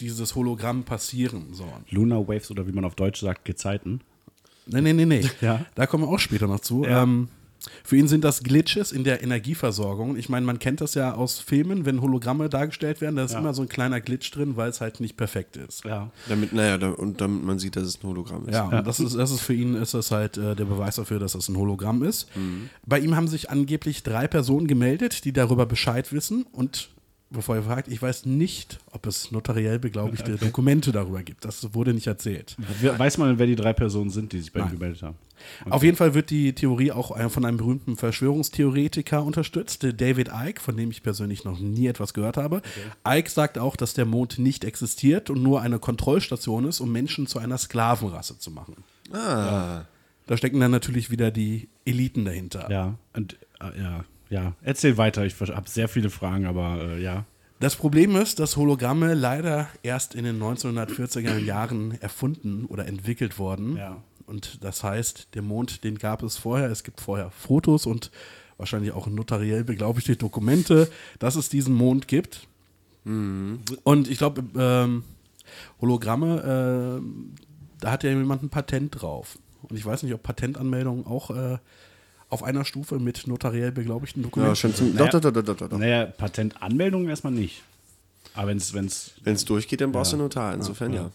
S4: dieses Hologramm passieren sollen.
S3: Lunar Waves oder wie man auf Deutsch sagt, Gezeiten.
S4: Nee, nee, nee, nee.
S3: *laughs* Ja.
S4: Da kommen wir auch später noch zu.
S3: Ja.
S4: Ähm, für ihn sind das Glitches in der Energieversorgung. Ich meine, man kennt das ja aus Filmen, wenn Hologramme dargestellt werden, da ist
S3: Ja.
S4: immer so ein kleiner Glitch drin, weil es halt nicht perfekt ist.
S3: Ja.
S1: Damit, naja, da, und damit man sieht, dass es ein Hologramm ist.
S4: Ja, und das ist, das ist für ihn ist das halt äh, der Beweis dafür, dass das ein Hologramm ist.
S3: Mhm.
S4: Bei ihm haben sich angeblich drei Personen gemeldet, die darüber Bescheid wissen. Und bevor ihr fragt, ich weiß nicht, ob es notariell
S3: *laughs*
S4: beglaubigte Dokumente darüber gibt. Das wurde nicht erzählt.
S3: We- Weiß man, wer die drei Personen sind, die sich bei ihm
S4: Nein.
S3: gemeldet haben?
S4: Auf jeden Fall wird die Theorie auch äh, von einem berühmten Verschwörungstheoretiker unterstützt, äh, David Icke, von dem ich persönlich noch nie etwas gehört habe. Icke sagt auch, dass der Mond nicht existiert und nur eine Kontrollstation ist, um Menschen zu einer Sklavenrasse zu machen.
S1: Ah,
S4: Da stecken dann natürlich wieder die Eliten dahinter.
S3: Ja. Und, äh, ja. Ja. Erzähl weiter. Ich habe sehr viele Fragen, aber äh, ja.
S4: Das Problem ist, dass Hologramme leider erst in den 1940er Jahren erfunden oder entwickelt wurden.
S3: Ja.
S4: Und das heißt, der Mond, den gab es vorher. Es gibt vorher Fotos und wahrscheinlich auch notariell beglaubigte Dokumente, dass es diesen Mond gibt. Und ich glaube, ähm, Hologramme, ähm, da hat ja jemand ein Patent drauf. Und ich weiß nicht, ob Patentanmeldungen auch äh, auf einer Stufe mit notariell beglaubigten Dokumenten
S1: ja, schon zum. Doch,
S3: Naja.
S1: doch, doch, doch, doch, doch.
S3: Naja, Patentanmeldung erstmal nicht. Aber wenn's, wenn's,
S1: Wenn es durchgeht, dann brauchst du einen Notar. Insofern ja.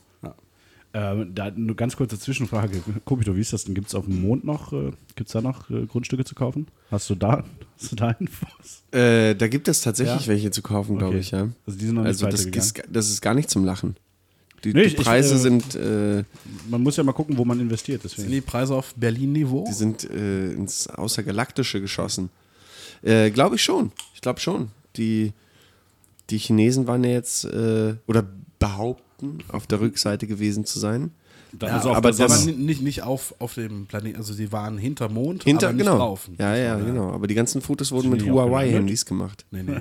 S3: ähm, da eine ganz kurze Zwischenfrage. Kopito, wie ist das denn? Gibt es auf dem Mond noch, äh, gibt's da noch äh, Grundstücke zu kaufen? Hast du da, *laughs* hast du da Infos?
S1: Äh, da gibt es tatsächlich
S3: Ja?
S1: welche zu kaufen, glaube
S3: Okay.
S1: ich, ja.
S3: Also die sind noch nicht
S1: Also das
S3: weitergegangen.
S1: ist, das ist gar nicht zum Lachen. Die,
S3: Nee,
S1: die
S3: ich- ich,
S1: Preise
S3: äh,
S1: sind, äh,
S3: Man muss ja mal gucken, wo man investiert.
S4: Sind
S3: Deswegen.
S4: die Preise auf Berlin-Niveau?
S1: die sind äh, ins Außergalaktische geschossen. Äh, glaube ich schon. Ich glaube schon. Die, die Chinesen waren ja jetzt, äh, oder behaupten, auf der Rückseite gewesen zu sein.
S3: Dann
S4: Ja,
S3: ist auch
S1: aber
S3: der
S1: das-
S3: Sommer-
S4: waren halt nicht, nicht auf, auf dem Planeten, also sie waren hinter Mond,
S1: Hinter,
S4: aber nicht
S1: genau.
S4: drauf.
S1: Ja, ja, genau. Aber die ganzen Fotos wurden mit
S3: die auch
S1: Huawei-Handys gemacht.
S4: Nee,
S1: *laughs*
S4: nee.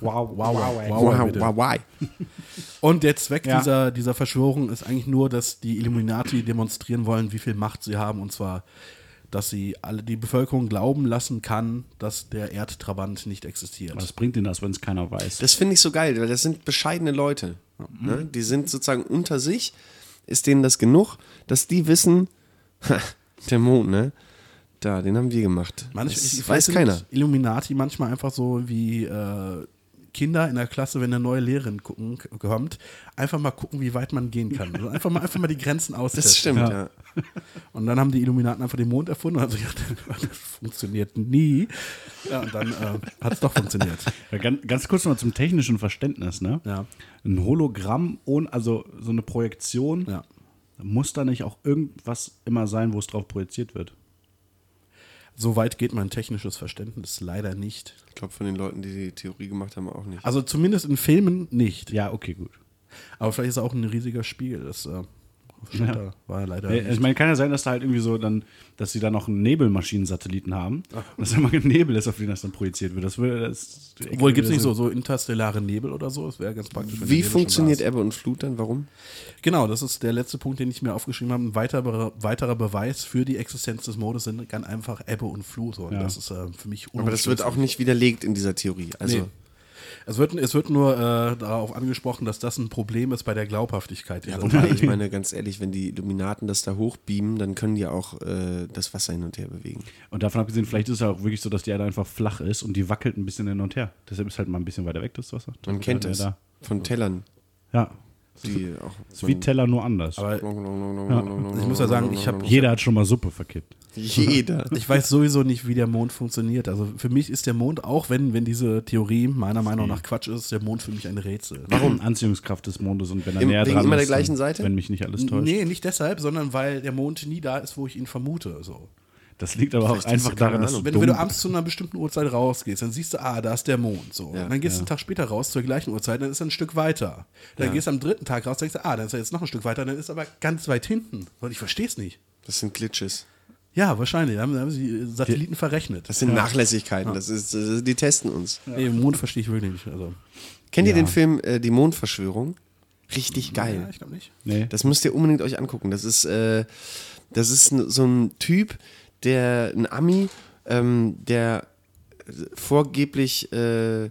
S3: wow, wow, wow.
S4: Huawei, bitte.
S1: Huawei.
S4: Und der Zweck
S3: Ja.
S4: dieser, dieser Verschwörung ist eigentlich nur, dass die Illuminati demonstrieren wollen, wie viel Macht sie haben. Und zwar, dass sie alle die Bevölkerung glauben lassen kann, dass der Erdtrabant nicht existiert.
S3: Was bringt denn das, wenn es keiner weiß?
S1: Das finde ich so geil, weil das sind bescheidene Leute. Ne? Die sind sozusagen unter sich. Ist denen das genug, dass die wissen, ha, der Mond, ne? Da, den haben wir gemacht.
S4: Manch-
S1: das
S4: ich- ich
S1: weiß
S4: sind
S1: keiner.
S4: Illuminati manchmal einfach so wie äh, Kinder in der Klasse, wenn eine neue Lehrerin gucken, kommt, einfach mal gucken, wie weit man gehen kann. Also einfach, mal, einfach mal die Grenzen austesten.
S1: Das stimmt, ja.
S4: Und dann haben die Illuminaten einfach den Mond erfunden und haben sich gedacht, *laughs* das funktioniert nie. Ja, und dann äh, hat es doch funktioniert.
S3: Ja, ganz, ganz kurz noch zum technischen Verständnis, ne?
S4: Ja.
S3: Ein Hologramm ohne, also so eine Projektion,
S4: Ja.
S3: muss da nicht auch irgendwas immer sein, wo es drauf projiziert wird?
S4: So weit geht mein technisches Verständnis leider nicht.
S1: Ich glaube, von den Leuten, die die Theorie gemacht haben, auch nicht.
S4: Also zumindest in Filmen nicht.
S3: Ja, okay, gut.
S4: Aber vielleicht ist es auch ein riesiger Spiegel. Das äh, stand da, war leider.
S3: Nee, Ich meine, kann ja sein, dass da halt irgendwie so dann, dass sie da noch einen Nebelmaschinen-Satelliten haben. Und *laughs* dass immer ein Nebel ist, auf den das dann projiziert wird. Das würde. Das,
S4: Obwohl gibt es nicht so, so interstellare Nebel oder so. Das wäre ganz praktisch. wenn der
S1: Wie
S4: Nebel schon
S1: funktioniert
S4: da ist.
S1: Ebbe und Flut dann? Warum?
S4: Genau, das ist der letzte Punkt, den ich mir aufgeschrieben habe. Ein weiterer, weiterer Beweis für die Existenz des Mondes sind ganz einfach Ebbe und Flut. Und
S3: Ja.
S4: das ist äh, für mich
S1: Aber das wird
S4: unumstößlich.
S1: auch nicht widerlegt in dieser Theorie. Also, *laughs*
S4: Nee. Es wird, es wird nur äh, darauf angesprochen, dass das ein Problem ist bei der Glaubhaftigkeit.
S1: ja,
S4: dieser
S1: wobei,
S4: Theorie.
S1: ich meine, ganz ehrlich, wenn die Illuminaten das da hochbeamen, dann können die auch äh, das Wasser hin und her bewegen.
S3: Und davon abgesehen, vielleicht ist es ja auch wirklich so, dass die Erde einfach flach ist und die wackelt ein bisschen hin und her. Deshalb ist halt mal ein bisschen weiter weg das Wasser.
S1: Man kennt
S3: Dann
S1: es.
S3: wäre
S1: Von Tellern.
S3: Da. Ja.
S1: Die auch.
S3: Das ist wie Teller, nur anders.
S4: Aber
S1: ich
S4: ich muss ja sagen, ich habe
S3: Jeder hat schon mal Suppe verkippt.
S1: Jeder.
S4: *laughs* Ich weiß sowieso nicht, wie der Mond funktioniert. Also für mich ist der Mond, auch wenn, wenn diese Theorie meiner Meinung nach Quatsch ist, der Mond für mich ein Rätsel.
S3: Warum? *clears throat* Anziehungskraft des Mondes und wenn er
S1: Im-
S3: näher
S1: wegen
S3: dran
S1: immer der
S3: ist, dann-
S1: gleichen Seite?
S3: Wenn mich nicht alles täuscht.
S4: Nee, nicht deshalb, sondern weil der Mond nie da ist, wo ich ihn vermute. So.
S3: Das liegt aber auch
S1: Vielleicht hast du
S3: einfach
S1: keine
S3: daran, dass du
S1: Ahnung.
S4: Wenn, du-
S3: dumm
S4: wenn du
S3: bist.
S4: abends zu einer bestimmten Uhrzeit rausgehst, dann siehst du, ah, da ist der Mond. So.
S1: Ja,
S4: und dann gehst du einen Tag später raus zur gleichen Uhrzeit, dann ist er ein Stück weiter. Dann gehst du am dritten Tag raus, denkst du, ah, dann ist er jetzt noch ein Stück weiter, dann ist er aber ganz weit hinten. Und ich verstehe es nicht.
S1: Das sind Glitches.
S4: Ja, wahrscheinlich. Da haben, da haben sie äh, Satelliten verrechnet.
S1: Das sind Nachlässigkeiten. Das ist, das ist, die testen uns.
S4: Nee, Mond verstehe ich wirklich nicht. Also.
S1: Kennt ihr den Film äh, Die Mondverschwörung? Richtig geil.
S4: Ja, ich glaube nicht.
S3: Nee.
S1: Das müsst ihr unbedingt euch angucken. Das ist, äh, das ist n- so ein Typ, der, ein Ami, ähm, der vorgeblich, äh,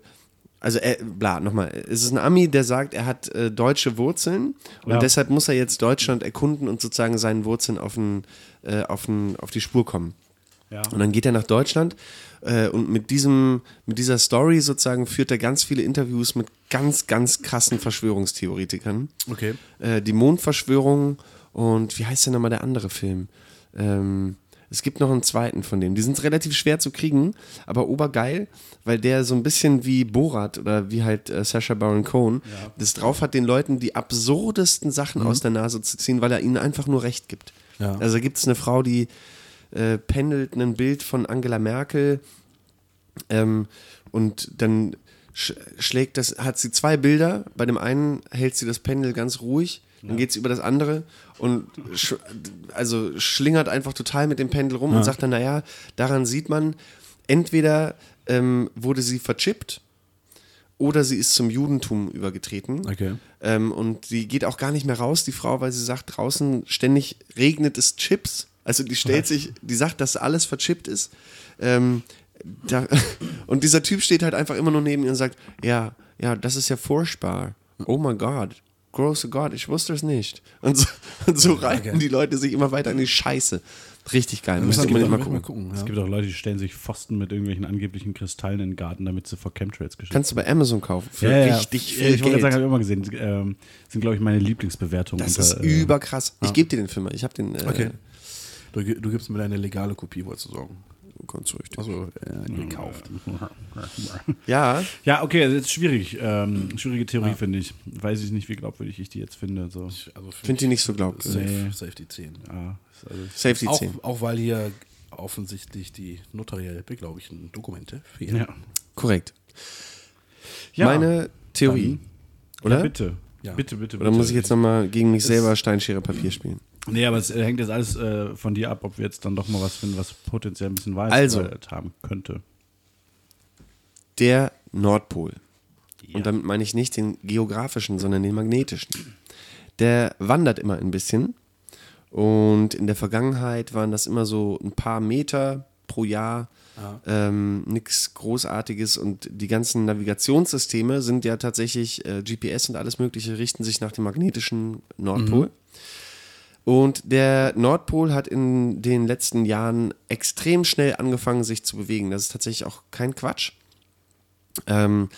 S1: also äh, bla, nochmal, es ist ein Ami, der sagt, er hat äh, deutsche Wurzeln und
S3: Ja.
S1: deshalb muss er jetzt Deutschland erkunden und sozusagen seinen Wurzeln auf, den, äh, auf, den, auf die Spur kommen.
S3: Ja.
S1: Und dann geht er nach Deutschland äh, und mit, diesem, mit dieser Story sozusagen führt er ganz viele Interviews mit ganz, ganz krassen Verschwörungstheoretikern
S4: Okay.
S1: äh, die Mondverschwörung und wie heißt denn nochmal der andere Film? Ähm, es gibt noch einen zweiten von dem. Die sind relativ schwer zu kriegen, aber obergeil, weil der so ein bisschen wie Borat oder wie halt äh, Sacha Baron Cohen das drauf hat, den Leuten die absurdesten Sachen aus der Nase zu ziehen, weil er ihnen einfach nur recht gibt.
S4: Ja.
S1: Also gibt es eine Frau, die äh, pendelt ein Bild von Angela Merkel ähm, und dann sch schlägt das, hat sie zwei Bilder. Bei dem einen hält sie das Pendel ganz ruhig, dann geht sie über das andere und sch also schlingert einfach total mit dem Pendel rum und sagt dann, naja, daran sieht man, entweder ähm, wurde sie verchippt oder sie ist zum Judentum übergetreten.
S4: Okay.
S1: Ähm, und die geht auch gar nicht mehr raus, die Frau, weil sie sagt, draußen ständig regnet es Chips. Also die stellt sich, die sagt, dass alles verchippt ist. Ähm, da, *laughs* und dieser Typ steht halt einfach immer nur neben ihr und sagt, ja, ja, das ist ja furchtbar. Oh my God. Großer Gott, ich wusste es nicht. Und so, *laughs* und so reiten die Leute sich immer weiter in die Scheiße. Richtig geil. Müsst ihr unbedingt mal gucken.
S3: Es gibt auch Leute, die stellen sich Pfosten mit irgendwelchen angeblichen Kristallen in den Garten, damit sie vor Chemtrails geschützt
S1: Kannst du bei Amazon kaufen. Für
S3: Ja, ja.
S1: richtig
S3: Ja,
S1: viel
S3: Ich wollte
S1: Geld.
S3: gerade sagen, habe ich immer gesehen. Ähm, sind, glaube ich, meine Lieblingsbewertungen.
S1: das ist
S3: unter, äh,
S1: überkrass. Ich gebe dir den Film mal. Ich habe den. Äh,
S4: Okay. Du, gi- du gibst mir deine legale Kopie, wolltest du sagen.
S1: Ganz richtig.
S4: Also äh, gekauft.
S1: Ja,
S3: Ja, okay, das ist schwierig. Ähm, schwierige Theorie, finde ich. Weiß ich nicht, wie glaubwürdig ich die jetzt finde. So.
S4: Also für
S1: finde ich nicht so äh, glaubwürdig.
S4: safe, safe die 10.
S3: Ja, ist also,
S1: Safety
S4: Auch,
S1: 10.
S4: auch weil hier offensichtlich die notariell beglaubigten Dokumente fehlen.
S3: ja.
S1: Korrekt.
S3: ja.
S1: Meine Theorie. oder?
S3: Ja, bitte.
S4: Ja.
S3: Bitte, bitte, bitte.
S1: Oder muss ich jetzt nochmal gegen mich selber Steinschere Papier spielen?
S3: Nee, aber es äh, hängt jetzt alles äh, von dir ab, ob wir jetzt dann doch mal was finden, was potenziell ein bisschen Wahrheit
S1: Also.
S3: haben
S1: *clears throat*
S3: könnte.
S1: Der Nordpol. Und damit meine ich nicht den geografischen, sondern den magnetischen. Der wandert immer ein bisschen. Und in der Vergangenheit waren das immer so ein paar Meter pro Jahr. Ähm, Nichts Großartiges. Und die ganzen Navigationssysteme sind ja tatsächlich äh, GPS und alles Mögliche richten sich nach dem magnetischen Nordpol. Und der Nordpol hat in den letzten Jahren extrem schnell angefangen, sich zu bewegen. Das ist tatsächlich auch kein Quatsch. Ähm,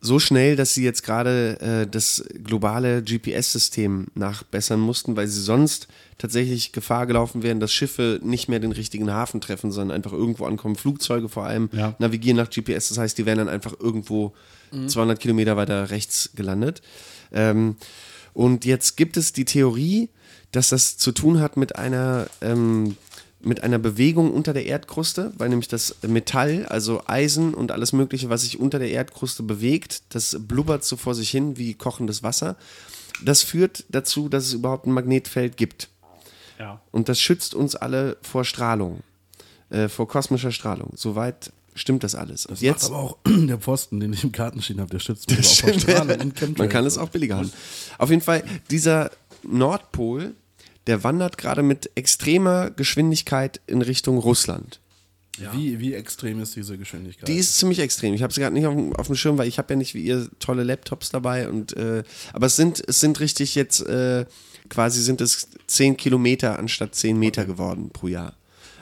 S1: so schnell, dass sie jetzt gerade äh, das globale GPS-System nachbessern mussten, weil sie sonst tatsächlich Gefahr gelaufen wären, dass Schiffe nicht mehr den richtigen Hafen treffen, sondern einfach irgendwo ankommen. Flugzeuge vor allem
S3: Ja.
S1: navigieren nach GPS, das heißt, die wären dann einfach irgendwo 200 Kilometer weiter rechts gelandet. Ähm, und jetzt gibt es die Theorie, dass das zu tun hat mit einer, ähm, mit einer Bewegung unter der Erdkruste, weil nämlich das Metall, also Eisen und alles Mögliche, was sich unter der Erdkruste bewegt, das blubbert so vor sich hin wie kochendes Wasser. Das führt dazu, dass es überhaupt ein Magnetfeld gibt.
S3: Ja.
S1: Und das schützt uns alle vor Strahlung, äh, vor kosmischer Strahlung. Soweit stimmt das alles. Und
S4: Das Jetzt. macht aber auch der Pfosten, den ich im Kartenstehen habe, der schützt mich aber auch vor Strahlung und Chemtrails.
S1: Man kann es auch billiger haben. Auf jeden Fall, dieser Nordpol, der wandert gerade mit extremer Geschwindigkeit in Richtung Russland.
S4: Wie, wie extrem ist diese Geschwindigkeit?
S1: Die ist ziemlich extrem. Ich habe sie gerade nicht auf, dem- auf dem Schirm, weil ich habe ja nicht wie ihr tolle Laptops dabei. Und, äh, aber es sind, es sind richtig jetzt, äh, quasi sind es 10 Kilometer anstatt 10 Meter geworden pro Jahr.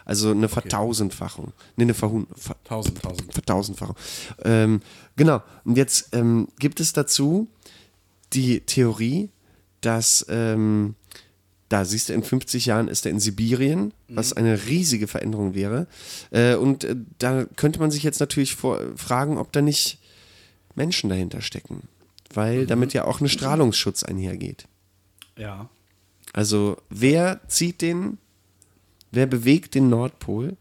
S1: Also eine Vertausendfachung. Nee, eine Verhun Ver
S4: 1000, 1000.
S1: Vertausendfachung. Ähm, genau. Und jetzt ähm, gibt es dazu die Theorie, dass ähm, da siehst du, in 50 Jahren ist er in Sibirien, was eine riesige Veränderung wäre. Äh, und äh, da könnte man sich jetzt natürlich vor, fragen, ob da nicht Menschen dahinter stecken. Weil damit ja auch ein Strahlungsschutz einhergeht.
S3: Ja.
S1: Also, wer zieht den, wer bewegt den Nordpol?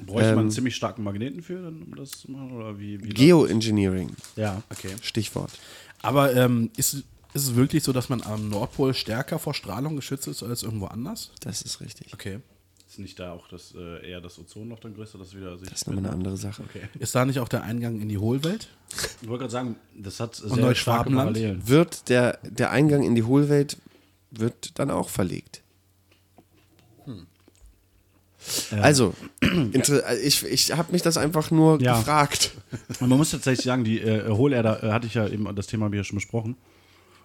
S3: Bräuchte
S1: Ähm.
S3: man einen ziemlich starken Magneten für, dann, um das zu machen? Oder wie, wie
S1: Geoengineering,
S3: Ja, okay.
S1: Stichwort.
S4: Aber ähm, ist, ist es wirklich so, dass man am Nordpol stärker vor Strahlung geschützt ist als irgendwo anders?
S1: Das ist richtig.
S4: Okay.
S3: Ist nicht da auch das, äh, eher das Ozonloch dann größer, das wieder sich.
S1: Das ist nochmal eine andere Sache.
S3: Okay.
S4: Ist da nicht auch der Eingang in die Hohlwelt?
S3: Ich wollte gerade sagen, das hat sehr starke
S4: Neuschwabenland?
S3: Parallelen.
S1: Wird der, der Eingang in die Hohlwelt wird dann auch verlegt.
S4: Ähm,
S1: Also, inter- ich, ich habe mich das einfach nur
S3: Ja.
S1: gefragt.
S3: Und man muss tatsächlich sagen, die äh, Hohlerde äh, hatte ich ja eben, das Thema haben wir ja schon besprochen.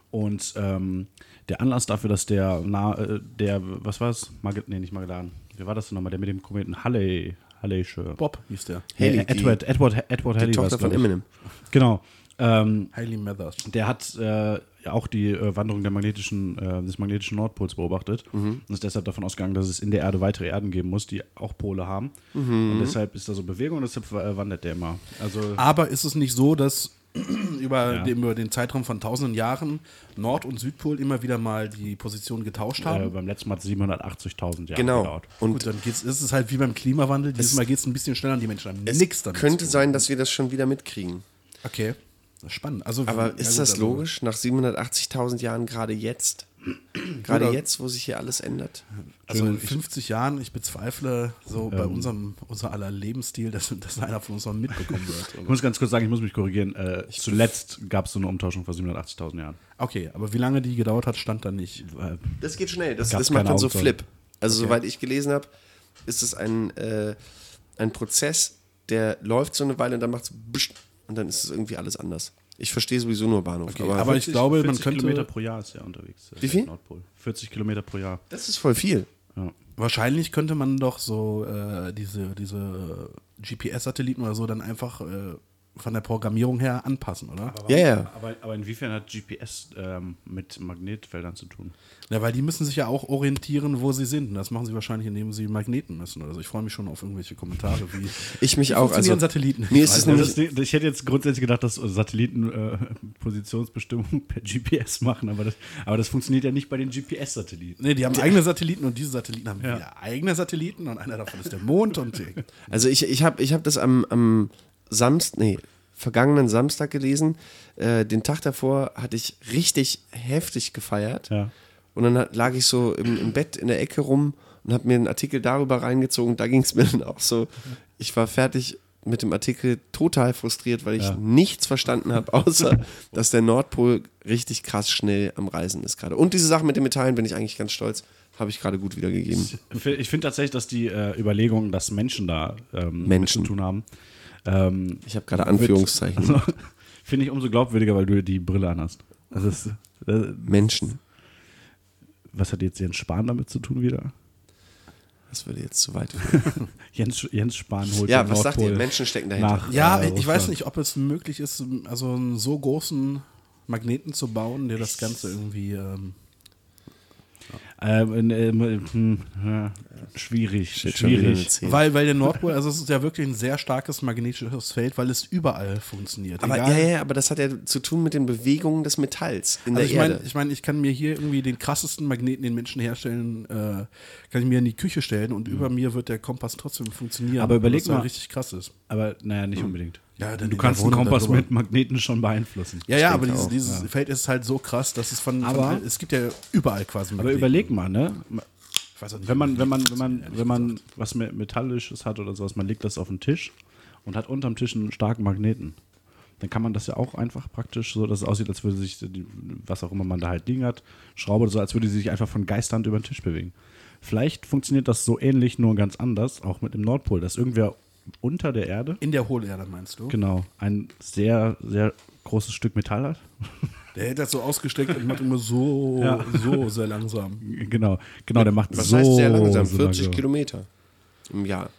S3: Und ähm, der Anlass dafür, dass der, na, äh, der was war es? Mag nee, nicht Magellan. Wer war das denn nochmal? Der mit dem Kometen Halley. Halley-Sche.
S4: Bob hieß der.
S3: Nee,
S1: Haley, die-
S3: Edward, Edward, Edward Halley.
S1: Tochter
S3: war's,
S1: von
S3: glaub ich.
S1: Eminem.
S3: Genau. Ähm,
S4: Hailey Mathers.
S3: der hat äh, ja auch die äh, Wanderung der magnetischen, äh, des magnetischen Nordpols beobachtet
S1: Mhm.
S3: und ist deshalb davon ausgegangen, dass es in der Erde weitere Erden geben muss, die auch Pole haben.
S1: Mhm.
S3: Und deshalb ist da so Bewegung und deshalb äh, wandert der immer. Also
S4: Aber ist es nicht so, dass *clears throat* über,
S3: Ja.
S4: den, über den Zeitraum von tausenden Jahren Nord- und Südpol immer wieder mal die Position getauscht haben?
S3: äh, beim letzten Mal hat es 780.000 Jahre
S1: Ah. Genau.
S3: gedauert.
S1: Und
S4: Gut, dann geht's, ist es halt wie beim Klimawandel. Dieses Mal geht es ein bisschen schneller an die Menschen. Haben nix damit.
S1: könnte
S4: zu
S1: sein, dass wir das schon wieder mitkriegen.
S4: tun. Okay. Das ist Spannend. Also,
S1: Aber
S4: ja
S1: ist das
S4: gut, also-
S1: logisch? Nach 780.000 Jahren gerade
S4: *clears throat*
S1: jetzt? Gerade
S4: Oder-
S1: jetzt, wo sich hier alles ändert?
S4: Also in 50 Jahren, ich bezweifle so bei unserem unser aller Lebensstil, dass, dass einer von uns noch mitbekommen wird.
S3: Ich
S4: Aber-
S3: muss ganz kurz sagen, ich muss mich korrigieren. Äh, zuletzt gab es so eine Umtauschung vor 780.000 Jahren.
S4: Okay, aber wie lange die gedauert hat, stand da nicht.
S3: Äh,
S1: Das geht schnell. Das,
S3: Gab's
S1: das macht
S3: keine
S1: dann so
S3: Augensäule.
S1: Flip. Also, soweit ich gelesen habe, ist es ein, äh, ein Prozess, der läuft so eine Weile und dann macht es und dann ist es irgendwie alles anders. Ich verstehe sowieso nur Bahnhof. aber
S4: aber ich glaube, man könnte
S3: Kilometer pro Jahr ist er unterwegs. äh,
S1: Wie viel?
S3: der Nordpol. 40 Kilometer pro Jahr.
S1: das ist voll viel.
S3: Ja.
S4: wahrscheinlich könnte man doch so äh, diese diese GPS-Satelliten oder so dann einfach äh, von der Programmierung her anpassen, oder?
S1: Ja, ja.
S3: Aber, aber inwiefern hat GPS ähm, mit Magnetfeldern zu tun?
S4: Ja, weil die müssen sich ja auch orientieren, wo sie sind. Und das machen sie wahrscheinlich, indem sie Magneten messen oder so. Ich freue mich schon auf irgendwelche Kommentare wie.
S1: *laughs* Ich mich
S4: Wie
S1: auch.
S4: funktionieren
S1: Also,
S4: Satelliten?
S1: Mir
S4: Ich
S1: ist
S4: weiß
S1: es
S4: nicht.
S1: nämlich
S3: Das, ist nicht- ich hätte jetzt grundsätzlich gedacht, dass Satelliten äh, *laughs* Positionsbestimmung per GPS machen, aber das, aber das funktioniert ja nicht bei den GPS-Satelliten.
S4: Nee, die haben eigene Satelliten und diese Satelliten haben
S3: Ja.
S4: wieder eigene Satelliten und einer davon ist der Mond und
S1: *laughs*
S4: die,
S1: Also ich, ich habe ich hab das am, am Samst, nee, vergangenen Samstag gelesen. Äh, den Tag davor hatte ich richtig heftig gefeiert.
S3: Ja.
S1: Und dann hat, lag ich so im, im Bett in der Ecke rum und habe mir einen Artikel darüber reingezogen. Da ging es mir *laughs* dann auch so, ich war fertig mit dem Artikel total frustriert, weil ich
S3: Ja.
S1: nichts verstanden habe, außer
S3: *laughs*
S1: dass der Nordpol richtig krass schnell am Reisen ist gerade. Und diese Sache mit den Metallen bin ich eigentlich ganz stolz, habe ich gerade gut wiedergegeben.
S3: Ich finde tatsächlich, dass die äh, Überlegung, dass Menschen da ähm, mit
S1: Menschen.
S3: zu tun haben, ähm,
S1: Ich habe gerade Anführungszeichen.
S3: *laughs* Also, Finde ich umso glaubwürdiger, weil du die Brille anhast. Das ist, äh,
S1: Menschen.
S3: was hat jetzt Jens Spahn damit zu tun wieder?
S1: Das würde jetzt zu weit führen.
S3: *laughs* Jens, Jens Spahn holt
S1: Ja,
S3: den
S1: was sagt ihr?
S3: Nordpol
S1: Menschen stecken dahinter.
S3: Nach,
S4: Ja,
S3: äh,
S4: ich, ich weiß
S3: Russland.
S4: nicht, ob es möglich ist, also einen so großen Magneten zu bauen, der das Ganze irgendwie. Ähm,
S3: Ähm, ähm, hm, ja, schwierig,
S1: Schon wieder eine
S3: schwierig.
S1: Zehn.
S4: weil, weil der Nordpol, also es ist ja wirklich ein sehr starkes magnetisches Feld, weil es überall funktioniert.
S1: aber,
S4: egal.
S1: ja, ja, aber das hat ja zu tun mit den Bewegungen des Metalls in
S4: Also
S1: der
S4: ich meine,
S1: Erde.
S4: ich, mein, ich kann mir hier irgendwie den krassesten Magneten, den Menschen herstellen, äh, kann ich mir in die Küche stellen und über mir wird der Kompass trotzdem funktionieren.
S3: Aber überleg
S4: was dann
S3: mal.
S4: richtig krass ist.
S3: Aber naja, nicht unbedingt.
S4: Hm. Ja, dann in
S3: du
S4: der
S3: kannst einen
S4: Wohnung
S3: Kompass
S4: darüber.
S3: mit Magneten schon beeinflussen.
S4: Ja, ja, aber
S1: denke
S4: dieses,
S1: auch,
S4: dieses Feld ist halt so krass, dass es von,
S3: Aber-
S4: von es gibt ja überall quasi
S3: Aber überleg mal, ne?
S4: Ich weiß auch nicht,
S3: Wenn man, wenn man, wenn man, wenn man was Me- Metallisches hat oder sowas, man legt das auf den Tisch und hat unterm Tisch einen starken Magneten. Dann kann man das ja auch einfach praktisch so, dass es aussieht, als würde sich, die, was auch immer man da halt liegen hat, Schraube oder so, als würde sie sich einfach von Geisterhand über den Tisch bewegen. Vielleicht funktioniert das so ähnlich, nur ganz anders, auch mit dem Nordpol, dass irgendwer unter der Erde,
S4: in der Hohlerde meinst du?
S3: genau, ein sehr, sehr großes Stück Metall hat.
S4: Der hält das so ausgestreckt und macht immer so,
S3: Ja.
S4: so sehr langsam.
S3: Genau, genau, der macht
S1: Was
S3: so.
S1: heißt sehr langsam?
S3: so
S1: 40
S3: langsam.
S1: Kilometer im Jahr.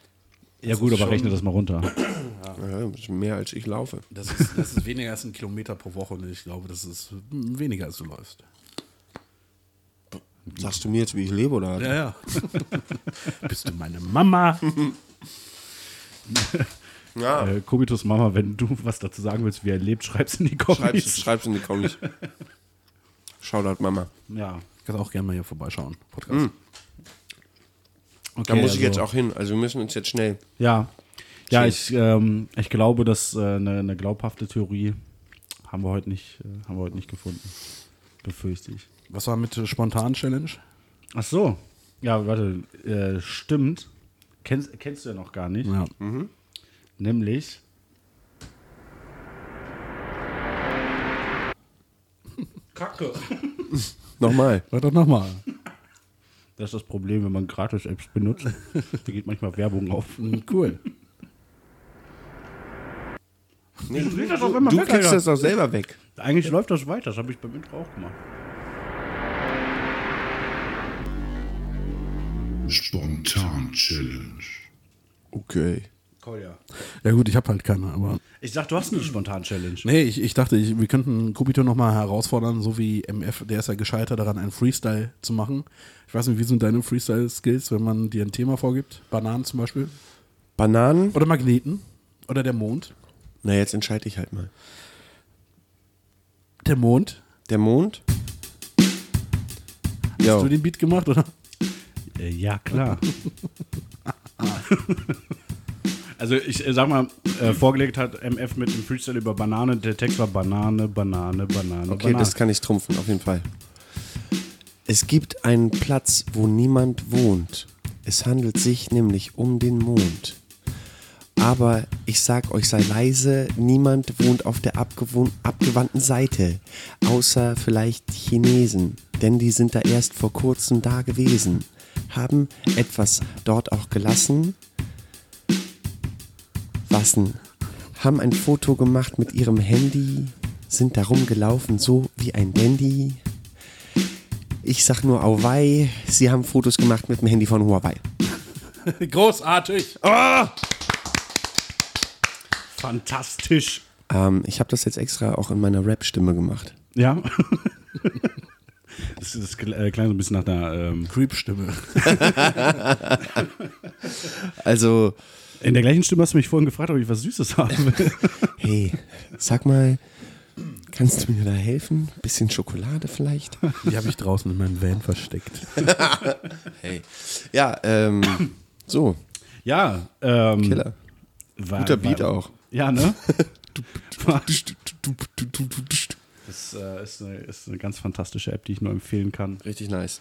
S3: Ja, gut, aber rechne das mal runter.
S1: Ja, das ist mehr als ich laufe.
S4: Das ist, das ist weniger als ein Kilometer pro Woche und ich glaube, das ist weniger als du läufst.
S1: Sagst du mir jetzt, wie ich lebe, oder?
S4: Ja, *laughs* ja. Bist du meine Mama?
S1: Ja.
S3: Äh, Kobitus Mama, wenn du was dazu sagen willst, wie er lebt, schreib's in die
S1: Schreib's,
S3: Kommis.
S1: schreib's in die Kommis. Shoutout Mama.
S3: Ja.
S4: Kannst auch gerne mal hier vorbeischauen. Podcast.
S3: Okay,
S1: Hm. Da muss ich
S3: also-
S1: jetzt auch hin. Also wir müssen uns jetzt schnell.
S3: Ja. Ja, ich, ähm, ich glaube, dass äh, eine, eine glaubhafte Theorie haben wir heute nicht, äh, haben wir heute nicht gefunden. Befürchte ich.
S4: Was war mit äh, Spontan-Challenge?
S3: Ach so. Ja, warte. Äh, stimmt. Kennst, kennst du ja noch gar nicht.
S4: Ja.
S1: Mhm.
S3: Nämlich. Kacke.
S1: Nochmal.
S4: Warte doch nochmal.
S3: Das ist das Problem, wenn man Gratis-Apps *laughs* benutzt. da geht manchmal Werbung auf.
S4: Cool.
S1: Nee, du
S3: das auf einmal weg,
S1: kriegst
S3: Alter.
S1: das auch selber weg.
S3: Eigentlich läuft das weiter. Das habe ich beim Intro auch gemacht.
S2: Spontan Challenge.
S1: Okay.
S3: Kolja.
S4: Ja gut, ich habe halt keine, aber...
S3: Ich sag, du hast eine Spontan-Challenge.
S4: Nee, ich, ich dachte, ich, wir könnten Kubito nochmal herausfordern, so wie MF, der ist ja gescheiter daran, einen Freestyle zu machen. Ich weiß nicht, wie sind deine Freestyle-Skills, wenn man dir ein Thema vorgibt? Bananen zum Beispiel?
S1: Bananen?
S4: Oder Magneten? Oder der Mond?
S1: Na, jetzt entscheide ich halt mal.
S4: Der Mond?
S1: Der Mond?
S4: Hast
S1: Ja.
S4: du den Beat gemacht, oder?
S3: Äh, ja, klar. *laughs* also ich äh, sag mal, äh, vorgelegt hat MF mit dem Freestyle über Banane. Der Text war Banane, Banane, Banane,
S1: Okay,
S3: Banane.
S1: das kann ich trumpfen, auf jeden Fall. Es gibt einen Platz, wo niemand wohnt. Es handelt sich nämlich um den Mond. Aber ich sag euch, sei leise, niemand wohnt auf der abgewohn- abgewandten Seite. Außer vielleicht die Chinesen. Denn die sind da erst vor kurzem da gewesen. Haben etwas dort auch gelassen. Wassen. Haben ein Foto gemacht mit ihrem Handy. Sind da rumgelaufen, so wie ein Dandy. Ich sag nur Auwei. Sie haben Fotos gemacht mit dem Handy von Huawei.
S4: *laughs* Großartig!
S3: Fantastisch.
S1: Ähm, ich habe das jetzt extra auch in meiner Rap-Stimme gemacht.
S3: Ja. *laughs* das, das kl- äh, klang so ein bisschen nach einer. Ähm,
S4: Creep-Stimme.
S1: Also,
S3: in der gleichen Stimme hast du mich vorhin gefragt, ob ich was Süßes habe.
S1: hey, sag mal, kannst du mir da helfen? Bisschen Schokolade vielleicht?
S4: Die habe ich draußen in meinem Van versteckt.
S1: Hey. Ja, ähm, so,
S3: *laughs* ja. Ähm,
S1: Killer.
S3: war-
S1: Guter Beat
S3: war-
S1: auch.
S3: Ja,
S4: *laughs*
S3: ne? War- das äh, ist, eine, ist eine ganz fantastische App, die ich nur empfehlen kann.
S1: Richtig nice.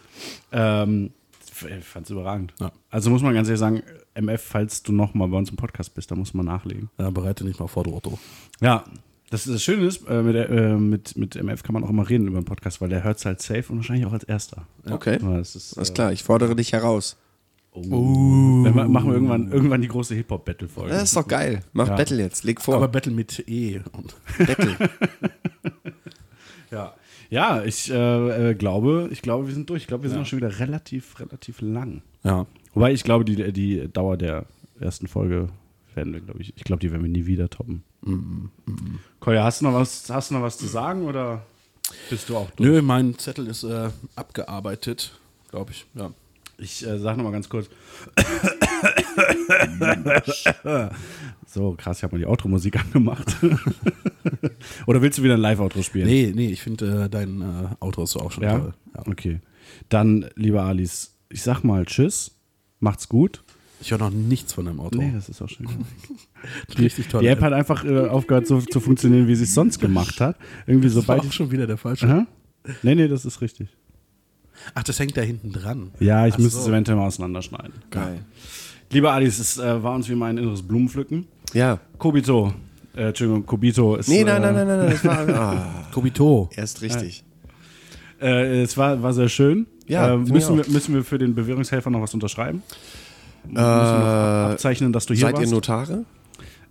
S3: Ähm, ich fand's überragend.
S4: Ja.
S3: Also muss man ganz ehrlich sagen, MF, falls du nochmal bei uns im Podcast bist, da muss man nachlegen.
S4: Ja, bereite nicht mal vor, du Otto.
S3: Ja. Das, das Schöne ist, äh, mit, der- äh, mit, mit MF kann man auch immer reden über den Podcast, weil der hört's halt safe und wahrscheinlich auch als erster.
S1: Okay.
S3: Aber das ist,
S1: Alles
S3: äh,
S1: klar, ich fordere dich heraus.
S3: Wenn wir, machen wir irgendwann, irgendwann die große Hip-Hop-Battle-Folge.
S1: Das ist doch geil. Mach
S3: Ja.
S1: Battle jetzt. Leg vor.
S4: Aber Battle mit E. Und
S1: Battle.
S3: Ja, ja ich äh, äh, glaube, ich glaube, wir sind durch. Ich glaube, wir sind auch schon wieder relativ, relativ lang.
S4: ja.
S3: Wobei ich glaube, die, die Dauer der ersten Folge werden wir, glaube ich, ich glaube, die werden wir nie wieder toppen. Kolja, hast du noch was, hast du noch was zu sagen oder bist du auch durch?
S4: Nö, mein Zettel ist äh, abgearbeitet, glaube ich. Ja.
S3: Ich äh, sag noch mal ganz kurz. so, krass, ich habe mal die Outro-Musik angemacht. *laughs* oder willst du wieder ein Live-Outro spielen?
S4: Nee, nee, ich finde äh, dein äh, Outro ist auch schon
S3: Ja?
S4: toll. Ja.
S3: Okay. Dann, lieber Alice, ich sag mal Tschüss. Macht's gut.
S4: Ich höre noch nichts von deinem Outro.
S3: das ist auch schön.
S4: Richtig toll.
S3: *laughs* Die App hat einfach äh, aufgehört so zu funktionieren, wie sie es sonst gemacht hat. Irgendwie
S4: das Äh, war
S3: sobald
S4: auch
S3: ich.
S4: schon wieder der falsche.
S3: Aha. Nee, nee, das ist richtig.
S4: Ach, das hängt da hinten dran.
S3: Ja, ich
S4: Ach
S3: müsste
S4: so.
S3: es eventuell mal auseinanderschneiden.
S1: geil.
S3: Lieber Alice, es äh, war uns wie immer ein inneres Blumenpflücken.
S1: Ja.
S3: Kobito, äh, Entschuldigung, Kobito ist.
S1: Nee, nein,
S3: äh,
S1: nein, nein, nein, nein. Das war, ah,
S4: Kobito.
S1: erst richtig.
S3: Äh, es war, war sehr schön.
S1: Ja,
S3: äh,
S1: find ich
S3: müssen,
S1: auch.
S3: wir, müssen wir für den Bewährungshelfer noch was unterschreiben?
S1: Äh,
S3: Abzeichnen, dass du hier
S1: seid ihr
S3: warst?
S1: Notare?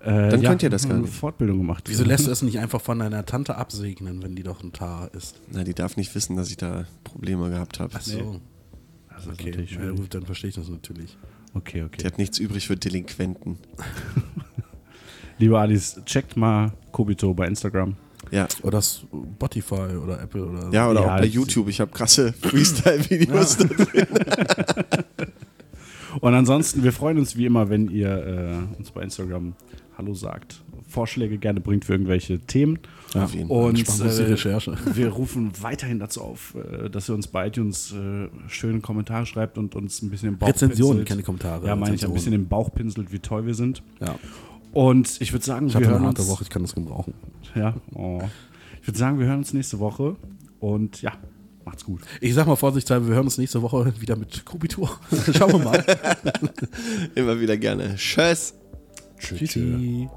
S3: äh,
S1: dann könnt ihr das gar
S3: haben
S1: nicht.
S3: Fortbildung gemacht.
S4: Wieso lässt du es nicht einfach von deiner Tante absegnen, wenn die doch ein Tar ist?
S1: Na, die darf nicht wissen, dass ich da Probleme gehabt habe.
S4: Ach so.
S3: das? Ist
S4: Okay,
S3: natürlich
S4: ja,
S3: schwierig.
S4: gut, dann verstehe ich das natürlich.
S3: Okay,
S1: Die
S3: okay.
S1: hat nichts übrig für Delinquenten.
S3: Lieber Alice, checkt mal Kobito bei Instagram.
S1: Ja.
S4: Oder Spotify oder Apple oder so.
S1: Ja, oder
S3: Ja,
S1: auch bei
S3: das-
S1: YouTube. Ich habe krasse *laughs* Freestyle-Videos. *laughs* da drin.
S3: Und ansonsten, wir freuen uns wie immer, wenn ihr äh, uns bei Instagram Hallo sagt. Vorschläge gerne bringt für irgendwelche Themen.
S1: Auf jeden Fall.
S3: Und
S4: Spaß ist die
S3: äh,
S4: Recherche.
S3: *laughs* wir rufen weiterhin dazu auf, äh, dass ihr uns bei iTunes äh, schönen Kommentar schreibt und uns ein bisschen im Bauch
S4: Rezensionen,
S3: pinselt.
S4: keine Kommentare,
S3: Ja, meine ich, ein
S4: Rezensionen.
S3: bisschen im Bauch pinselt, wie toll wir sind.
S4: Ja.
S3: Und ich würde sagen,
S4: Ich
S3: wir
S4: hatte
S3: hören
S4: eine harte
S3: uns.
S4: Woche, ich kann das gebrauchen.
S3: Ja, oh. Ich würde sagen, wir hören uns nächste Woche. Und ja, macht's gut.
S4: Ich sag mal vorsichtshalber, wir hören uns nächste Woche *laughs* wieder mit Kubitur. Schauen wir mal.
S1: Immer wieder gerne. Tschüss.
S4: Tschüssi.